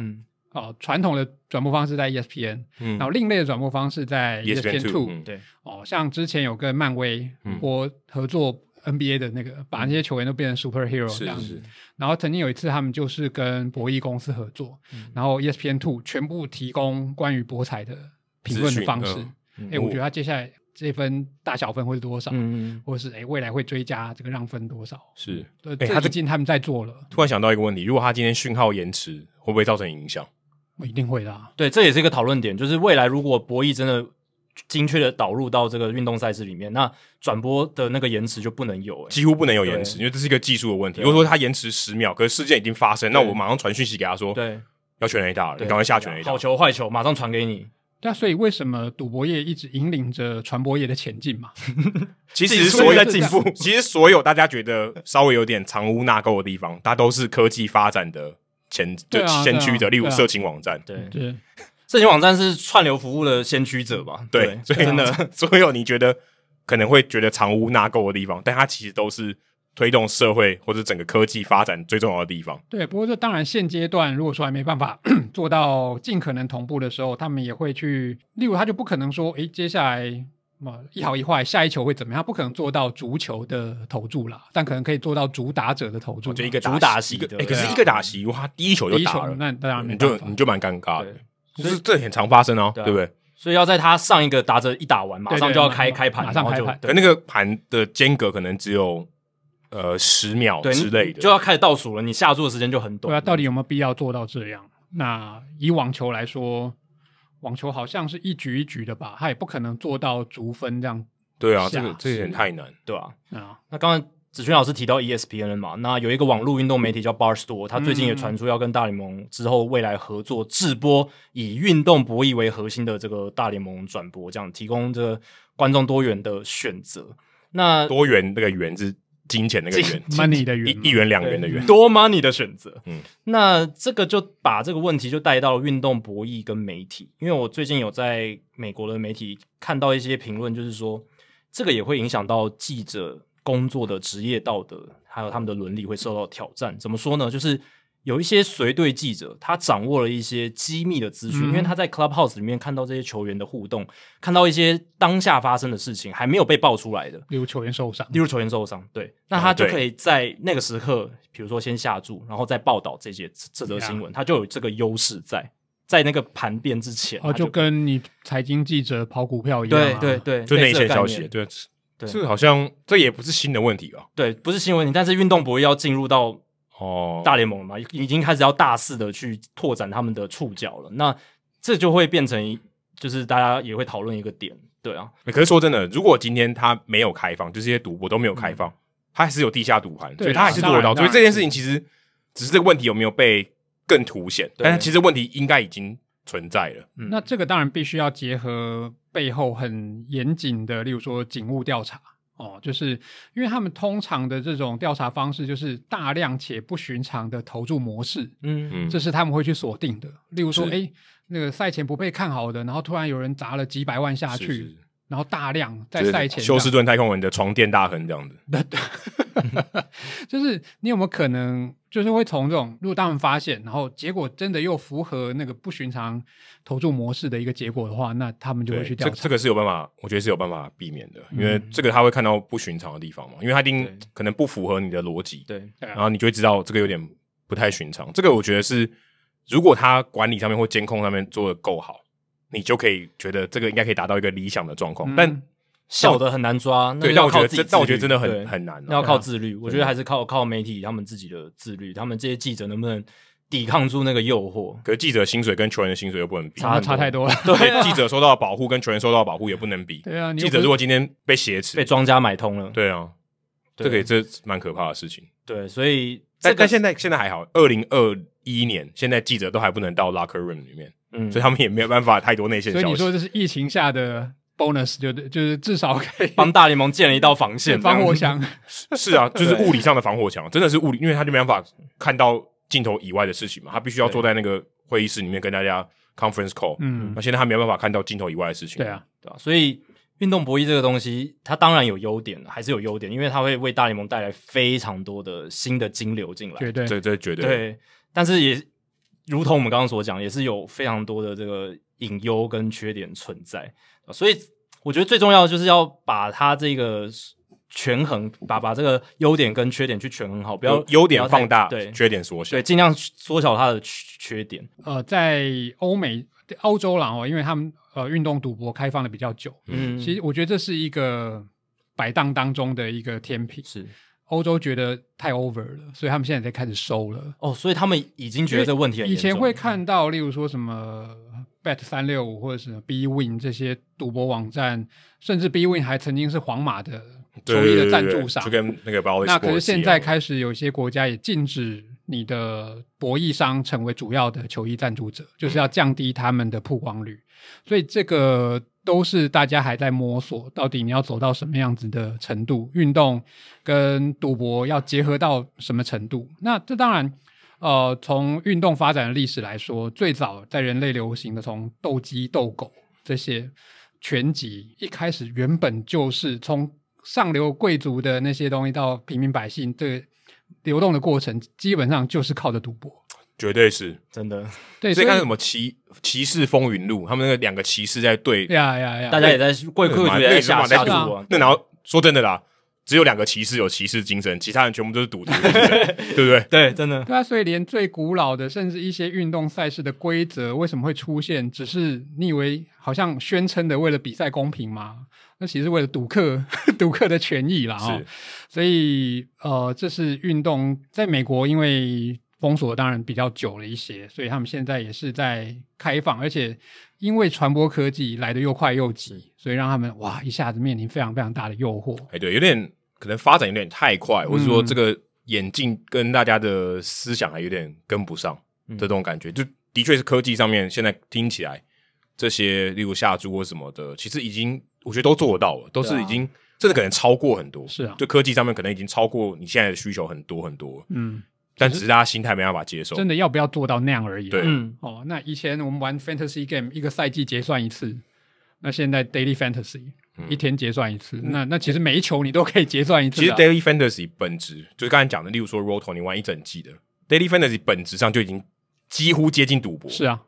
Speaker 3: 哦、
Speaker 1: 嗯，
Speaker 3: 传统的转播方式在 E ESPN，、
Speaker 2: 嗯
Speaker 3: 然后另类的转播方式在 E
Speaker 2: ESPN
Speaker 3: ESPN
Speaker 2: Two，
Speaker 3: Two，、
Speaker 2: 嗯
Speaker 1: 对，
Speaker 3: 哦，像之前有跟漫威
Speaker 2: 嗯
Speaker 3: 播合作 NBA 的那个，把那些球员都变成 superhero 这
Speaker 2: 是
Speaker 3: 样子。
Speaker 2: 是，
Speaker 3: 然后曾经有一次，他们就是跟博弈公司合作，
Speaker 2: 嗯
Speaker 3: 然后 E ESPN Two 全部提供关于博彩的评论的方式
Speaker 2: 资讯。
Speaker 1: 嗯
Speaker 3: 哎、我觉得他接下来这分大小分会是多少，
Speaker 1: 嗯，
Speaker 3: 或者是哎未来会追加这个让分多少？
Speaker 2: 是。
Speaker 3: 呃，
Speaker 2: 哎他
Speaker 3: 这
Speaker 2: 这
Speaker 3: 最近他们在做了，
Speaker 2: 突然想到一个问题，如果他今天讯号延迟，会不会造成影响？
Speaker 3: 我一定会的、啊。
Speaker 1: 对，这也是一个讨论点，就是未来如果博弈真的精确的导入到这个运动赛事里面，那转播的那个延迟就不能有、欸。
Speaker 2: 几乎不能有延迟，
Speaker 1: 对
Speaker 2: 因为这是一个技术的问题。
Speaker 1: 对啊
Speaker 2: 如果说他延迟十秒，可是事件已经发生，那我马上传讯息给他说
Speaker 1: 对，
Speaker 2: 要全 A 打了，
Speaker 1: 对啊
Speaker 2: 你赶快下全 A 打
Speaker 1: 好。球坏球马上传给你。
Speaker 3: 对啊，所以为什么赌博业一直引领着传播业的前进嘛？
Speaker 2: 其
Speaker 1: 技
Speaker 2: 实
Speaker 1: 术
Speaker 2: 所有
Speaker 1: 在进步
Speaker 2: 其实所有大家觉得稍微有点藏污纳垢的地方，它都是科技发展的前
Speaker 3: 对
Speaker 2: 就
Speaker 3: 啊
Speaker 2: 先驱者，
Speaker 3: 对啊
Speaker 2: 例如
Speaker 3: 对啊
Speaker 2: 色情网站。
Speaker 1: 对，
Speaker 3: 对，
Speaker 1: 社群网站是串流服务的先驱者吧？
Speaker 2: 对，所以
Speaker 1: 真的，
Speaker 2: 所有你觉得可能会觉得藏污纳垢的地方，但它其实都是推动社会或者整个科技发展最重要的地方。
Speaker 3: 对，不过这当然现阶段，如果说还没办法 做到尽可能同步的时候，他们也会去，例如他就不可能说，诶，接下来嘛一好一坏，下一球会怎么样？他不可能做到足球的投注啦，但可能可以做到主打者的投注
Speaker 2: 我哦
Speaker 3: 啦。
Speaker 2: 就一个
Speaker 1: 主嗯打
Speaker 2: 席
Speaker 1: 席
Speaker 2: 一个，
Speaker 1: 对
Speaker 2: 哎、
Speaker 1: 不
Speaker 2: 可
Speaker 1: 对
Speaker 2: 是一个打席，哇，第一球
Speaker 3: 第
Speaker 2: 就
Speaker 3: 一
Speaker 2: 打
Speaker 3: 球，
Speaker 2: 了，
Speaker 3: 那当然没
Speaker 2: 你
Speaker 3: 办
Speaker 2: 就
Speaker 3: 法
Speaker 2: 你就蛮尴尬的
Speaker 3: 对，
Speaker 2: 就是这很常发生哦，
Speaker 1: 对啊
Speaker 2: 对不对？
Speaker 1: 所以要在他上一个打者一打完，马
Speaker 3: 对
Speaker 1: 上
Speaker 3: 对
Speaker 1: 就要
Speaker 3: 马
Speaker 1: 开
Speaker 3: 马
Speaker 1: 开盘，
Speaker 3: 马上
Speaker 1: 然后
Speaker 3: 开
Speaker 1: 就
Speaker 3: 盘
Speaker 2: 可
Speaker 1: 对
Speaker 2: 那个盘的间隔可能只有呃十秒
Speaker 1: 对
Speaker 2: 之类
Speaker 1: 你就
Speaker 2: 的，
Speaker 1: 要开始倒数了，你下注的时间就很短。
Speaker 3: 对啊，到底有没有必要做到这样？那以网球来说，网球好像是一局一局的吧，他也不可能做到足分这样
Speaker 2: 对啊，这
Speaker 3: 下
Speaker 2: 个这个有点太难。
Speaker 1: 对啊？
Speaker 3: 啊。
Speaker 1: 那刚才子轩老师提到 E ESPN 了嘛，那有一个网络运动媒体叫 Barstool，他最近也传
Speaker 3: 嗯
Speaker 1: 出要跟大联盟之后未来合作制播以运动博弈为核心的这个大联盟转播，这样提供这个观众多元的选择。那
Speaker 2: 多元那个元是金钱那个元，
Speaker 3: money 的
Speaker 2: 一
Speaker 3: 元嘛
Speaker 2: 一元两元的元，
Speaker 1: 多 money 的选择。嗯
Speaker 2: 嗯，
Speaker 1: 那这个就把这个问题就带到了运动博弈跟媒体，因为我最近有在美国的媒体看到一些评论，就是说这个也会影响到记者工作的职业道德，还有他们的伦理会受到挑战。怎么说呢？就是。有一些随队记者，他掌握了一些机密的资讯，
Speaker 3: 嗯
Speaker 1: 因为他在 Clubhouse 里面看到这些球员的互动，看到一些当下发生的事情还没有被爆出来的，
Speaker 3: 例如球员受伤，
Speaker 1: 例如球员受伤，对，那他就
Speaker 2: 哦对
Speaker 1: 可以在那个时刻，比如说先下注，然后再报道这些这这则新闻，他就有这个优势在，在那个盘变之前，
Speaker 3: 哦，
Speaker 1: 他就
Speaker 3: 就跟你财经记者跑股票一样、
Speaker 1: 对
Speaker 3: 啊，
Speaker 1: 对对，
Speaker 2: 就
Speaker 1: 类
Speaker 2: 内
Speaker 1: 似的
Speaker 2: 线
Speaker 1: 概
Speaker 2: 消
Speaker 1: 念
Speaker 2: 息，对，
Speaker 1: 对
Speaker 2: 这这好像这也不是新的问题啊吧？
Speaker 1: 对，不是新闻，但是运动博弈要进入到
Speaker 2: 哦，
Speaker 1: 大联盟了嘛，已经开始要大肆的去拓展他们的触角了，那这就会变成一就是大家也会讨论一个点，对啊，
Speaker 2: 哎可是说真的，如果今天他没有开放，就这些赌博都没有开放，他还是有地下赌盘，
Speaker 3: 嗯对
Speaker 2: 所以他还是做得到。
Speaker 3: 当然
Speaker 2: 所
Speaker 3: 当
Speaker 2: 以
Speaker 3: 然
Speaker 2: 这件事情其实只是这个问题有没有被更凸显，
Speaker 1: 对
Speaker 2: 但是其实问题应该已经存在了。
Speaker 1: 嗯
Speaker 3: 那这个当然必须要结合背后很严谨的，例如说警务调查哦，就是因为他们通常的这种调查方式就是大量且不寻常的投注模式，
Speaker 1: 嗯
Speaker 2: 嗯，
Speaker 3: 这是他们会去锁定的。例如说，
Speaker 2: 是
Speaker 3: 哎，那个赛前不被看好的，然后突然有人砸了几百万下
Speaker 2: 是
Speaker 3: 去，
Speaker 2: 是是
Speaker 3: 然后大量在
Speaker 2: 就是
Speaker 3: 赛前这
Speaker 2: 休
Speaker 3: 样
Speaker 2: 斯顿太空人的床垫大亨这样子，
Speaker 3: 就是你有没有可能，就是会从这种，如果他们发现，然后结果真的又符合那个不寻常投注模式的一个结果的话，那他们就会去
Speaker 2: 对，
Speaker 3: 调
Speaker 2: 这
Speaker 3: 查。
Speaker 2: 这个是有办法，我觉得是有办法避免的，因为
Speaker 3: 嗯
Speaker 2: 这个他会看到不寻常的地方嘛，因为他一定
Speaker 1: 对
Speaker 2: 可能不符合你的逻辑，
Speaker 1: 对，
Speaker 3: 对啊
Speaker 2: 然后你就会知道这个有点不太寻常。这个我觉得是，如果他管理上面或监控上面做的够好，你就可以觉得这个应该可以达到一个理想的状况。
Speaker 3: 嗯
Speaker 2: 但
Speaker 1: 小的很难抓，那
Speaker 2: 对，但
Speaker 1: 要
Speaker 2: 我觉
Speaker 1: 靠
Speaker 2: 得
Speaker 1: 自己
Speaker 2: 这
Speaker 1: 自，律，
Speaker 2: 但我觉得真的
Speaker 1: 对
Speaker 2: 很很难、啊。
Speaker 1: 那要靠自律，我觉得还是靠靠媒体他们自己的自律，他们这些记者能不能抵抗住那个诱惑？
Speaker 2: 可是记者薪水跟球员的薪水又不能比，
Speaker 3: 差差太多了。
Speaker 2: 对、 记者受到的保护跟球员受到的保护也不能比。
Speaker 3: 对啊，你又
Speaker 2: 记者
Speaker 3: 不是
Speaker 2: 如果今天被挟持
Speaker 1: 被，庄家买通了，
Speaker 2: 对啊，这个
Speaker 1: 对
Speaker 2: 也这蛮可怕的事情。
Speaker 1: 对，所以
Speaker 2: 但、
Speaker 1: 这
Speaker 2: 但
Speaker 1: 个
Speaker 2: 现在现在还好，二零二一年现在记者都还不能到 locker room 里面，
Speaker 1: 嗯
Speaker 2: 所以他们也没有办法太多内线消
Speaker 3: 所
Speaker 2: 息。
Speaker 3: 以你说这是疫情 下的 bonus，就就是至少可以
Speaker 1: 帮大联盟建了一道防线，
Speaker 3: 防火
Speaker 1: 这样
Speaker 3: 墙。
Speaker 2: 是 啊，就是物理上的防火墙，真的是物理，因为他就没办法看到镜头以外的事情嘛，他必须要坐在那个会议室里面跟大家 conference call。
Speaker 3: 嗯
Speaker 2: 那，现在他没有办法看到镜头以外的事情。
Speaker 3: 对，啊，
Speaker 1: 对吧、所以运动博弈这个东西，它当然有优点，还是有优点，因为它会为大联盟带来非常多的新的金流进来，
Speaker 3: 绝对。
Speaker 2: 这这绝对
Speaker 1: 对，但是也如同我们刚刚所讲，也是有非常多的这个隐忧跟缺点存在，呃所以我觉得最重要的就是要把它这个权衡，把把这个优点跟缺点去权衡好，不要
Speaker 2: 优优
Speaker 1: 不
Speaker 2: 点
Speaker 1: 要太
Speaker 2: 放大，
Speaker 1: 对
Speaker 2: 缺点缩小
Speaker 1: 对，。尽量缩小它的缺缺点，
Speaker 3: 呃，在欧美、欧洲啦哦，因为他们呃运动赌博开放的比较久，
Speaker 1: 嗯，
Speaker 3: 其实我觉得这是一个摆荡当中的一个天平。
Speaker 1: 是
Speaker 3: 欧洲觉得太 over 了，所以他们现在才开始收了。
Speaker 1: 哦，所以他们已经觉得这个问题很
Speaker 3: 以
Speaker 1: 严重
Speaker 3: 前会看到，例如说什么 Bet 三六五或者什么 B Win 这些赌博网站，甚至 B Win 还曾经是皇马的球
Speaker 2: 对对
Speaker 3: 衣的
Speaker 2: 对
Speaker 3: 赞
Speaker 2: 对
Speaker 3: 助商
Speaker 2: 就。跟那个 b a l l
Speaker 3: 那可是现在开始有一些国家也禁止你的博弈商成为主要的球衣赞助者，就是要降低他们的曝光率。所以这个都是大家还在摸索，到底你要走到什么样子的程度，运动跟赌博要结合到什么程度？那这当然。呃，从运动发展的历史来说，最早在人类流行的从斗鸡、斗狗这些拳击，一开始原本就是从上流贵族的那些东西到平民百姓，这个流动的过程，基本上就是靠着赌博。
Speaker 2: 绝对是。
Speaker 1: 真的，
Speaker 3: 对，
Speaker 2: 所
Speaker 3: 所
Speaker 2: 以
Speaker 3: 以
Speaker 2: 看什么骑骑士风云录，他们那个两个骑士在对，
Speaker 3: 呀呀呀，
Speaker 1: 大家也在贵客觉
Speaker 2: 那个
Speaker 1: 得
Speaker 2: 蛮
Speaker 1: 下
Speaker 2: 那个
Speaker 1: 下
Speaker 2: 蛮
Speaker 1: 注
Speaker 2: 在
Speaker 3: 赌
Speaker 1: 啊，
Speaker 2: 那然后说真的啦，只有两个骑士有骑士精神，其他人全部都是赌徒，对不 对？
Speaker 1: 对，真的，
Speaker 3: 对啊，所以连最古老的，甚至一些运动赛事的规则为什么会出现？只是你以为好像宣称的为了比赛公平吗？那其实为了赌客 赌客的权益啦、哦
Speaker 2: 是。
Speaker 3: 所以呃，这是运动在美国因为封锁当然比较久了一些，所以他们现在也是在开放，而且因为传播科技来的又快又急，所以让他们哇一下子面临非常非常大的诱惑。
Speaker 2: 哎，对，有点可能发展有点太快，或者说
Speaker 3: 嗯
Speaker 2: 这个眼镜跟大家的思想还有点跟不上
Speaker 1: 嗯
Speaker 2: 这种感觉，就的确是科技上面现在听起来这些，例如下注或什么的，其实已经我觉得都做得到了，都
Speaker 1: 对
Speaker 2: 是
Speaker 1: 啊
Speaker 2: 已经、甚至可能超过很多，
Speaker 3: 是啊
Speaker 2: 就科技上面可能已经超过你现在的需求很多很多了，
Speaker 3: 嗯，
Speaker 2: 但只是大家心态没办法接受，
Speaker 3: 真的要不要做到那样而已、
Speaker 2: 对
Speaker 1: 嗯，
Speaker 3: 哦，那以前我们玩 fantasy game 一个赛季结算一次，那现在 daily fantasy 一天结算一次，那那其实每一球你都可以结算一次
Speaker 2: 嗯其实
Speaker 3: 的啊、
Speaker 2: Daily Fantasy 本质就是刚才讲的，例如说 Roto，你玩一整季的 Daily Fantasy 本质上就已经几乎接近赌博，
Speaker 3: 是啊，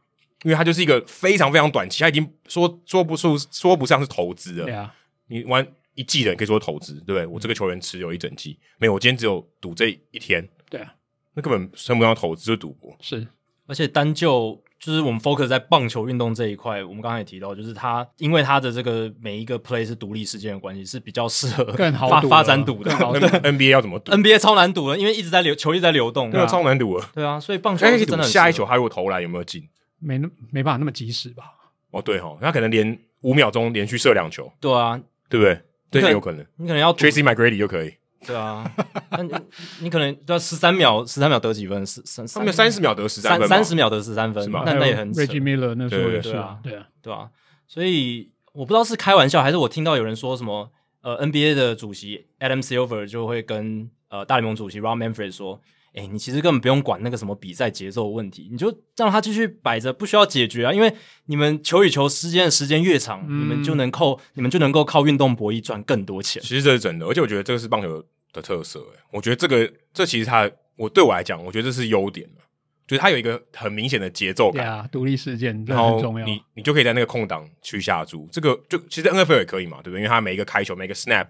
Speaker 2: 因为它就是一个非常非常短期，它已经说说不出说不上是投资了。
Speaker 3: 对啊，
Speaker 2: 你玩一季的，你可以说投资，对不对？我这个球员持有一整季，没有，我今天只有赌这一天，
Speaker 3: 对啊，
Speaker 2: 那根本称不上投资，就是赌博。
Speaker 3: 是
Speaker 1: 而且单就就是我们 focus 在棒球运动这一块，我们刚才也提到，就是它因为它的这个每一个 play 是独立事件的关系，是比较适合
Speaker 3: 更好
Speaker 1: 发
Speaker 3: 赌
Speaker 1: 发
Speaker 3: 了
Speaker 1: 展啊赌的啊
Speaker 3: 更。好 赌
Speaker 2: N NBA 要怎么赌？
Speaker 1: NBA 超难赌的，因为一直在流球一直在流动，啊
Speaker 2: 那个超难赌了。
Speaker 1: 对啊，所以棒球
Speaker 2: 现在可以
Speaker 1: 是真
Speaker 2: 赌
Speaker 1: 的很
Speaker 2: 下一
Speaker 1: 适合
Speaker 2: 球，他如果投篮有没有进？
Speaker 3: 没那没办法那么及时吧？
Speaker 2: 哦，对哈，他可能连五秒钟连续射两球，
Speaker 1: 对啊，
Speaker 2: 对不对？这
Speaker 1: 对
Speaker 2: 也有可能。
Speaker 1: 你可能要赌
Speaker 2: Tracy McGrady 就可以，
Speaker 1: 对啊，那你你可能要十三秒，十三秒得几分？十三
Speaker 2: 他
Speaker 1: 三
Speaker 2: 们有三十秒得十三
Speaker 1: 三
Speaker 2: 分，
Speaker 1: 三十，秒得十三
Speaker 2: 是
Speaker 1: 分，
Speaker 2: 吗
Speaker 1: 那那也很扯
Speaker 3: Reggie Miller 那时候
Speaker 2: 对
Speaker 3: 也是啊，
Speaker 1: 对
Speaker 3: 对啊，
Speaker 1: 对啊，所以我不知道是开玩笑，还是我听到有人说什么，呃，NBA 的主席 Adam Silver 就会跟呃大联盟主席 Ron Manfred 说，哎、你其实根本不用管那个什么比赛节奏问题，你就让他继续摆着，不需要解决啊，因为你们球与球之间的时间越长，
Speaker 3: 嗯
Speaker 1: 你们就能扣，你们就能够靠运动博弈赚更多钱。
Speaker 2: 其实这是真的，而且我觉得这个是棒球的特色、欸。我觉得这个这其实它，我对我来讲，我觉得这是优点啊就是它有一个很明显的节奏
Speaker 3: 对
Speaker 2: 感，
Speaker 3: 啊，独立事件这
Speaker 2: 然
Speaker 3: 很
Speaker 2: 后
Speaker 3: 重要。啊
Speaker 2: 你你就可以在那个空档去下注。这个就其实 N F L 也可以嘛，对不对？因为它每一个开球，每一个 snap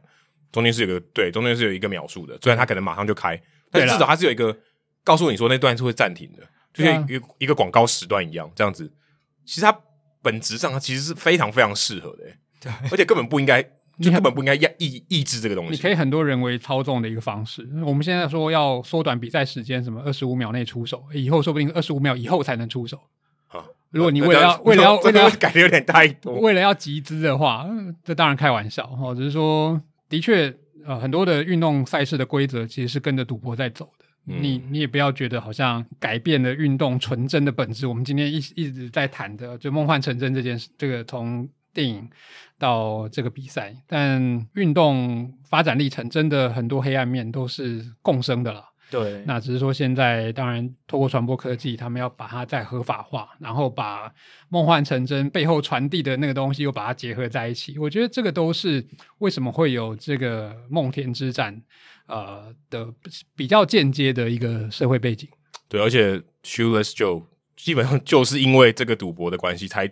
Speaker 2: 中间是有一个对，中间是有一个秒数的，虽然它可能马上就开，但
Speaker 3: 对
Speaker 2: 至
Speaker 3: 啦
Speaker 2: 少它是有一个告诉你说那段是会暂停的，就
Speaker 3: 对啊
Speaker 2: 像一个一个广告时段一样，这样子。其实它本质上它其实是非常非常适合的、欸，对，而且根本不应该。就
Speaker 3: 你
Speaker 2: 根
Speaker 3: 很
Speaker 2: 本不应该压抑抑制这个东西，
Speaker 3: 你可以很多人为操纵的一个方式。我们现在说要缩短比赛时间，什么二十五秒内出手，以后说不定二十五秒以后才能出手。
Speaker 2: 啊，
Speaker 3: 如果你为了要为了要为了要
Speaker 2: 改的有点太多，
Speaker 3: 为了要集资的话，嗯这当然开玩笑哦，只是说的确，呃，很多的运动赛事的规则其实是跟着赌博在走的。
Speaker 2: 嗯
Speaker 3: 你你也不要觉得好像改变了运动纯真的本质。我们今天一一直在谈的，就梦幻成真这件事，这个从电影到这个比赛，但运动发展历程真的很多黑暗面都是共生的啦。
Speaker 1: 对，
Speaker 3: 那只是说现在当然透过传播科技，他们要把它再合法化，然后把梦幻成真背后传递的那个东西又把它结合在一起。我觉得这个都是为什么会有这个梦田之战，呃的比较间接的一个社会背景。
Speaker 2: 对，而且 Shoeless Joe 基本上 就是因为这个赌博的关系，才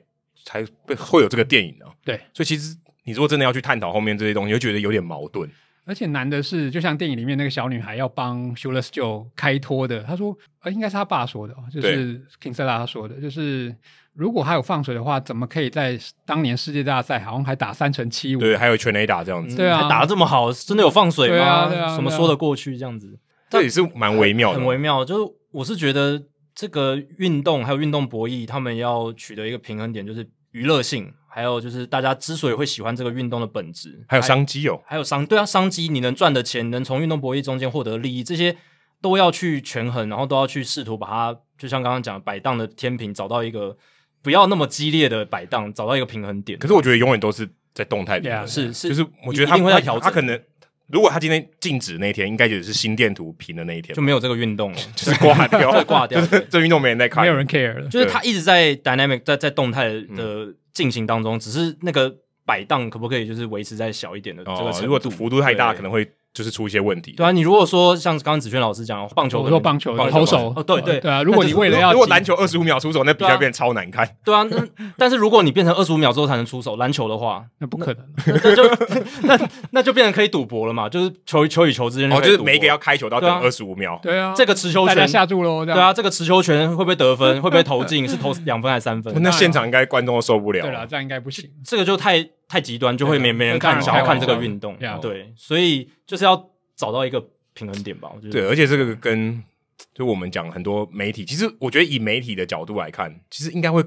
Speaker 2: 才被会有这个电影啊。
Speaker 3: 对，
Speaker 2: 所以其实你如果真的要去探讨后面这些东西，你会觉得有点矛盾。
Speaker 3: 而且难的是，就像电影里面那个小女孩要帮 s h u l e s Joe 开脱的，她说，呃，应该是她爸说的哦，就是 Kinsella 说的，就是如果她有放水的话，怎么可以在当年世界大赛好像还打三成七五？
Speaker 2: 对，还有全 A 打这样子，
Speaker 3: 嗯对啊
Speaker 1: 嗯还打的这么好，真的有放水吗？
Speaker 3: 对啊对啊
Speaker 1: 什么
Speaker 3: 对啊
Speaker 1: 说得过去这样子？
Speaker 2: 这也是蛮微妙的
Speaker 1: 很。微妙。就是我是觉得这个运动还有运动博弈，他们要取得一个平衡点，就是娱乐性，还有就是大家之所以会喜欢这个运动的本质，
Speaker 2: 还有商机哦，
Speaker 1: 还有商对啊商机，你能赚的钱，能从运动博弈中间获得的利益，这些都要去权衡，然后都要去试图把它，就像刚刚讲的摆荡的天平，找到一个不要那么激烈的摆荡，找到一个平衡点。
Speaker 2: 可是我觉得永远都是在动态里面
Speaker 3: Yeah，
Speaker 1: 是是
Speaker 2: 就是我觉得他
Speaker 1: 一定会在
Speaker 2: 他
Speaker 1: 调整
Speaker 2: 他可能。如果他今天禁止那一天，应该也是心电图平的那一天
Speaker 1: 就，没有这个运动了，
Speaker 2: 就是挂 掉，
Speaker 1: 挂掉
Speaker 2: 就是这运动没人在看，
Speaker 3: 没有人 care 了。
Speaker 1: 就是它一直在 dynamic 在在动态
Speaker 2: 嗯
Speaker 1: 的进行当中，只是那个摆荡可不可以就是维持在小一点的这个
Speaker 2: 哦
Speaker 1: 程，度？
Speaker 2: 如果幅度太大，
Speaker 1: 对
Speaker 2: 可能会就是出一些问题。
Speaker 1: 对啊，你如果说像刚刚子轩老师讲棒球
Speaker 3: 我
Speaker 1: 的，
Speaker 3: 说棒球的投手
Speaker 1: 哦，对对
Speaker 3: 对啊，如果你为了
Speaker 2: 如
Speaker 3: 要
Speaker 2: 果如果
Speaker 3: 挤
Speaker 2: 篮球二十五秒出手，那比
Speaker 1: 对
Speaker 2: 赛
Speaker 1: 啊
Speaker 2: 变超难看。
Speaker 1: 对啊，那但是如果你变成二十五秒之后才能出手，篮球的话，
Speaker 3: 那不可能，啊
Speaker 1: 那就那那就变成可以赌博了嘛，就是球球与球之间
Speaker 2: 哦，
Speaker 1: 可
Speaker 2: 就
Speaker 1: 以
Speaker 2: 是
Speaker 1: 赌博
Speaker 2: 每一个要开球都要
Speaker 1: 对
Speaker 2: 等
Speaker 1: 啊
Speaker 2: 二十五秒。
Speaker 3: 对 啊，
Speaker 1: 这个持球
Speaker 3: 大
Speaker 1: 权
Speaker 3: 家下注喽，这
Speaker 1: 对
Speaker 3: 样
Speaker 1: 啊，，这个持球权会不会得 分，会不会投进，是投两分还是三分？
Speaker 2: 那现场应该观众都受不了
Speaker 1: 啊
Speaker 3: 对
Speaker 2: 了
Speaker 3: 了，。这样应该不行。
Speaker 1: 这个就太太极端，就会没没人
Speaker 3: 当
Speaker 1: 看，
Speaker 3: 然
Speaker 1: 想要
Speaker 3: 开
Speaker 1: 看
Speaker 3: 玩
Speaker 1: 这个
Speaker 3: 笑
Speaker 1: 运动
Speaker 3: Yeah。
Speaker 1: 对，所以就是要找到一个平衡点吧。我觉得
Speaker 2: 对，而且这个跟就我们讲很多媒体，其实我觉得以媒体的角度来看，其实应该会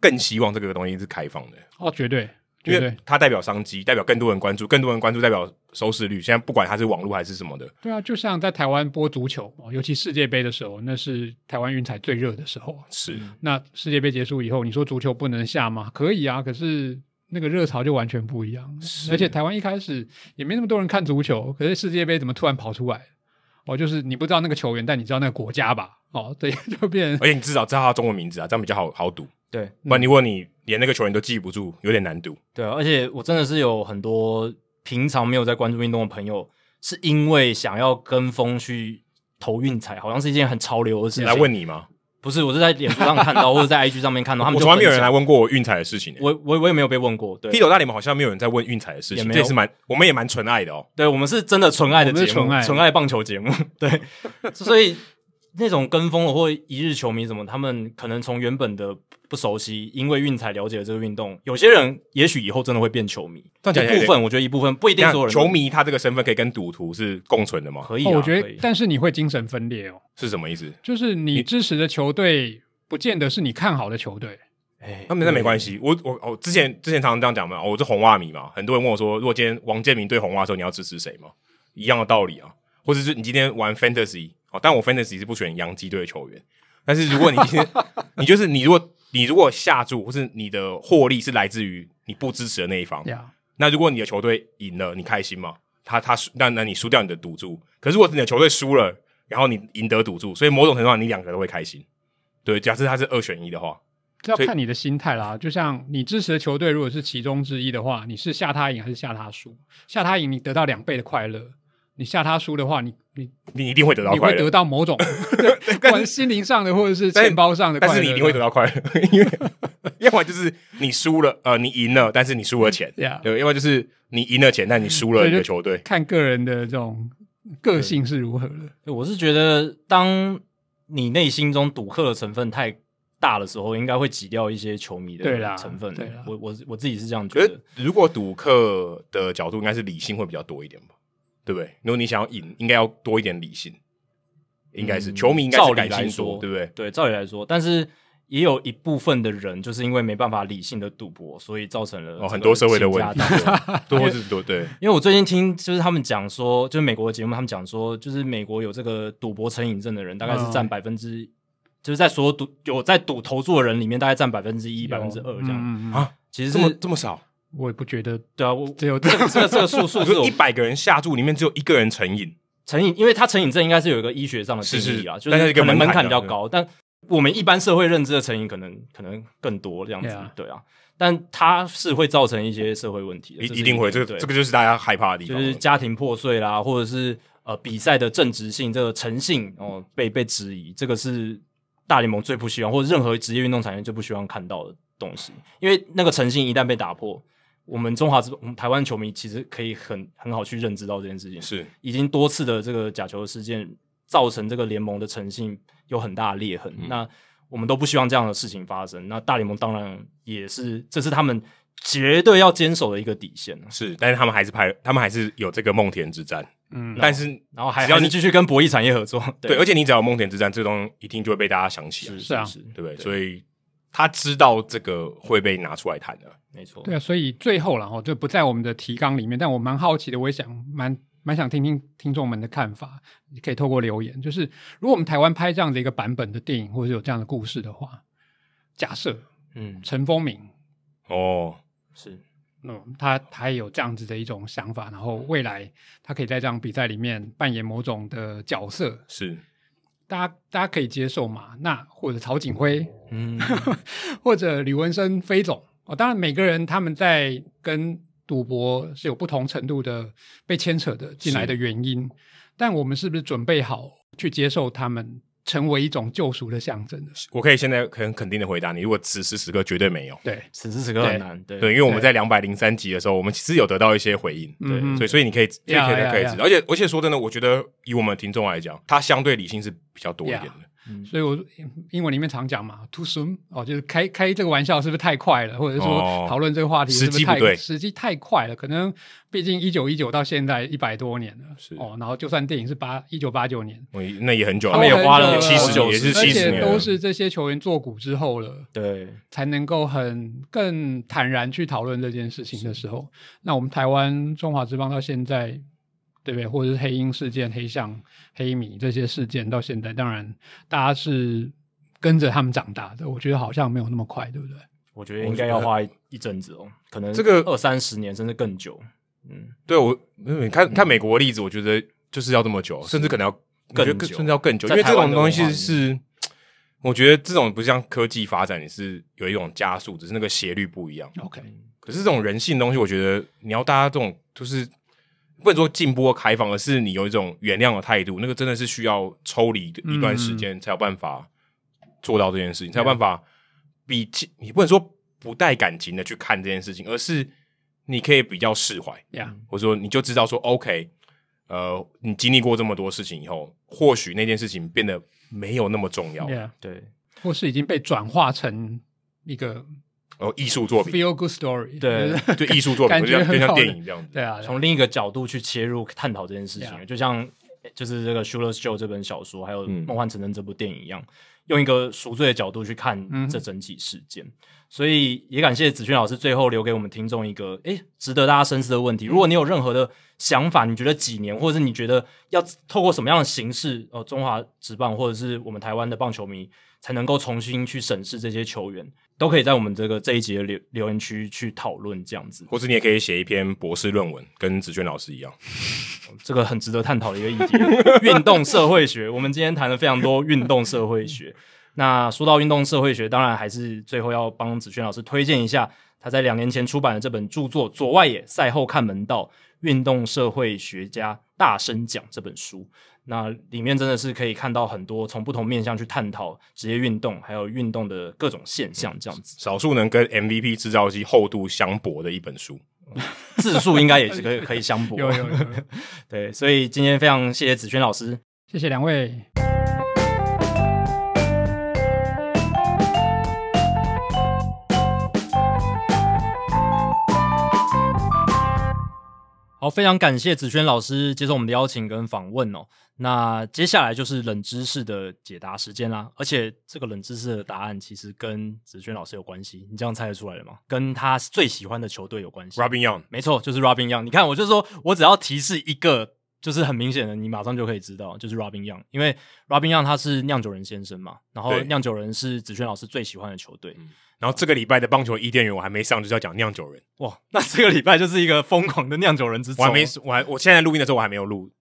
Speaker 2: 更希望这个东西是开放的，
Speaker 3: 哦，绝对，绝
Speaker 2: 因
Speaker 3: 对
Speaker 2: 为，它代表商机，代表更多人关注，更多人关注代表收视率。现在不管它是网络还是什么的，
Speaker 3: 对啊，就像在台湾播足球，哦尤其世界杯的时候，那是台湾运彩最热的时候。啊
Speaker 2: 是
Speaker 1: 嗯
Speaker 3: 那世界杯结束以后，你说足球不能下吗？可以啊，可是那个热潮就完全不一样。而且台湾一开始也没那么多人看足球，可是世界杯怎么突然跑出来？哦，就是你不知道那个球员，但你知道那个国家吧？哦，对，就变
Speaker 2: 而且你至少知道它中文名字啊，这样比较好好赌。
Speaker 1: 对
Speaker 2: 不然如果你连那个球员都记不住，有点难赌。
Speaker 1: 对啊，而且我真的是有很多平常没有在关注运动的朋友，是因为想要跟风去投运彩，好像是一件很潮流的事情。
Speaker 2: 来问你吗？
Speaker 1: 不是，我是在脸书上看到，或者在 IG 上面看到，他们
Speaker 2: 我
Speaker 1: 就
Speaker 2: 从来没有人
Speaker 1: 分
Speaker 2: 来
Speaker 1: 享
Speaker 2: 问过我运彩的事情、欸。
Speaker 1: 我我我也没有被问过，对
Speaker 2: 啤酒大联盟好像没有人在问运彩的事
Speaker 1: 也
Speaker 2: 情，
Speaker 1: 没有
Speaker 2: 这也是蛮我们也蛮纯爱的哦。
Speaker 1: 对，我们是真的纯爱的节
Speaker 3: 我
Speaker 1: 目，
Speaker 3: 们是纯爱
Speaker 1: 棒球节目，对， 所以那种跟风的或一日球迷什么，他们可能从原本的不熟悉，因为运才了解了这个运动，有些人也许以后真的会变球迷，
Speaker 2: 但讲起来
Speaker 1: 一部分我觉得一部分不一定
Speaker 2: 那
Speaker 1: 所有人都
Speaker 2: 球迷他这个身份可以跟赌徒是共存的吗？
Speaker 1: 可以、啊
Speaker 3: 哦，我觉
Speaker 1: 可
Speaker 3: 得
Speaker 1: 以，
Speaker 3: 但是你会精神分裂哦。
Speaker 2: 是什么意思？
Speaker 3: 就是你支持的球队，不见得是你看好的球队。
Speaker 1: 哎
Speaker 2: 那没那没关系，我我我之前之前常常这样讲嘛，哦我是红袜迷嘛，很多人问我说，如果今天王建民对红袜的时候，你要支持谁嘛？一样的道理啊，或者是你今天玩 fantasy 哦，但我 fantasy 是不选洋基队的球员，但是如果你 今天你就是你如果你如果下注或是你的获利是来自于你不支持的那一方，
Speaker 3: 呀，
Speaker 2: 那如果你的球队赢了，你开心吗？他他输，那那你输掉你的赌注，可是如果你的球队输了，然后你赢得赌注，所以某种程度上你两个都会开心。对，假设他是二选一的话，
Speaker 3: 这要
Speaker 2: 所以
Speaker 3: 看你的心态啦。就像你支持的球队，如果是其中之一的话，你是下他赢还是下他输？下他赢，你得到两倍的快乐；你下他输的话，你你
Speaker 2: 你一定会得到
Speaker 3: 你
Speaker 2: 快
Speaker 3: 会
Speaker 2: 乐
Speaker 3: 得，到 某种，对不管是心灵上的或者是
Speaker 2: 但是
Speaker 3: 钱包上的快
Speaker 2: 但
Speaker 3: 乐，
Speaker 2: 是你一定会得到快乐， 因为要么就是你输了，呃，你赢了，但是你输了钱
Speaker 3: Yeah
Speaker 2: 对，要么就是你赢了钱，但你输了
Speaker 3: 对
Speaker 2: 你的
Speaker 3: 就
Speaker 2: 球队。
Speaker 3: 看个人的这种个性是如何的。
Speaker 1: 对我是觉得，当你内心中赌客的成分太大的时候，应该会挤掉一些球迷
Speaker 3: 对啦
Speaker 1: 的成分的
Speaker 3: 对啦
Speaker 1: 我我我自己是这样觉
Speaker 2: 可
Speaker 1: 得
Speaker 2: 是，如果赌客的角度，应该是理性会比较多一点吧，对不对？如果你想要赢，应该要多一点理性，应该是、
Speaker 1: 嗯
Speaker 2: 球迷应该
Speaker 1: 照
Speaker 2: 是
Speaker 1: 理
Speaker 2: 感
Speaker 1: 来
Speaker 2: 性
Speaker 1: 说
Speaker 2: 多，对不对？
Speaker 1: 对，照理来说，但是也有一部分的人就是因为没办法理性的赌博，所以造成了
Speaker 2: 哦
Speaker 1: 这个
Speaker 2: 很多社会的问题
Speaker 1: 倾家荡产。
Speaker 2: 多或是多对，
Speaker 1: 因为我最近听就是他们讲说，就是美国的节目，他们讲说，就是美国有这个赌博成瘾症的人，大概是占
Speaker 3: 嗯
Speaker 1: 百分之，就是在所有赌有在赌投注的人里面，大概占百分之一、百分之二这样。
Speaker 3: 嗯嗯嗯
Speaker 2: 啊
Speaker 1: 其实
Speaker 2: 这么
Speaker 1: 是
Speaker 2: 这么少，
Speaker 3: 我也不觉得
Speaker 1: 对啊，我
Speaker 3: 只有
Speaker 1: 这个这个这个 数数
Speaker 2: 我
Speaker 1: 是有
Speaker 2: 说一百个人下注里面只有一个人成瘾，
Speaker 1: 成瘾，因为它成瘾症应该是有一个医学上的定义啊，
Speaker 2: 是
Speaker 1: 就
Speaker 2: 是但是
Speaker 1: 是
Speaker 2: 一个
Speaker 1: 可能门
Speaker 2: 门槛
Speaker 1: 槛比
Speaker 2: 的
Speaker 1: 较高，但我们一般社会认知的成瘾可能可能更多这样子
Speaker 3: Yeah
Speaker 1: 对啊，但它是会造成一些社会问题的，
Speaker 2: 一
Speaker 1: 这是
Speaker 2: 一定会，这
Speaker 1: 对
Speaker 2: 个这个就是大家害怕的地
Speaker 1: 就
Speaker 2: 方了。
Speaker 1: 是家庭破碎啦，或者是呃比赛的正直性、这个诚信哦被被质疑，这个是大联盟最不希望，或者任何职业运动产业最不希望看到的东西，因为那个诚信一旦被打破。我们中华之，我们台湾球迷其实可以很很好去认知到这件事情，
Speaker 2: 是
Speaker 1: 已经多次的这个假球事件造成这个联盟的诚信有很大的裂痕。
Speaker 2: 嗯
Speaker 1: 那我们都不希望这样的事情发生。那大联盟当然也是，这是他们绝对要坚守的一个底线。
Speaker 2: 是，但是他们还是拍，他们还是有这个梦田之战，
Speaker 3: 嗯
Speaker 2: 但是
Speaker 1: 然后还
Speaker 2: 只要
Speaker 1: 还是
Speaker 2: 你
Speaker 1: 继续跟博弈产业合作，
Speaker 2: 对，而且你只要有梦田之战，这东西一定就会被大家想起来，
Speaker 1: 是
Speaker 3: 是啊
Speaker 1: 是
Speaker 2: 对不对？所以他知道这个会被拿出来谈的，
Speaker 1: 没错，
Speaker 3: 对啊，所以最后然后就不在我们的提纲里面，但我蛮好奇的，我也想蛮蛮想听听听众们的看法，你可以透过留言，就是如果我们台湾拍这样的一个版本的电影，或者有这样的故事的话，假设
Speaker 1: 嗯
Speaker 3: 陈风明，
Speaker 2: 哦，
Speaker 1: 是
Speaker 3: 嗯，他他也有这样子的一种想法，然后未来他可以在这样比赛里面扮演某种的角色，
Speaker 2: 是
Speaker 3: 大家大家可以接受嘛？那或者曹景辉，
Speaker 1: 嗯
Speaker 3: 或者吕文生、飞总哦，当然每个人他们在跟赌博是有不同程度的被牵扯的进来的原因，但我们是不是准备好去接受他们成为一种救赎的象征呢？
Speaker 2: 我可以现在很肯定的回答你，如果此时此刻绝对没有。
Speaker 3: 对，
Speaker 1: 此时此刻很难，对
Speaker 2: 对，因为我们在两百零三集的时候，我们其实有得到一些回应，
Speaker 1: 对
Speaker 3: 嗯
Speaker 2: 所以所以你可以，这可以
Speaker 3: Yeah,
Speaker 2: 可以
Speaker 3: yeah,
Speaker 2: 知道，而且而且说真的，我觉得以我们听众来讲，他相对理性是比较多一点的。
Speaker 1: 嗯
Speaker 3: 所以我英文里面常讲嘛，too soon 哦，就是开开这个玩笑是不是太快了，或者是
Speaker 2: 哦
Speaker 3: 说讨论这个话题
Speaker 2: 时
Speaker 3: 是不
Speaker 2: 机
Speaker 3: 是
Speaker 2: 不
Speaker 3: 太
Speaker 2: 对
Speaker 3: 时机太快了？可能毕竟一九一九到现在一百多年了，
Speaker 2: 是
Speaker 3: 哦，然后就算电影是八一九八九年，
Speaker 2: 我也那也很久了，
Speaker 3: 他们也花哦了
Speaker 2: 七十年，也是
Speaker 1: 90
Speaker 3: 而
Speaker 2: 七十
Speaker 3: 且
Speaker 2: 年
Speaker 3: 都
Speaker 2: 了，
Speaker 3: 是这些球员做股之后了。
Speaker 1: 对，
Speaker 3: 才能够很更坦然去讨论这件事情的时候，那我们台湾中华之邦到现在，对不对？或者是黑鹰事件、黑象、黑米这些事件到现在，当然大家是跟着他们长大的，我觉得好像没有那么快，对不对？
Speaker 1: 我觉得应该要花一一阵子哦，可能
Speaker 2: 这个
Speaker 1: 二三十年甚至更久，嗯，
Speaker 2: 对我，嗯你看看美国的例子，我觉得就是要这么久，甚至可能要我觉得
Speaker 1: 更久
Speaker 2: 甚至要更久，因
Speaker 1: 在
Speaker 2: 为这
Speaker 1: 台湾
Speaker 2: 种
Speaker 1: 的
Speaker 2: 东西
Speaker 1: 文化
Speaker 2: 是，我觉得这种不像科技发展，你是有一种加速，只是那个斜率不一样。
Speaker 3: OK，
Speaker 2: 可是这种人性的东西，我觉得你要大家这种就是不能说进步或开放，而是你有一种原谅的态度，那个真的是需要抽离一段时间才有办法做到这件事情，才有办法比起你不能说不带感情的去看这件事情，而是你可以比较释怀。
Speaker 3: 呀、
Speaker 2: 或者说你就知道说，OK，呃，你经历过这么多事情以后，或许那件事情变得没有那么重要
Speaker 3: yeah,，，Yeah，
Speaker 1: 对，
Speaker 3: 或是已经被转化成一个
Speaker 2: 哦，艺术作品
Speaker 3: feel good story，
Speaker 1: 对
Speaker 3: 就是
Speaker 2: 就艺术作品，
Speaker 3: 感
Speaker 2: 就
Speaker 3: 觉
Speaker 2: 像就
Speaker 3: 很
Speaker 2: 像
Speaker 3: 好的
Speaker 2: 电影这样子，
Speaker 3: 对啊，对啊
Speaker 1: 从另一个角度去切入探讨这件事情
Speaker 3: Yeah
Speaker 1: 就像呃就是这个《Shooter's Joe》这本小说，还有
Speaker 2: 嗯
Speaker 1: 《梦幻成真》这部电影一样，用一个赎罪的角度去看
Speaker 3: 嗯
Speaker 1: 这整起事件。所以也感谢子轩老师最后留给我们听众一个诶值得大家深思的问题。如果你有任何的想法，你觉得几年，或者是你觉得要透过什么样的形式，呃，中华职棒或者是我们台湾的棒球迷才能够重新去审视这些球员，都可以在我们这个这一集的留留言区去讨论这样子。
Speaker 2: 或者你也可以写一篇博士论文，跟子轩老师一样，
Speaker 1: 这个很值得探讨的一个议题，运动社会学。我们今天谈了非常多运动社会学。 那说到运动社会学，当然还是最后要帮子轩老师推荐一下他在两年前出版的这本著作《左外野赛后看门道：运动社会学家大声讲》这本书。那里面真的是可以看到很多从不同面向去探讨职业运动，还有运动的各种现象，这样子
Speaker 2: 少数能跟 MVP 制造机厚度相搏的一本书。
Speaker 1: 字数应该也是可以可以相驳。
Speaker 3: 有有有有，
Speaker 1: 对，所以今天非常谢谢子轩老师，
Speaker 3: 谢谢两位。
Speaker 1: 好，非常感谢子轩老师接受我们的邀请跟访问哦。那接下来就是冷知识的解答时间啦，而且这个冷知识的答案其实跟子轩老师有关系，你这样猜得出来了吗？跟他最喜欢的球队有关系。
Speaker 2: Robin Young，
Speaker 1: 没错，就是 Robin Young。你看，我就说我只要提示一个，就是很明显的，你马上就可以知道，就是 Robin Young，因为 Robin Young 他是酿酒人先生嘛，然后
Speaker 2: 对嗯
Speaker 1: 酿酒人是子轩老师最喜欢的球队。
Speaker 2: 然后这个礼拜的棒球伊甸园我还没上，就是要讲酿酒人，
Speaker 1: 哇，那这个礼拜就是一个疯狂的酿酒人之哦
Speaker 2: 我还没
Speaker 1: 走
Speaker 2: 我还我现在录音的时候我还没有录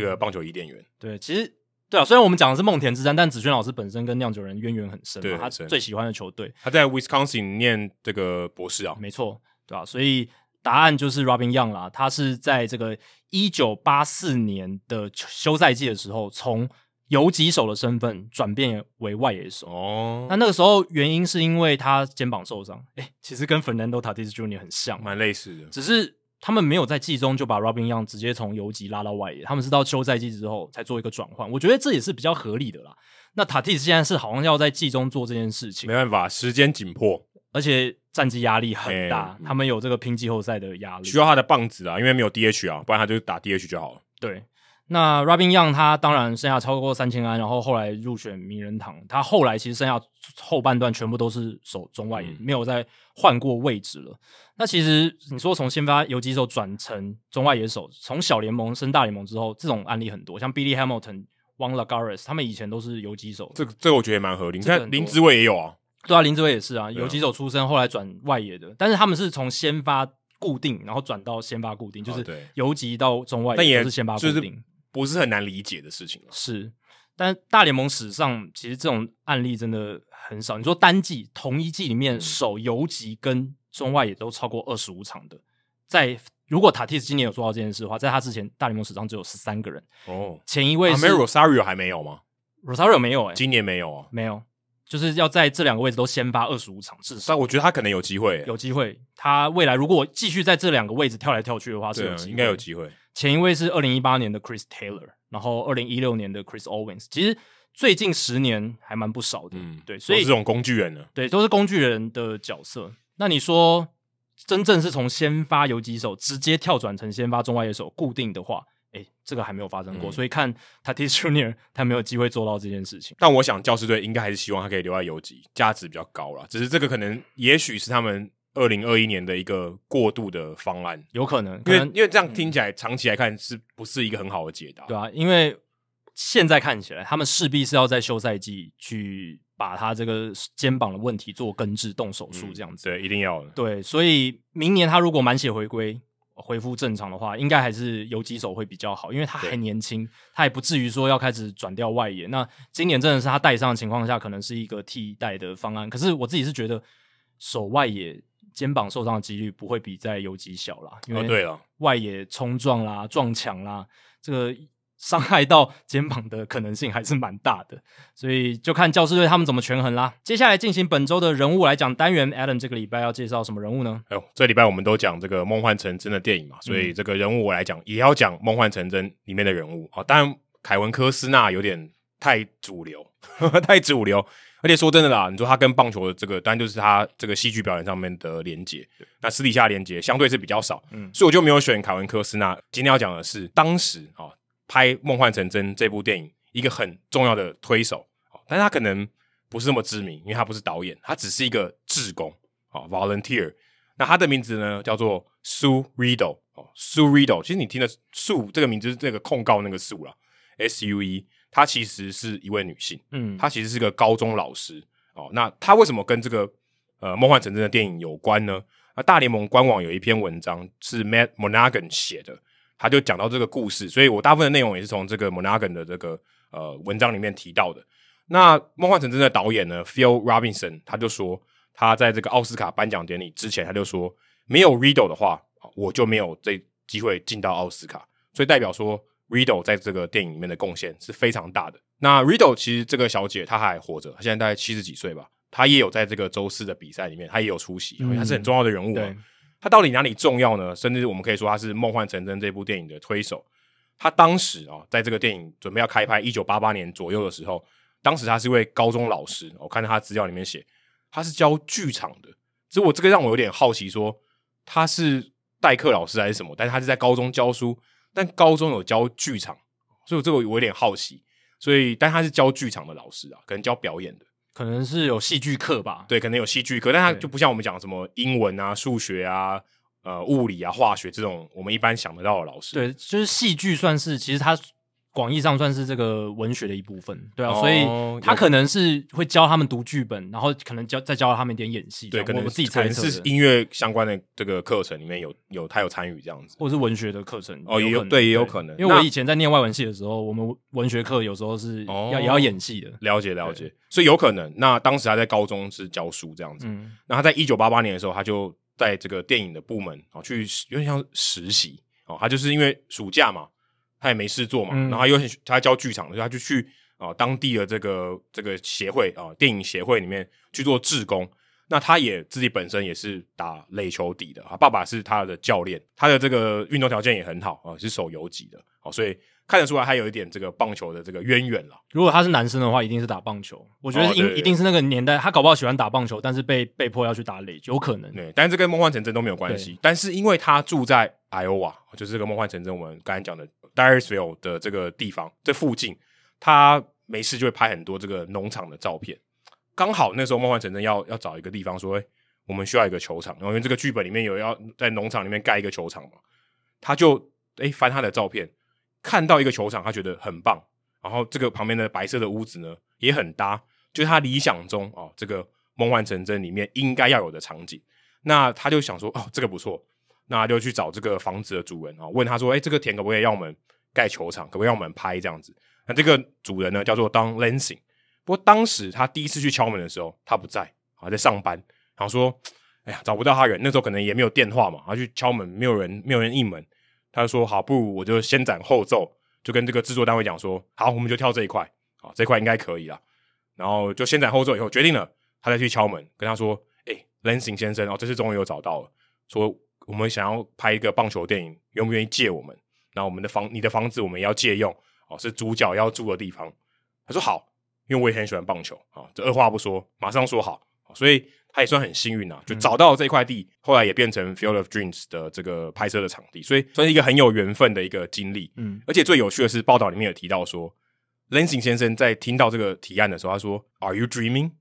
Speaker 1: 嗯
Speaker 2: 个棒球伊甸园，
Speaker 1: 对，其实对啊，虽然我们讲的是梦田之战，但子轩老师本身跟酿酒人渊源很深
Speaker 2: 对
Speaker 1: 嘛，
Speaker 2: 很
Speaker 1: 他
Speaker 2: 深
Speaker 1: 最喜欢的球队，
Speaker 2: 他在 Wisconsin 念这个博士啊，
Speaker 1: 没错，对吧、所以答案就是 Robin Young 啦，他是在这个一九八四年的休赛季的时候，从游击手的身份转变为外野手。
Speaker 2: 哦
Speaker 1: 那，那个时候原因是因为他肩膀受伤，诶，其实跟 Fernando Tatis Jr. 很像嘛，
Speaker 2: 蛮类似的。
Speaker 1: 只是他们没有在季中就把 Robin Young 直接从游击拉到外野，他们是到休赛季之后才做一个转换，我觉得这也是比较合理的啦。那塔蒂斯现在是好像要在季中做这件嗯事情
Speaker 2: 没，办法，时间紧迫，
Speaker 1: 而且战绩压力很大，
Speaker 2: 哎
Speaker 1: 他们有这个拼季后赛的压力
Speaker 2: 需。要他的棒子啊，因为没有 DH 啊，不然他就打 DH 就好了。
Speaker 1: 对，那 Robin Young 他当然生涯超过三千安，然后后来入选名人堂，他后来其实生涯后半段全部都是守中外野，
Speaker 2: 嗯
Speaker 1: 没有再换过位置了。那其实你说从先发游击手转成中外野手，从小联盟升大联盟之后，这种案例很多，像 Billy Hamilton、Juan Lagares 他们以前都是游击手，
Speaker 2: 这个这个我觉得也蛮合理。你
Speaker 1: 这个
Speaker 2: 看
Speaker 1: 很多
Speaker 2: 林志伟也有啊，
Speaker 1: 对啊，林志伟也是啊，
Speaker 2: 对啊
Speaker 1: 游击手出身，后来转外野的，但是他们是从先发固定，然后转到先发固定，就
Speaker 2: 哦
Speaker 1: 是
Speaker 2: 对
Speaker 1: 游击到中外
Speaker 2: 但
Speaker 1: 野
Speaker 2: 也
Speaker 1: 都是先发固
Speaker 2: 就是
Speaker 1: 定。
Speaker 2: 不是很难理解的事情啊。
Speaker 1: 是，但大联盟史上其实这种案例真的很少。你说
Speaker 2: 嗯
Speaker 1: 单季同一季里面守游击跟中外也都超过二十五场的，在如果塔蒂斯今年有做到这件事的话，在他之前大联盟史上只有十三个人，
Speaker 2: 哦，
Speaker 1: 前一位
Speaker 2: 阿
Speaker 1: 是
Speaker 2: 梅 Rosario 还没有吗？
Speaker 1: Rosario 没有哎、
Speaker 2: 今年没有啊，
Speaker 1: 没有，就是要在这两个位置都先发二十五场至少，
Speaker 2: 但我觉得他可能有机会、欸，
Speaker 1: 有机会。他未来如果继续在这两个位置跳来跳去的话，是
Speaker 2: 对
Speaker 1: 有
Speaker 2: 啊
Speaker 1: 机会，
Speaker 2: 应该有机会。
Speaker 1: 前一位是二零一八年的 Chris Taylor，然后二零一六年的 Chris Owens。其实最近十年还蛮不少的，
Speaker 2: 嗯，
Speaker 1: 对，所以
Speaker 2: 这种工具人呢，
Speaker 1: 对都是工具人的角色。那你说，真正是从先发游击手直接跳转成先发中外野手固定的话，诶，这个还没有发生过，
Speaker 2: 嗯
Speaker 1: 所以看 Tatis Junior 他有没有机会做到这件事情。
Speaker 2: 但我想教师队应该还是希望他可以留在游击，价值比较高啦。只是这个可能，也许是他们二零二一年的一个过渡的方案，
Speaker 1: 有可能，可
Speaker 2: 因为
Speaker 1: 能嗯
Speaker 2: 因为这样听起来，长期来看是不是一个很好的解答？
Speaker 1: 对啊，因为现在看起来，他们势必是要在休赛季去把他这个肩膀的问题做根治、动手术
Speaker 2: 嗯
Speaker 1: 这样子。
Speaker 2: 对，一定要的。
Speaker 1: 对，所以明年他如果满血回归，呃恢复正常的话，应该还是游击手会比较好，因为他还
Speaker 2: 对
Speaker 1: 年轻，他也不至于说要开始转掉外野。那今年真的是他带上的情况下，可能是一个替代的方案。可是我自己是觉得手外野。肩膀受伤的几率不会比在游击小啦，因
Speaker 2: 哦，
Speaker 1: 为
Speaker 2: 对了，
Speaker 1: 外野冲撞啦、撞墙啦，这个伤害到肩膀的可能性还是蛮大的，所以就看教师队他们怎么权衡啦。接下来进行本周的人物来讲单元，Adam 这个礼拜要介绍什么人物呢？
Speaker 2: 哎呦，这礼拜我们都讲这个《梦幻成真》的电影嘛，所以这个人物我来讲，也要讲《梦幻成真》里面的人物啊。当然，凯文科斯纳有点太主流， 太主流。而且说真的啦，你说他跟棒球的这个，当然就是他这个戏剧表演上面的连接，那私底下连接相对是比较少，
Speaker 1: 嗯
Speaker 2: 所以我就没有选凯文科斯纳。今天要讲的是当时啊、拍《梦幻成真》这部电影一个很重要的推手，哦但是他可能不是那么知名，因为他不是导演，他只是一个志工啊、哦 v o l u n t e e r 那他的名字呢叫做 Sue Riddle 哦，Sue Riddle，其实你听的 Sue 这个名字是这个控告那个 Sue 啦，S U E，她其实是一位女性，
Speaker 1: 嗯，
Speaker 2: 她其实是个高中老师哦。那她为什么跟这个呃《梦幻成真》的电影有关呢？那大联盟官网有一篇文章是 Matt Monaghan 写的，他就讲到这个故事，所以我大部分的内容也是从这个 Monaghan 的这个呃文章里面提到的。那《梦幻成真》的导演呢，Phil Robinson，他就说，他在这个奥斯卡颁奖典礼之前，他就说，没有 Riddle 的话，我就没有这机会进到奥斯卡，所以代表说 Riddle 在这个电影里面的贡献是非常大的。那 Riddle 其实这个小姐她还活着，她现在大概七十几岁吧，她也有在这个周四的比赛里面，她也有出席，因为她是很重要的人物、啊。
Speaker 1: 对，
Speaker 2: 他到底哪里重要呢？甚至我们可以说他是《梦幻成真》这部电影的推手。他当时啊、在这个电影准备要开拍一九八八年左右的时候，当时他是一位高中老师。我看到他资料里面写，他是教剧场的。所以我这个让我有点好奇说他是代课老师还是什么？但是他是在高中教书，但高中有教剧场，所以我这个我有点好奇。所以，但他是教剧场的老师啊，可能教表演的。
Speaker 1: 可能是有戏剧课吧。
Speaker 2: 对，可能有戏剧课，但它
Speaker 1: 对
Speaker 2: 就不像我们讲什么英文啊、数学啊、呃、物理啊、化学这种我们一般想得到的老师。，
Speaker 1: 对，就是戏剧算是，其实它广义上算是这个文学的一部分，对啊，
Speaker 2: 哦
Speaker 1: 所以他
Speaker 2: 有
Speaker 1: 可能是会教他们读剧本，然后可能教再教他们一点演戏这
Speaker 2: 对，
Speaker 1: 样，
Speaker 2: 可
Speaker 1: 我
Speaker 2: 能
Speaker 1: 我自己
Speaker 2: 可
Speaker 1: 猜
Speaker 2: 能
Speaker 1: 测
Speaker 2: 是
Speaker 1: 的，
Speaker 2: 音乐相关的这个课程里面有有他有参与这样子。
Speaker 1: 或者是文学的课程
Speaker 2: 哦也有
Speaker 1: 可能
Speaker 2: 对也有可能
Speaker 1: 因为我
Speaker 2: 那
Speaker 1: 以前在念外文系的时候，我们文学课有时候是要、
Speaker 2: 哦
Speaker 1: 也要演戏的，
Speaker 2: 了解了解，所以有可能。那当时他在高中是教书这样子，
Speaker 1: 嗯，
Speaker 2: 那他在一九八八年的时候，他就在这个电影的部门哦去有点像实习哦，他就是因为暑假嘛，他也没事做嘛，
Speaker 1: 嗯
Speaker 2: 然后他又很他教剧场，所以他就去啊、哦当地的这个这个协会啊、哦电影协会里面去做志工。那他也自己本身也是打垒球底的，他爸爸是他的教练，他的这个运动条件也很好啊、哦是手游级的，哦，所以看得出来他有一点这个棒球的这个渊源了。
Speaker 1: 如果他是男生的话，一定是打棒球。我觉得
Speaker 2: 哦
Speaker 1: 一、
Speaker 2: 对对
Speaker 1: 一定是那个年代，他搞不好喜欢打棒球，但是被被迫要去打垒，有可能。
Speaker 2: 对，但是这跟梦幻成真都没有关系。但是因为他住在 Iowa，就是这个梦幻成真我们刚才讲的 Dyersville 的这个地方，这附近，他没事就会拍很多这个农场的照片。刚好那时候梦幻成真要要找一个地方说，哎、我们需要一个球场，然后因为这个剧本里面有要在农场里面盖一个球场嘛，他就哎、翻他的照片，看到一个球场，他觉得很棒。然后这个旁边的白色的屋子呢也很搭，就是他理想中哦这个梦幻成真里面应该要有的场景。那他就想说，哦，这个不错，那他就去找这个房子的主人啊、哦，问他说，哎，这个田可不可以让我们盖球场，可不可以让我们拍这样子？那这个主人呢叫做 Don Lansing，不过当时他第一次去敲门的时候，他不在啊，在上班，然后说，哎呀，找不到他人，那时候可能也没有电话嘛，他去敲门，没有人，没有人应门，他就说好，不如我就先斩后奏，就跟这个制作单位讲说，好，我们就跳这一块，好，这块应该可以啦。然后就先斩后奏以后决定了，他再去敲门，跟他说，哎、l e n s i n g 先生，哦，这次终于有找到了，说我们想要拍一个棒球电影，愿不愿意借我们？然后我们的房，你的房子我们也要借用，哦，是主角要住的地方。他说好，因为我也很喜欢棒球啊、这二话不说，马上说好，哦所以他也算很幸运啊，就找到这块地，后来也变成 Field of Dreams 的这个拍摄的场地，所以算是一个很有缘分的一个经历。
Speaker 1: 嗯
Speaker 2: 而且最有趣的是，报道里面有提到说，Lansing 先生在听到这个提案的时候，他说：“Are you dreaming？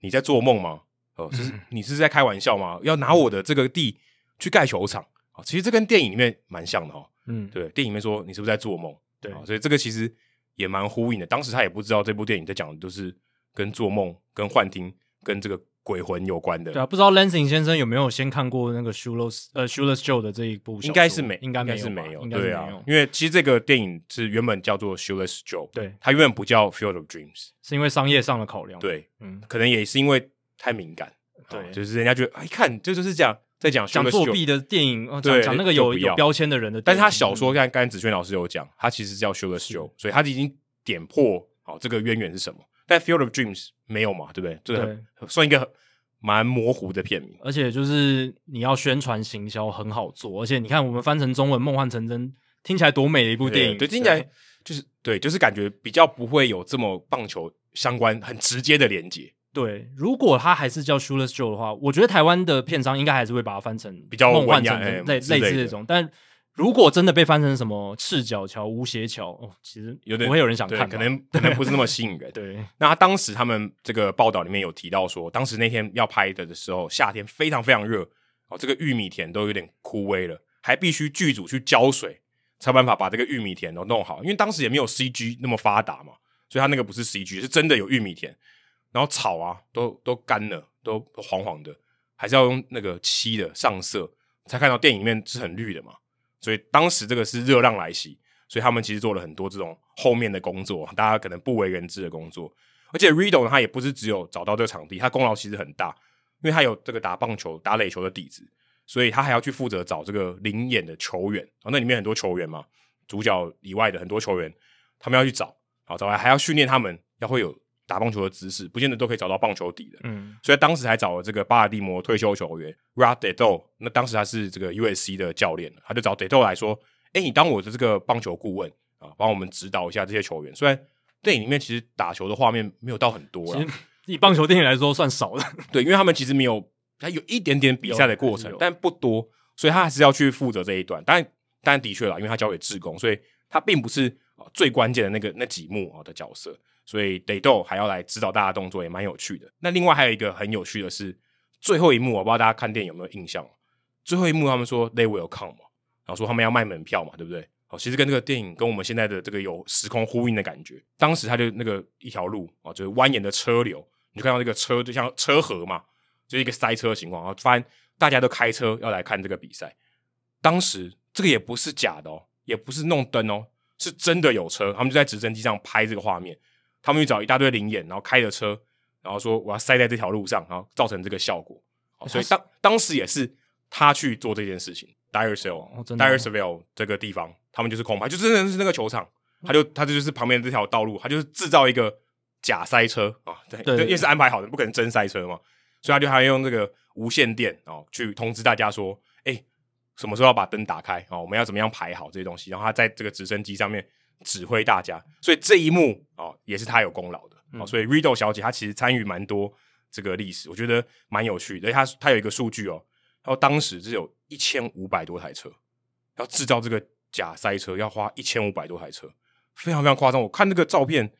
Speaker 2: 你在做梦吗？哦，这
Speaker 1: 嗯
Speaker 2: 是你是在开玩笑吗？要拿我的这个地去盖球场啊、哦其实这跟电影里面蛮像的哦。
Speaker 1: 嗯，
Speaker 2: 对，电影里面说你是不是在做梦？
Speaker 1: 对
Speaker 2: 啊所以这个其实也蛮呼应的。当时他也不知道这部电影在讲的都是跟做梦、跟幻听、跟这个鬼魂有关的。
Speaker 1: 对啊，不知道 Lansing 先生有没有先看过那个 Shoeless 呃 Shoeless Joe 的这一部小说？
Speaker 2: 应该是没，
Speaker 1: 应该没
Speaker 2: 是
Speaker 1: 吧
Speaker 2: 没有，
Speaker 1: 应该是
Speaker 2: 对
Speaker 1: 没
Speaker 2: 啊
Speaker 1: 有，，
Speaker 2: 因为其实这个电影是原本叫做《Shoeless Joe》，
Speaker 1: 对，
Speaker 2: 它原本不叫《Field of Dreams》，
Speaker 1: 是因为商业上的考量。，
Speaker 2: 对，
Speaker 1: 嗯，
Speaker 2: 可能也是因为太敏感，
Speaker 1: 对
Speaker 2: 啊就是人家觉得，哎，看这就是讲在讲
Speaker 1: 讲
Speaker 2: Shoeless
Speaker 1: 作
Speaker 2: Joe
Speaker 1: 弊的嗯电影，哦讲
Speaker 2: 对
Speaker 1: 讲那个有
Speaker 2: 就不要
Speaker 1: 有标签的人的电影，
Speaker 2: 但是他小说，像刚才子轩老师有讲，他其实叫《Shoeless Joe》，所以他已经点破好、这个渊源是什么。但《Field of Dreams》没有嘛，对不对？这个很算一个蛮模糊的片名。
Speaker 1: 而且就是你要宣传行销很好做，而且你看我们翻成中文《梦幻成真》，听起来多美的一部电影，
Speaker 2: 对，听起来就是对，就是感觉比较不会有这么棒球相关很直接的连接，
Speaker 1: 对，如果它还是叫 Shoeless Joe 的话，我觉得台湾的片商应该还是会把它翻成
Speaker 2: 比较
Speaker 1: 梦幻
Speaker 2: 文雅
Speaker 1: 成
Speaker 2: 哎
Speaker 1: 真类类
Speaker 2: 之类
Speaker 1: 似
Speaker 2: 的
Speaker 1: 这种。但如果真的被翻成什么赤脚桥、无鞋桥，哦，其实
Speaker 2: 有点
Speaker 1: 不会有人想
Speaker 2: 对
Speaker 1: 看吧，
Speaker 2: 可能可能不是那么吸引人。
Speaker 1: 对
Speaker 2: 那他当时他们这个报道里面有提到说，当时那天要拍的的时候，夏天非常非常热哦，这个玉米田都有点枯萎了，还必须剧组去浇水，才有办法把这个玉米田都弄好。因为当时也没有 CG 那么发达嘛，所以他那个不是 CG，是真的有玉米田，然后草啊都都干了，都都黄黄的，还是要用那个漆的上色，才看到电影里面是很绿的嘛。所以当时这个是热浪来袭，所以他们其实做了很多这种后面的工作，大家可能不为人知的工作。而且 Rido 他也不是只有找到这个场地，他功劳其实很大，因为他有这个打棒球、打垒球的底子，所以他还要去负责找这个灵眼的球员。哦，那里面很多球员嘛，主角以外的很多球员，他们要去找，好找来还要训练他们，要会有打棒球的姿势，不见得都可以找到棒球底的。
Speaker 1: 嗯，
Speaker 2: 所以当时还找了这个巴尔的摩退休球员 Rod d e d o 那当时他是这个 USC 的教练，他就找 d e d o 来说：“哎、你当我的这个棒球顾问啊，帮我们指导一下这些球员。”虽然电影里面其实打球的画面没有到很多
Speaker 1: 其
Speaker 2: 啦
Speaker 1: 实，以棒球电影来说算少的，
Speaker 2: 对，因为他们其实没有，他有一点点比赛的过程
Speaker 1: 有，
Speaker 2: 但不多，所以他还是要去负责这一段。但但的确啦，因为他交给志工，所以他并不是啊最关键的那个那几幕啊的角色，所以得豆还要来指导大家动作，也蛮有趣的。那另外还有一个很有趣的是，最后一幕我不知道大家看电影有没有印象，哦最后一幕他们说 they will come 嘛，然后说他们要卖门票嘛，对不对？哦，其实跟这个电影跟我们现在的这个有时空呼应的感觉。当时他就那个一条路哦，就是蜿蜒的车流，你就看到那个车就像车河嘛，就是一个塞车的情况。然后发现大家都开车要来看这个比赛，当时这个也不是假的哦，也不是弄灯哦，是真的有车，他们就在直升机上拍这个画面。他们去找一大堆灵眼，然后开着车，然后说我要塞在这条路上，然后造成这个效果。
Speaker 1: 哎
Speaker 2: 哦所以当当时也是他去做这件事情 d i r e s v i l l
Speaker 1: 哦
Speaker 2: d
Speaker 1: 真
Speaker 2: i
Speaker 1: 的哦
Speaker 2: r e s v i l l 这个地方，他们就是空拍，就真的是那个球场，他就他这就是旁边这条道路，他就是制造一个假塞车啊，对，
Speaker 1: 哦对
Speaker 2: 因为是安排好的，不可能真塞车嘛，所以他就还用这个无线电哦去通知大家说，哎、什么时候要把灯打开哦，我们要怎么样排好这些东西，然后他在这个直升机上面指挥大家，所以这一幕哦也是他有功劳的、哦，
Speaker 1: 嗯
Speaker 2: 所以 Rido 小姐她其实参与蛮多这个历史，我觉得蛮有趣的，而且她她有一个数据哦，然后当时是有一千五百多台车，要制造这个假塞车要花一千五百多台车，非常非常夸张。我看那个照片，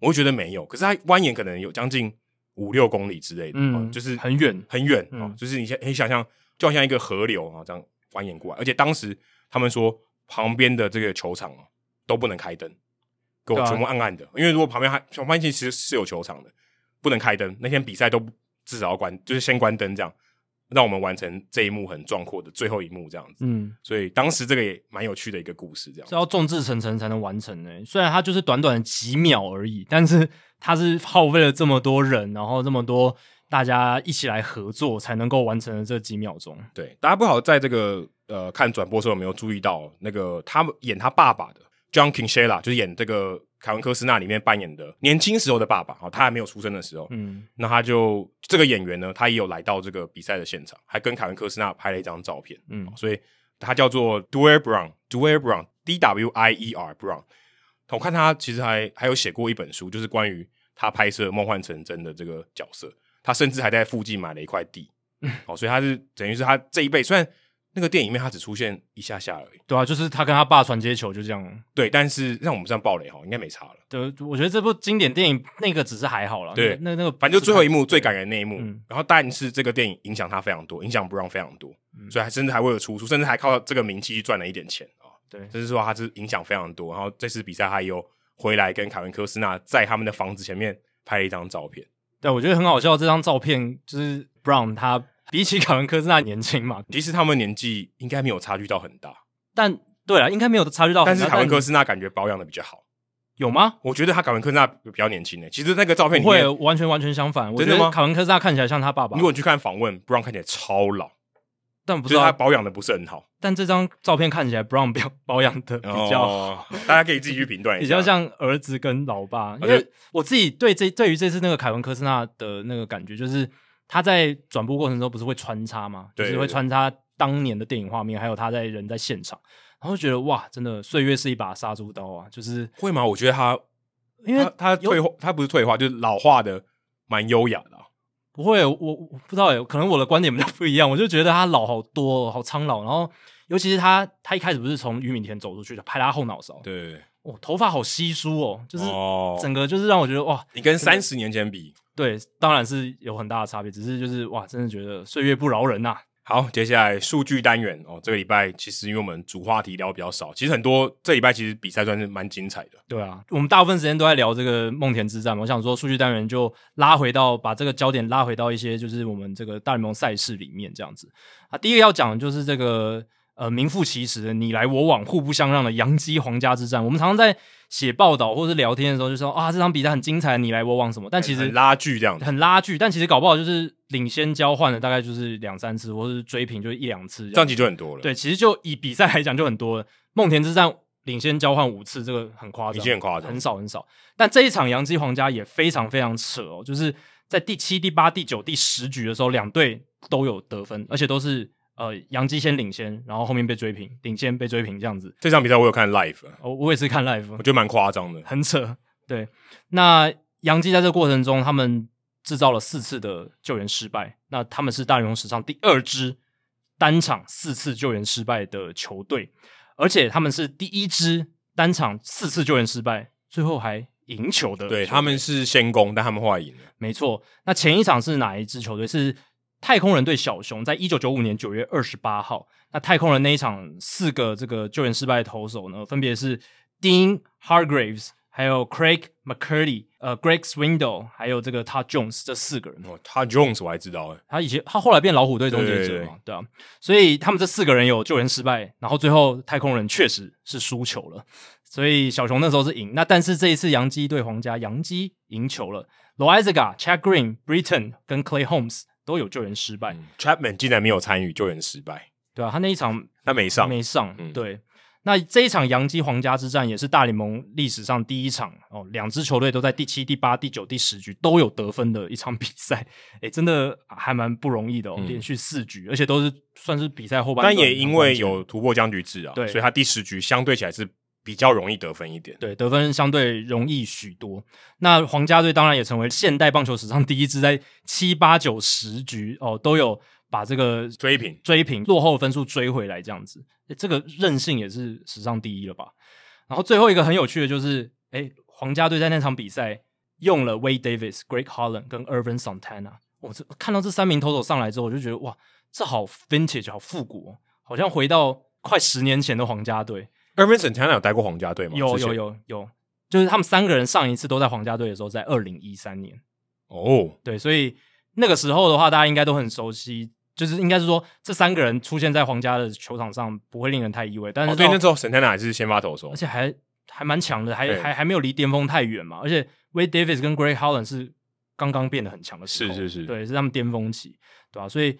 Speaker 2: 我会觉得没有，可是它蜿蜒可能有将近五六公里之类的，
Speaker 1: 嗯
Speaker 2: 哦就是
Speaker 1: 很远
Speaker 2: 很远、
Speaker 1: 嗯
Speaker 2: 哦，就是你想你想象，就好像一个河流啊、哦这样蜿蜒过来。而且当时他们说旁边的这个球场哦都不能开灯，给
Speaker 1: 对
Speaker 2: 我
Speaker 1: 啊
Speaker 2: 全部暗暗的，因为如果旁边还我发现其实是有球场的，不能开灯。那天比赛都不至少要关，就是先关灯这样。让我们完成这一幕很壮阔的最后一幕，这样子。
Speaker 1: 嗯，
Speaker 2: 所以当时这个也蛮有趣的一个故事，这样
Speaker 1: 是。啊要众志成城才能完成的、欸虽然它就是短短的几秒而已，但是它是耗费了这么多人，然后这么多大家一起来合作才能够完成的这几秒钟。
Speaker 2: 对，大家不好在这个呃看转播的时候有没有注意到，那个他们演他爸爸的 John Kinshela，就是演这个凯文科斯纳里面扮演的年轻时候的爸爸啊、哦，他还没有出生的时候，
Speaker 1: 嗯，
Speaker 2: 那他就这个演员呢，他也有来到这个比赛的现场，还跟凯文科斯纳拍了一张照片，
Speaker 1: 嗯
Speaker 2: 所以他叫做 Dwyer Brown，Dwyer Brown，D W I E R Brown。我看他其实还还有写过一本书，就是关于他拍摄《梦幻成真》的这个角色。他甚至还在附近买了一块地，哦，所以他是等于是他这一辈，虽然那个电影里面他只出现一下下而已，
Speaker 1: 对啊，就是他跟他爸传接球就这样。
Speaker 2: 对，但是让我们这样暴雷哈，应该没差了。
Speaker 1: 对，我觉得这部经典电影那个只是还好啦。
Speaker 2: 对
Speaker 1: 那那个
Speaker 2: 反正就最后一
Speaker 1: 幕，
Speaker 2: 幕最感人那一幕，
Speaker 1: 嗯
Speaker 2: 然后但是这个电影影响他非常多，影响 Brown 非常多，
Speaker 1: 嗯
Speaker 2: 所以还甚至还为了出书，甚至还靠这个名气去赚了一点钱啊。
Speaker 1: 对
Speaker 2: 就是说他是影响非常多。然后这次比赛他有回来跟凯文科斯纳在他们的房子前面拍了一张照片。
Speaker 1: 对，我觉得很好笑。这张照片就是 Brown 他比起凯文科斯纳年轻嘛，
Speaker 2: 其实他们年纪应该没有差距到很大，
Speaker 1: 但对啊了，应该没有察觉到很
Speaker 2: 但
Speaker 1: 大。
Speaker 2: 是凯文科斯纳感觉保养的比较好。
Speaker 1: 有吗？
Speaker 2: 我觉得他凯文科斯纳比较年轻诶、其实那个照
Speaker 1: 不
Speaker 2: 片里
Speaker 1: 会，
Speaker 2: 面，
Speaker 1: 完全完全相反。我
Speaker 2: 真
Speaker 1: 觉
Speaker 2: 的吗
Speaker 1: 得凯文科斯纳看起来像他爸爸
Speaker 2: 如，果你去看访问，Brown 看起来超老，
Speaker 1: 但不知
Speaker 2: 就是他
Speaker 1: 道。
Speaker 2: 保养的不是很好，
Speaker 1: 但这张照片看起来 Brown 表 保养的比较好。
Speaker 2: 哦大家可以自己去评断一下，
Speaker 1: 比较像儿子跟老爸，因
Speaker 2: 而
Speaker 1: 为
Speaker 2: 且
Speaker 1: 我自己对这对于这次那个凯文科斯纳的那个感觉，就是他在转播过程中不是会穿插吗？
Speaker 2: 对
Speaker 1: 就是会穿插当年的电影画面，还有他在人在现场，然后觉得哇，真的岁月是一把杀猪刀啊！就是
Speaker 2: 会吗？我觉得他
Speaker 1: 因为
Speaker 2: 他他
Speaker 1: 有
Speaker 2: 退化，他不是退化，就是老化的蛮优雅的啊、
Speaker 1: 不会，我我我不知道诶，可能我的观点比较不一样，我就觉得他老好多、哦，好苍老，然后尤其是他他一开始不是从玉米田走出去的，拍他后脑勺，
Speaker 2: 对，
Speaker 1: 哦，头发好稀疏哦，就是
Speaker 2: 哦
Speaker 1: 整个就是让我觉得哇，
Speaker 2: 你跟三十年前比，
Speaker 1: 对，当然是有很大的差别，只是就是哇，真的觉得岁月不饶人呐、啊
Speaker 2: 好，接下来数据单元哦，这个礼拜其实因为我们主话题聊比较少，其实很多这礼拜其实比赛算是蛮精彩的。
Speaker 1: 对啊，我们大部分时间都在聊这个梦田之战嘛，我想说数据单元就拉回到把这个焦点拉回到一些就是我们这个大联盟赛事里面这样子啊。第一个要讲的就是这个呃名副其实的你来我往、互不相让的洋基皇家之战。我们常常在写报道或是聊天的时候就说啊，这场比赛很精彩，你来我往什么，但其实
Speaker 2: 很拉锯这样子，
Speaker 1: 很拉锯，但其实搞不好就是领先交换了大概就是两三次，或是追平就是一两次
Speaker 2: 这
Speaker 1: 样
Speaker 2: 样其实就很多了，，
Speaker 1: 对，其实就以比赛来讲就很多了。梦田之战领先交换五次，这个很夸
Speaker 2: 已
Speaker 1: 张，
Speaker 2: 经很夸张
Speaker 1: 很。少很少。但这一场洋基皇家也非常非常扯哦，就是在第七、第八、第九、第十局的时候，两队都有得分，而且都是呃洋基先领先，然后后面被追平，领先被追平这样子。
Speaker 2: 这场比赛我有看 live，啊
Speaker 1: 哦，我也是看 live，
Speaker 2: 我觉得蛮夸张的。
Speaker 1: 很扯。对，那杨基在这个过程中，他们制造了四次的救援失败，那他们是大联盟史上第二支单场四次救援失败的球队，而且他们是第一支单场四次救援失败，最后还赢球的球队。
Speaker 2: 对，他们是先攻，但他们后来赢了。
Speaker 1: 没错。那前一场是哪一支球队？是太空人对小熊，在一九九五年九月二十八号。那太空人那一场，四个这个救援失败的投手呢，分别是 Dean Hargraves，还有 Craig McCurdy，呃，Greg Swindle，还有这个 Todd Jones 这四个人。
Speaker 2: 哦，他 Jones 我还知道，哎，
Speaker 1: 他以前他后来变老虎队终结者嘛，对啊，所以他们这四个人有救援失败，然后最后太空人确实是输球了，所以小熊那时候是赢。那但是这一次洋基对皇家，洋基赢球了 l o i z a g a Chad Green、Britton 跟 Clay Holmes 都有救援失败，
Speaker 2: 嗯 Chapman 竟然没有参与救援失败，
Speaker 1: 对啊，他那一场
Speaker 2: 他没上，
Speaker 1: 没上。
Speaker 2: 嗯
Speaker 1: 对，那这一场洋基皇家之战也是大联盟历史上第一场哦，两支球队都在第七、第八、第九、第十局都有得分的一场比 赛，诶，真的还蛮不容易的哦，
Speaker 2: 嗯
Speaker 1: 连续四局，而且都是算是比赛后半段
Speaker 2: 但
Speaker 1: 很关
Speaker 2: 也
Speaker 1: 键，
Speaker 2: 因为有突破僵局制啊，
Speaker 1: 对
Speaker 2: 所以他第十局相对起来是比较容易得分一点。
Speaker 1: 对，得分相对容易许多。那皇家队当然也成为现代棒球史上第一支在七八九十局哦都有把这个
Speaker 2: 追平
Speaker 1: 追平落后的分数追回来这样子，诶这个韧性也是史上第一了吧？然后最后一个很有趣的就是，诶，皇家队在那场比赛用了 Wade Davis、Greg Holland 跟 Irvin Santana，我这看到这三名投手上来之后，我就觉得哇，这好 vintage，好复古、哦，好像回到快十年前的皇家队。
Speaker 2: ，Irvin Santana 有待过皇家队吗？
Speaker 1: 有
Speaker 2: 之前
Speaker 1: 有有有，就是他们三个人上一次都在皇家队的时候，在二零一三年。
Speaker 2: 哦，
Speaker 1: 对，所以那个时候的话，大家应该都很熟悉，就是应该是说这三个人出现在皇家的球场上不会令人太意外，但是
Speaker 2: 哦
Speaker 1: 到、
Speaker 2: 对，那时候 Santana 还是先发投手
Speaker 1: 而，且还还蛮强的，还
Speaker 2: 对
Speaker 1: 还还没有离巅峰太远嘛，而且 Wade Davis 跟 Gray Holland 是刚刚变得很强的时候，
Speaker 2: 是是是
Speaker 1: 对，是他们巅峰期，对啊吧、所以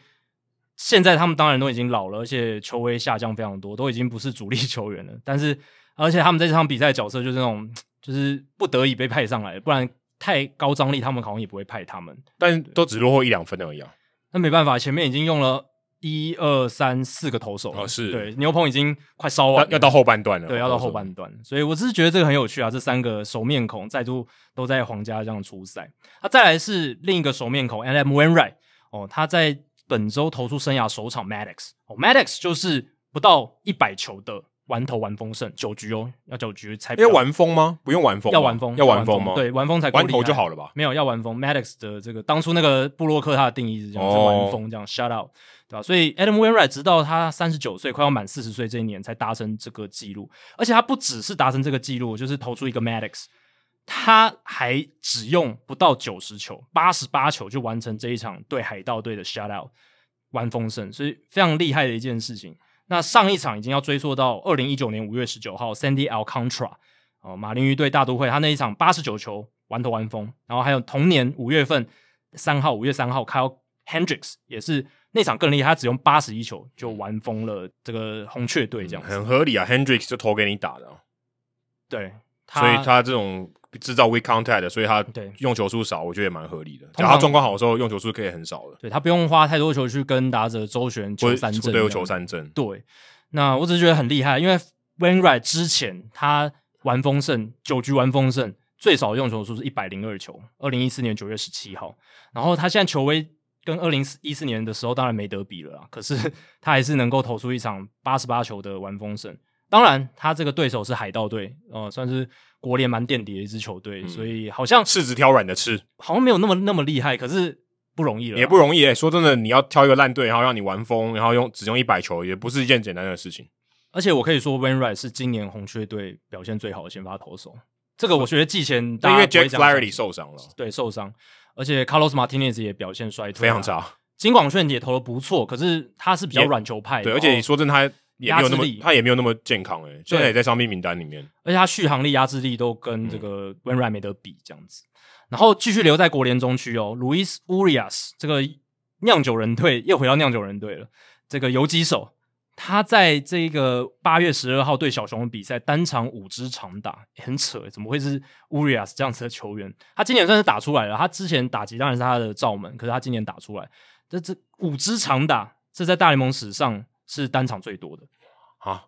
Speaker 1: 现在他们当然都已经老了，而且球威下降非常多，都已经不是主力 球员了。但是，而且他们在这场比赛的角色就是那种，就是不得已被派上来的，不然太高张力，他们好像也不会派他们。
Speaker 2: 但都只落后一两分而已啊。
Speaker 1: 那没办法，前面已经用了一二三四个投手了
Speaker 2: 哦是
Speaker 1: 对，牛棚已经快烧完
Speaker 2: 要
Speaker 1: 了，
Speaker 2: 要到后半段了，
Speaker 1: 哦对，要到后半段，所以我只是觉得这个很有趣啊，这三个熟面孔再度都在皇家这样出赛。那、再来是另一个熟面孔 Adam Wainwright 哦，他在本周投出生涯首场 Maddox 哦，Maddox 就是不到一百球的完投完封胜，九局哦，要九局才比较
Speaker 2: 要玩疯吗？不用玩疯吧，啊
Speaker 1: 要完封
Speaker 2: 要完疯吗？
Speaker 1: 对，，完封才够
Speaker 2: 玩
Speaker 1: 厉
Speaker 2: 头
Speaker 1: 害
Speaker 2: 就好了吧？
Speaker 1: 没有要玩疯 Maddox 的这个当初那个布洛克他的定义是这样，是
Speaker 2: 哦
Speaker 1: 玩疯这样 shut out，对吧、所以 Adam Wainwright 直到他三十九岁，快要满四十岁这一年才达成这个记录，而且他不只是达成这个记录，就是投出一个 Maddox，他还只用不到九十球，八十八球就完成这一场对海盗队的 shut out 完封胜，所以非常厉害的一件事情。那上一场已经要追溯到二零一九年五月十九号，Sandy Alcantara 哦，马林鱼对大都会，他那一场八十九球完投完封，然后还有同年五月份三号，五月三号 Kyle Hendricks 也是那场更厉害，他只用八十一球就完封了这个红雀队这样子，
Speaker 2: 很合理啊。Hendrix 就投给你打的啊，
Speaker 1: 对，
Speaker 2: 所以他这种制造 weak contact 的，所以他
Speaker 1: 对
Speaker 2: 用球数少，我觉得也蛮合理的。
Speaker 1: 通
Speaker 2: 只要
Speaker 1: 常
Speaker 2: 他状况好的时候，用球数可以很少的，
Speaker 1: 对他不用花太多球去跟打者周旋
Speaker 2: 或
Speaker 1: 求
Speaker 2: 者
Speaker 1: 三振，
Speaker 2: 对有球三振，
Speaker 1: 对，那我只是觉得很厉害，因为 Wainwright 之前他玩丰盛九局玩丰盛，最少用球数是一百零二球，二零一四年九月十七号。然后他现在球威跟二零一四年的时候当然没得比了啊，可是他还是能够投出一场八十八球的玩丰盛。当然，他这个对手是海盗队，呃，算是国联蛮垫底的一支球队，
Speaker 2: 嗯
Speaker 1: 所以好像
Speaker 2: 柿子挑软的吃
Speaker 1: 好像没有那么那么厉害，可是不容易了啊，
Speaker 2: 也不容易、欸。说真的，你要挑一个烂队，然后让你玩疯，然后用只用一百球，也不是一件简单的事情。
Speaker 1: 而且我可以说 w a i n w r i g h t 是今年红雀队表现最好的先发投手。这个我觉得季前大家
Speaker 2: 但因为
Speaker 1: 不会
Speaker 2: Jack
Speaker 1: 讲说
Speaker 2: Flaherty 受伤了，
Speaker 1: 对啊受伤，而且 Carlos Martinez 也表现衰退、啊
Speaker 2: 非常。差。
Speaker 1: 金广炫也投的不错，可是他是比较
Speaker 2: 也
Speaker 1: 软球派的，
Speaker 2: 对，而且
Speaker 1: 哦
Speaker 2: 你说真的，他也没有那
Speaker 1: 压制
Speaker 2: 么
Speaker 1: 力，
Speaker 2: 他也没有那么健康诶、欸现在也在伤病名单里面。
Speaker 1: 而且他续航力、压制力都跟这个温 a 没得比这样子。然后继续留在国联中区哦，Luis Urias 这个酿酒人队又回到酿酒人队了。这个游击手，他在这个八月十二号对小熊的比赛单场五支长打，很扯，欸怎么会是 Urias 这样子的球员？他今年算是打出来了，他之前打击当然是他的罩门，可是他今年打出来，这这五支长打，这在大联盟史上是单场最多的。
Speaker 2: 啊，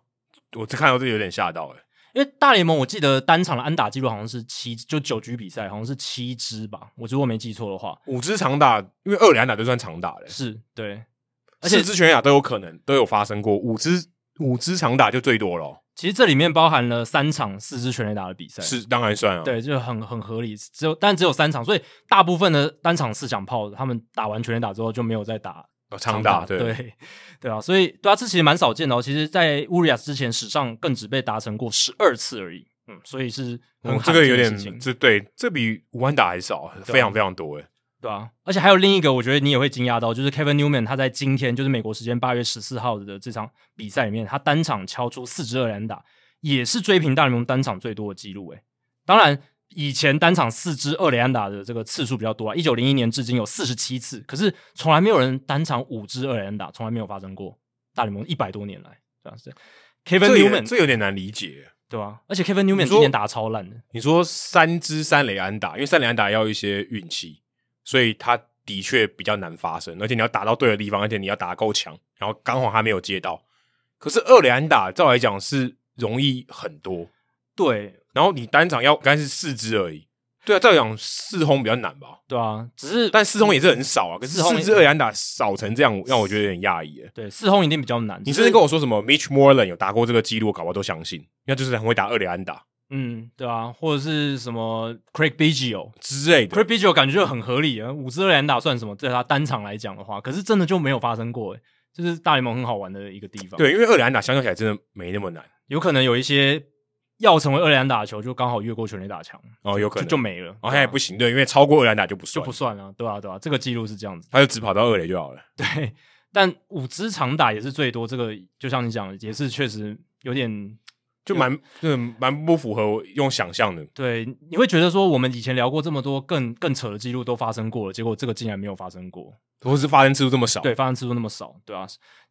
Speaker 2: 我这看到这有点吓到哎、
Speaker 1: 因为大联盟我记得单场的安打记录好像是七，就九局比赛好像是七支吧，我如果没记错的话，
Speaker 2: 五支长打，因为二连打就算长打嘞、
Speaker 1: 是对。而且
Speaker 2: 四支全垒打都有可能，都有发生过。五支五支长打就最多了哦、
Speaker 1: 其实这里面包含了三场四支全垒打的比赛，
Speaker 2: 是当然算啊。，
Speaker 1: 对，就很很合理。只有但只有三场，所以大部分的单场四响炮，他们打完全垒打之后就没有再打
Speaker 2: 哦长打对。
Speaker 1: 对对啊，所以对啊，这其实蛮少见的哦。其实，在乌利亚斯之前，史上更只被达成过十二次而已。嗯，所以是很
Speaker 2: 嗯，这
Speaker 1: 罕
Speaker 2: 个
Speaker 1: 见
Speaker 2: 有
Speaker 1: 的
Speaker 2: 点
Speaker 1: 事情，啊
Speaker 2: 这对，这比五安打还少，非常非常多哎、
Speaker 1: 对啊，而且还有另一个，我觉得你也会惊讶到，就是 Kevin Newman 他在今天，就是美国时间八月十四号的这场比赛里面，他单场敲出四支二连打，也是追平大联盟单场最多的记录。诶，欸当然以前单场四支二连打的这个次数比较多啊，一九零一年至今有四十七次，可是从来没有人单场五支二连打，从来没有发生过。大联盟一百多年来，这样是 Kevin
Speaker 2: 这也
Speaker 1: Newman
Speaker 2: 这有点难理解。欸
Speaker 1: 对吧、啊而且 Kevin Newman
Speaker 2: 你说
Speaker 1: 今年打得超烂的，
Speaker 2: 你说三支三垒安打，因为三垒安打要一些运气，所以它的确比较难发生，而且你要打到对的地方，而且你要打得够强，然后刚好还没有接到。可是二垒安打照来讲是容易很多，
Speaker 1: 对，
Speaker 2: 然后你单场要刚才是四支而已，对啊，照讲四轰比较难吧，
Speaker 1: 对啊，只是
Speaker 2: 但四轰也是很少啊。可是
Speaker 1: 四轰也
Speaker 2: 四支二垒安打少成这样，让我觉得有点讶异耶。
Speaker 1: 对四轰一定比较难。
Speaker 2: 你
Speaker 1: 只
Speaker 2: 甚至跟我说什么 Mitch Moreland 有打过这个记录，我搞不好都相信，那就是很会打二垒安打
Speaker 1: 嗯，对啊，或者是什么 Craig Biggio，Craig
Speaker 2: 之类的。
Speaker 1: Biggio 感觉就很合理啊，五支二连打算什么？在他单场来讲的话，可是真的就没有发生过、欸，就是大联盟很好玩的一个地方。，
Speaker 2: 对，因为二垒安打相较起来真的没那么难
Speaker 1: 有可能有一些要成为二连打的球，就刚好越过全垒打墙，
Speaker 2: 哦，有可
Speaker 1: 就
Speaker 2: 能
Speaker 1: 就没了，啊
Speaker 2: 哦，现在不行，对，因为超过二垒安打就不
Speaker 1: 就
Speaker 2: 算，
Speaker 1: 不算了，对啊，对啊，这个记录是这样子。
Speaker 2: 他就只跑到二垒就好了。
Speaker 1: 对，但五支长打也是最多，这个就像你讲的，也是确实有点
Speaker 2: 就蛮嗯蛮不符合我用想象的。
Speaker 1: 对，你会觉得说我们以前聊过这么多更更扯的记录都发生过了，结果这个竟然没有发生过。
Speaker 2: 或是发生次数这么少，
Speaker 1: 对，发生次数那么少，对啊。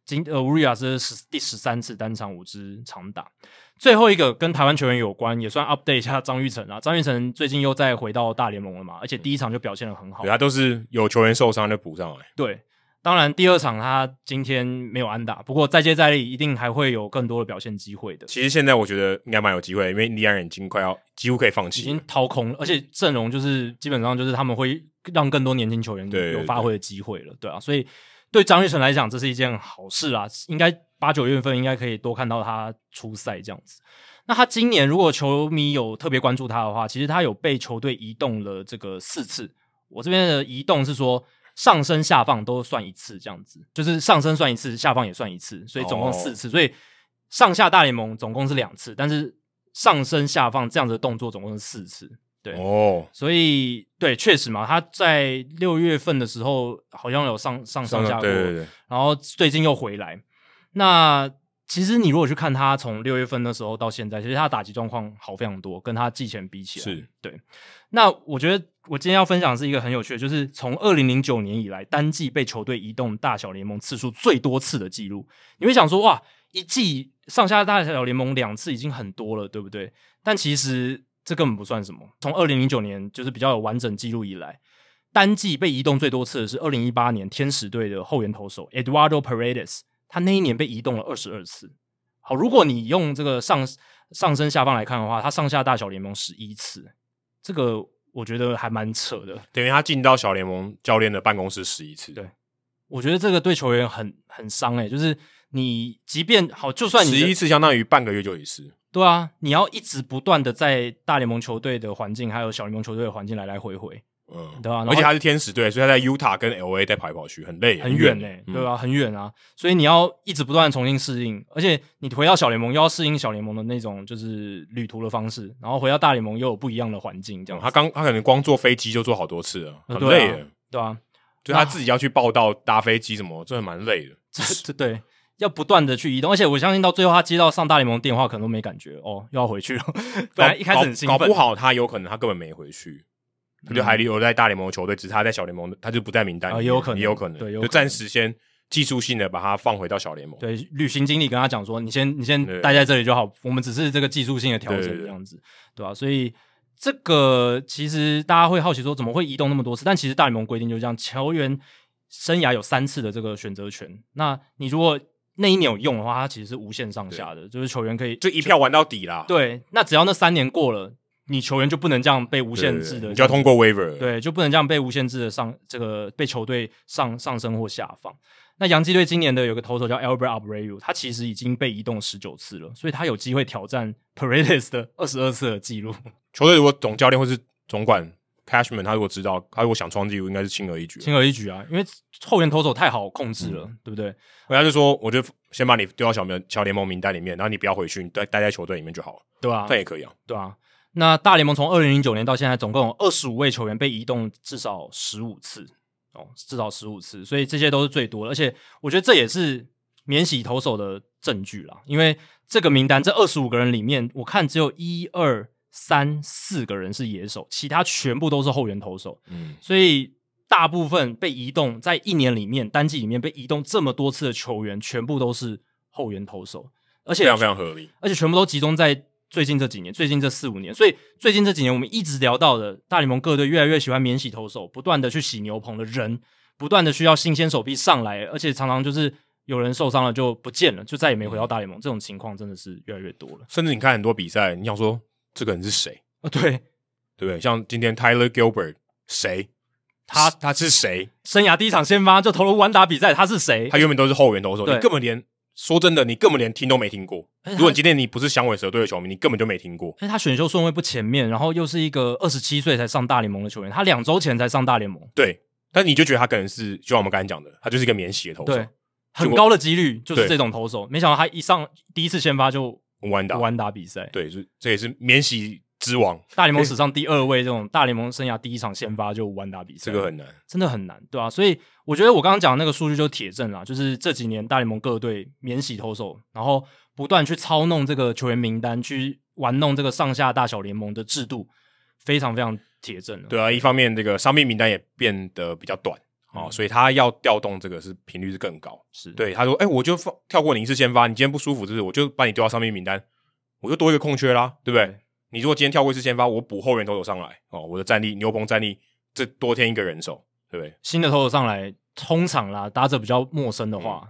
Speaker 1: 今呃，乌瑞亚是十第十三次单场五支长打，最后一个跟台湾球员有关，也算 update 一下张玉成啊。张玉成最近又再回到大联盟了嘛，而且第一场就表现的很好
Speaker 2: 对，，他都是有球员受伤就补上来。
Speaker 1: 对。当然，第二场他今天没有安打，不过再接再厉，一定还会有更多的表现机会的。
Speaker 2: 其实现在我觉得应该蛮有机会，因为利安人已经快要几乎可以放
Speaker 1: 已
Speaker 2: 弃
Speaker 1: 经
Speaker 2: 了，
Speaker 1: 掏空了，而且阵容就是基本上就是他们会让更多年轻球员
Speaker 2: 对
Speaker 1: 有发挥的机会了，对啊，所以对张玉成来讲，这是一件好事啊，应该八九月份应该可以多看到他出赛这样子。那他今年如果球迷有特别关注他的话，其实他有被球队移动了这个四次。我这边的移动是说上升下放都算一次，这样子就是上升算一次，下放也算一次，所以总共
Speaker 2: 哦
Speaker 1: 四次，所以上下大联盟总共是两次，但是上升下放这样子的动作总共是四次。对，
Speaker 2: 哦，
Speaker 1: 所以对，确实嘛，他在六月份的时候好像有上上上下过，
Speaker 2: 对对对，
Speaker 1: 然后最近又回来。那其实你如果去看他从六月份那时候到现在，其实他的打击状况好非常多，跟他季前比起来
Speaker 2: 是
Speaker 1: 对。那我觉得我今天要分享的是一个很有趣的，就是从二零零九年以来单季被球队移动大小联盟次数最多次的记录。你会想说，哇，一季上下大小联盟两次已经很多了，对不对？但其实这根本不算什么。从二零零九年就是比较有完整记录以来，单季被移动最多次的是二零一八年天使队的后援投手 Eduardo Paredes，他那一年被移动了二十二次。好，如果你用这个上上升下方来看的话，他上下大小联盟十一次，这个我觉得还蛮扯的。
Speaker 2: 等于他进到小联盟教练的办公室十一次，
Speaker 1: 对我觉得这个对球员很很伤诶、就是你即便好，就算你的
Speaker 2: 十一次相当于半个月就一次，
Speaker 1: 对啊，你要一直不断的在大联盟球队的环境，还有小联盟球队的环境来来回回，
Speaker 2: 嗯，
Speaker 1: 对啊然后
Speaker 2: 而且他是天使队，所以他在 Utah 跟 LA 在跑来跑去，很嗯累，
Speaker 1: 很远
Speaker 2: 呢
Speaker 1: 呢、，对吧、很远啊，所以你要一直不断的重新适应，而且你回到小联盟又要适应小联盟的那种就是旅途的方式，然后回到大联盟又有不一样的环境，这
Speaker 2: 嗯
Speaker 1: 样
Speaker 2: 他刚他可能光坐飞机就坐好多次了，很
Speaker 1: 对啊
Speaker 2: 累耶，
Speaker 1: 对啊，
Speaker 2: 就他自己要去报道搭飞机什么，真的蛮累的。
Speaker 1: 这这对。要不断的去移动，而且我相信到最后他接到上大联盟的电话，可能都没感觉哦，又要回去了。 本来一开始很兴
Speaker 2: 搞
Speaker 1: 奋，嗯
Speaker 2: 搞不好他有可能他根本没回去，他就还留在大联盟球队，只是他在小联盟的，他就不在名单里
Speaker 1: 啊
Speaker 2: 面，
Speaker 1: 也有可能
Speaker 2: 也有可能，
Speaker 1: 对有可能
Speaker 2: 就暂时先技术性的把他放回到小联盟。
Speaker 1: 对，旅行经理跟他讲说，你先你先
Speaker 2: 对
Speaker 1: 待在这里就好，我们只是这个技术性的调整
Speaker 2: 对对对
Speaker 1: 这样子，对吧、所以这个其实大家会好奇说，怎么会移动那么多次？但其实大联盟规定就这样，球员生涯有三次的这个选择权，那你如果那一年有用的话，它其实是无限上下的，就是球员可以
Speaker 2: 就一票玩到底啦，
Speaker 1: 对，那只要那三年过了，你球员就不能这样被无
Speaker 2: 对，
Speaker 1: 限制的
Speaker 2: 你就要通过 waiver。，
Speaker 1: 对，就不能这样被无限制的上这个被球队上上升或下放。那洋基队今年的有个投手叫 Albert Abreu，他其实已经被移动十九次了，所以他有机会挑战 Paredes 的二十二次的记录。
Speaker 2: 球队如果总教练或是总管 Cashman，他如果知道，他如果想创纪录，应该是轻而易举。
Speaker 1: 轻而易举啊，因为后援投手太好控制了，对不对？
Speaker 2: 人家就说，我就先把你丢到小联小联盟名单里面，然后你不要回去，你待待在球队里面就好了，
Speaker 1: 对吧、啊
Speaker 2: 这？样也可以啊。
Speaker 1: 对啊。那大联盟从二零零九年到现在，总共有二十五位球员被移动至少十五次哦，至少十五次，所以这些都是最多的。而且我觉得这也是免洗投手的证据啦，因为这个名单这二十五个人里面，我看只有一二三四个人是野手，其他全部都是后援投手，
Speaker 2: 嗯，
Speaker 1: 所以大部分被移动在一年里面单季里面被移动这么多次的球员，全部都是后援投手，而且
Speaker 2: 非常非常合理。
Speaker 1: 而且全部都集中在最近这几年，最近这四五年。所以最近这几年我们一直聊到的，大联盟各队越来越喜欢免洗投手，不断的去洗牛棚的人，不断的需要新鲜手臂上来，而且常常就是有人受伤了就不见了，就再也没回
Speaker 2: 嗯
Speaker 1: 到大联盟。这种情况真的是越来越多了。
Speaker 2: 甚至你看很多比赛，你想说这个人是谁，
Speaker 1: 啊，对，
Speaker 2: 对不对？像今天 Tyler Gilbert，谁？
Speaker 1: 他
Speaker 2: 他是谁？
Speaker 1: 生涯第一场先发就投入完打比赛，他是谁
Speaker 2: 他？原本都是后援投手，
Speaker 1: 对
Speaker 2: 你根本连说真的，你根本连听都没听过。
Speaker 1: 哎
Speaker 2: 如果今天你不是响尾蛇队的球迷，你根本就没听过。
Speaker 1: 因为他选秀顺位不前面，然后又是一个二十七岁才上大联盟的球员，他两周前才上大联盟，
Speaker 2: 对，但你就觉得他可能是，就像我们刚才讲的，他就是一个免洗的投手
Speaker 1: 对，，很
Speaker 2: 结果
Speaker 1: 高的几率就是
Speaker 2: 对
Speaker 1: 这种投手。没想到他一上第一次先发就
Speaker 2: 无安打，
Speaker 1: 完打比赛，
Speaker 2: 对，就这也是免洗之王，
Speaker 1: 大联盟史上第二位这种大联盟生涯第一场先发就完打比赛，
Speaker 2: 这个很难。
Speaker 1: 真的很难，对啊，所以我觉得我刚刚讲的那个数据就铁证啦，就是这几年大联盟各队免洗投手，然后不断去操弄这个球员名单，去玩弄这个上下大小联盟的制度，非常非常铁证了。
Speaker 2: 对啊，一方面这个伤病名单也变得比较短啊、哦
Speaker 1: 嗯
Speaker 2: 所以他要调动这个是频率是更高。
Speaker 1: 是，
Speaker 2: 对，他说，哎、我就放跳过你一次先发，你今天不舒服，就是我就把你丢到伤病名单，我就多一个空缺啦，对不对？
Speaker 1: 对
Speaker 2: 你如果今天跳过一次先发，我补后援投手上来哦，我的战力牛棚战力这多添一个人手，对不对？
Speaker 1: 新的投手上来，通常啦，打者比较陌生的话，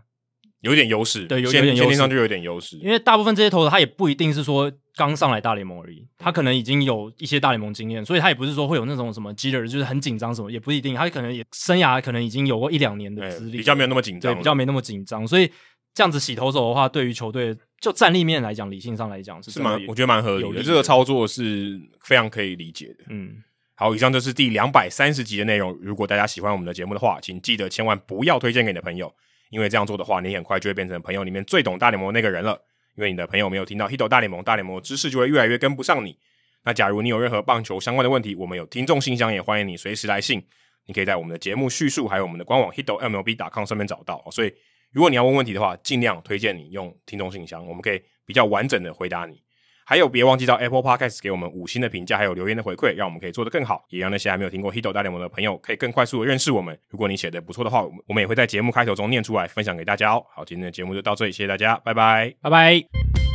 Speaker 2: 有一点优势，
Speaker 1: 对有
Speaker 2: 先
Speaker 1: 有点优势
Speaker 2: 先天上就有点优势，
Speaker 1: 因为大部分这些投手他也不一定是说刚上来大联盟而已，
Speaker 2: 嗯
Speaker 1: 他可能已经有一些大联盟经验，所以他也不是说会有那种什么 g i t e r 就是很紧张什么，也不一定，他可能也生涯可能已经有过一两年的
Speaker 2: 哎
Speaker 1: 资历，
Speaker 2: 比较没有那么紧
Speaker 1: 对
Speaker 2: 张，
Speaker 1: 比较没那么紧张，所以这样子洗投手的话，对于球队就战力面来讲，理性上来讲是
Speaker 2: 是
Speaker 1: 真的
Speaker 2: 蛮
Speaker 1: 有
Speaker 2: 我觉得蛮合
Speaker 1: 有
Speaker 2: 理
Speaker 1: 利
Speaker 2: 的，
Speaker 1: 的
Speaker 2: 这个操作是非常可以理解的。
Speaker 1: 嗯，
Speaker 2: 好，以上就是第两百三十集的内容。如果大家喜欢我们的节目的话，请记得千万不要推荐给你的朋友，因为这样做的话，你很快就会变成朋友里面最懂大联盟的那个人了。因为你的朋友没有听到 Hito 大联盟，大联盟的知识就会越来越跟不上你。那假如你有任何棒球相关的问题，我们有听众信箱，也欢迎你随时来信。你可以在我们的节目叙述，还有我们的官网 hito mlb com 上面找到。所以，如果你要问问题的话，尽量推荐你用听众信箱，我们可以比较完整的回答你。还有，别忘记到 Apple Podcast 给我们五星的评价，还有留言的回馈，让我们可以做得更好，也让那些还没有听过 Hito 大联盟的朋友可以更快速的认识我们。如果你写的不错的话，我们我们也会在节目开头中念出来，分享给大家哦。好，今天的节目就到这里，谢谢大家，拜拜。
Speaker 1: 拜拜。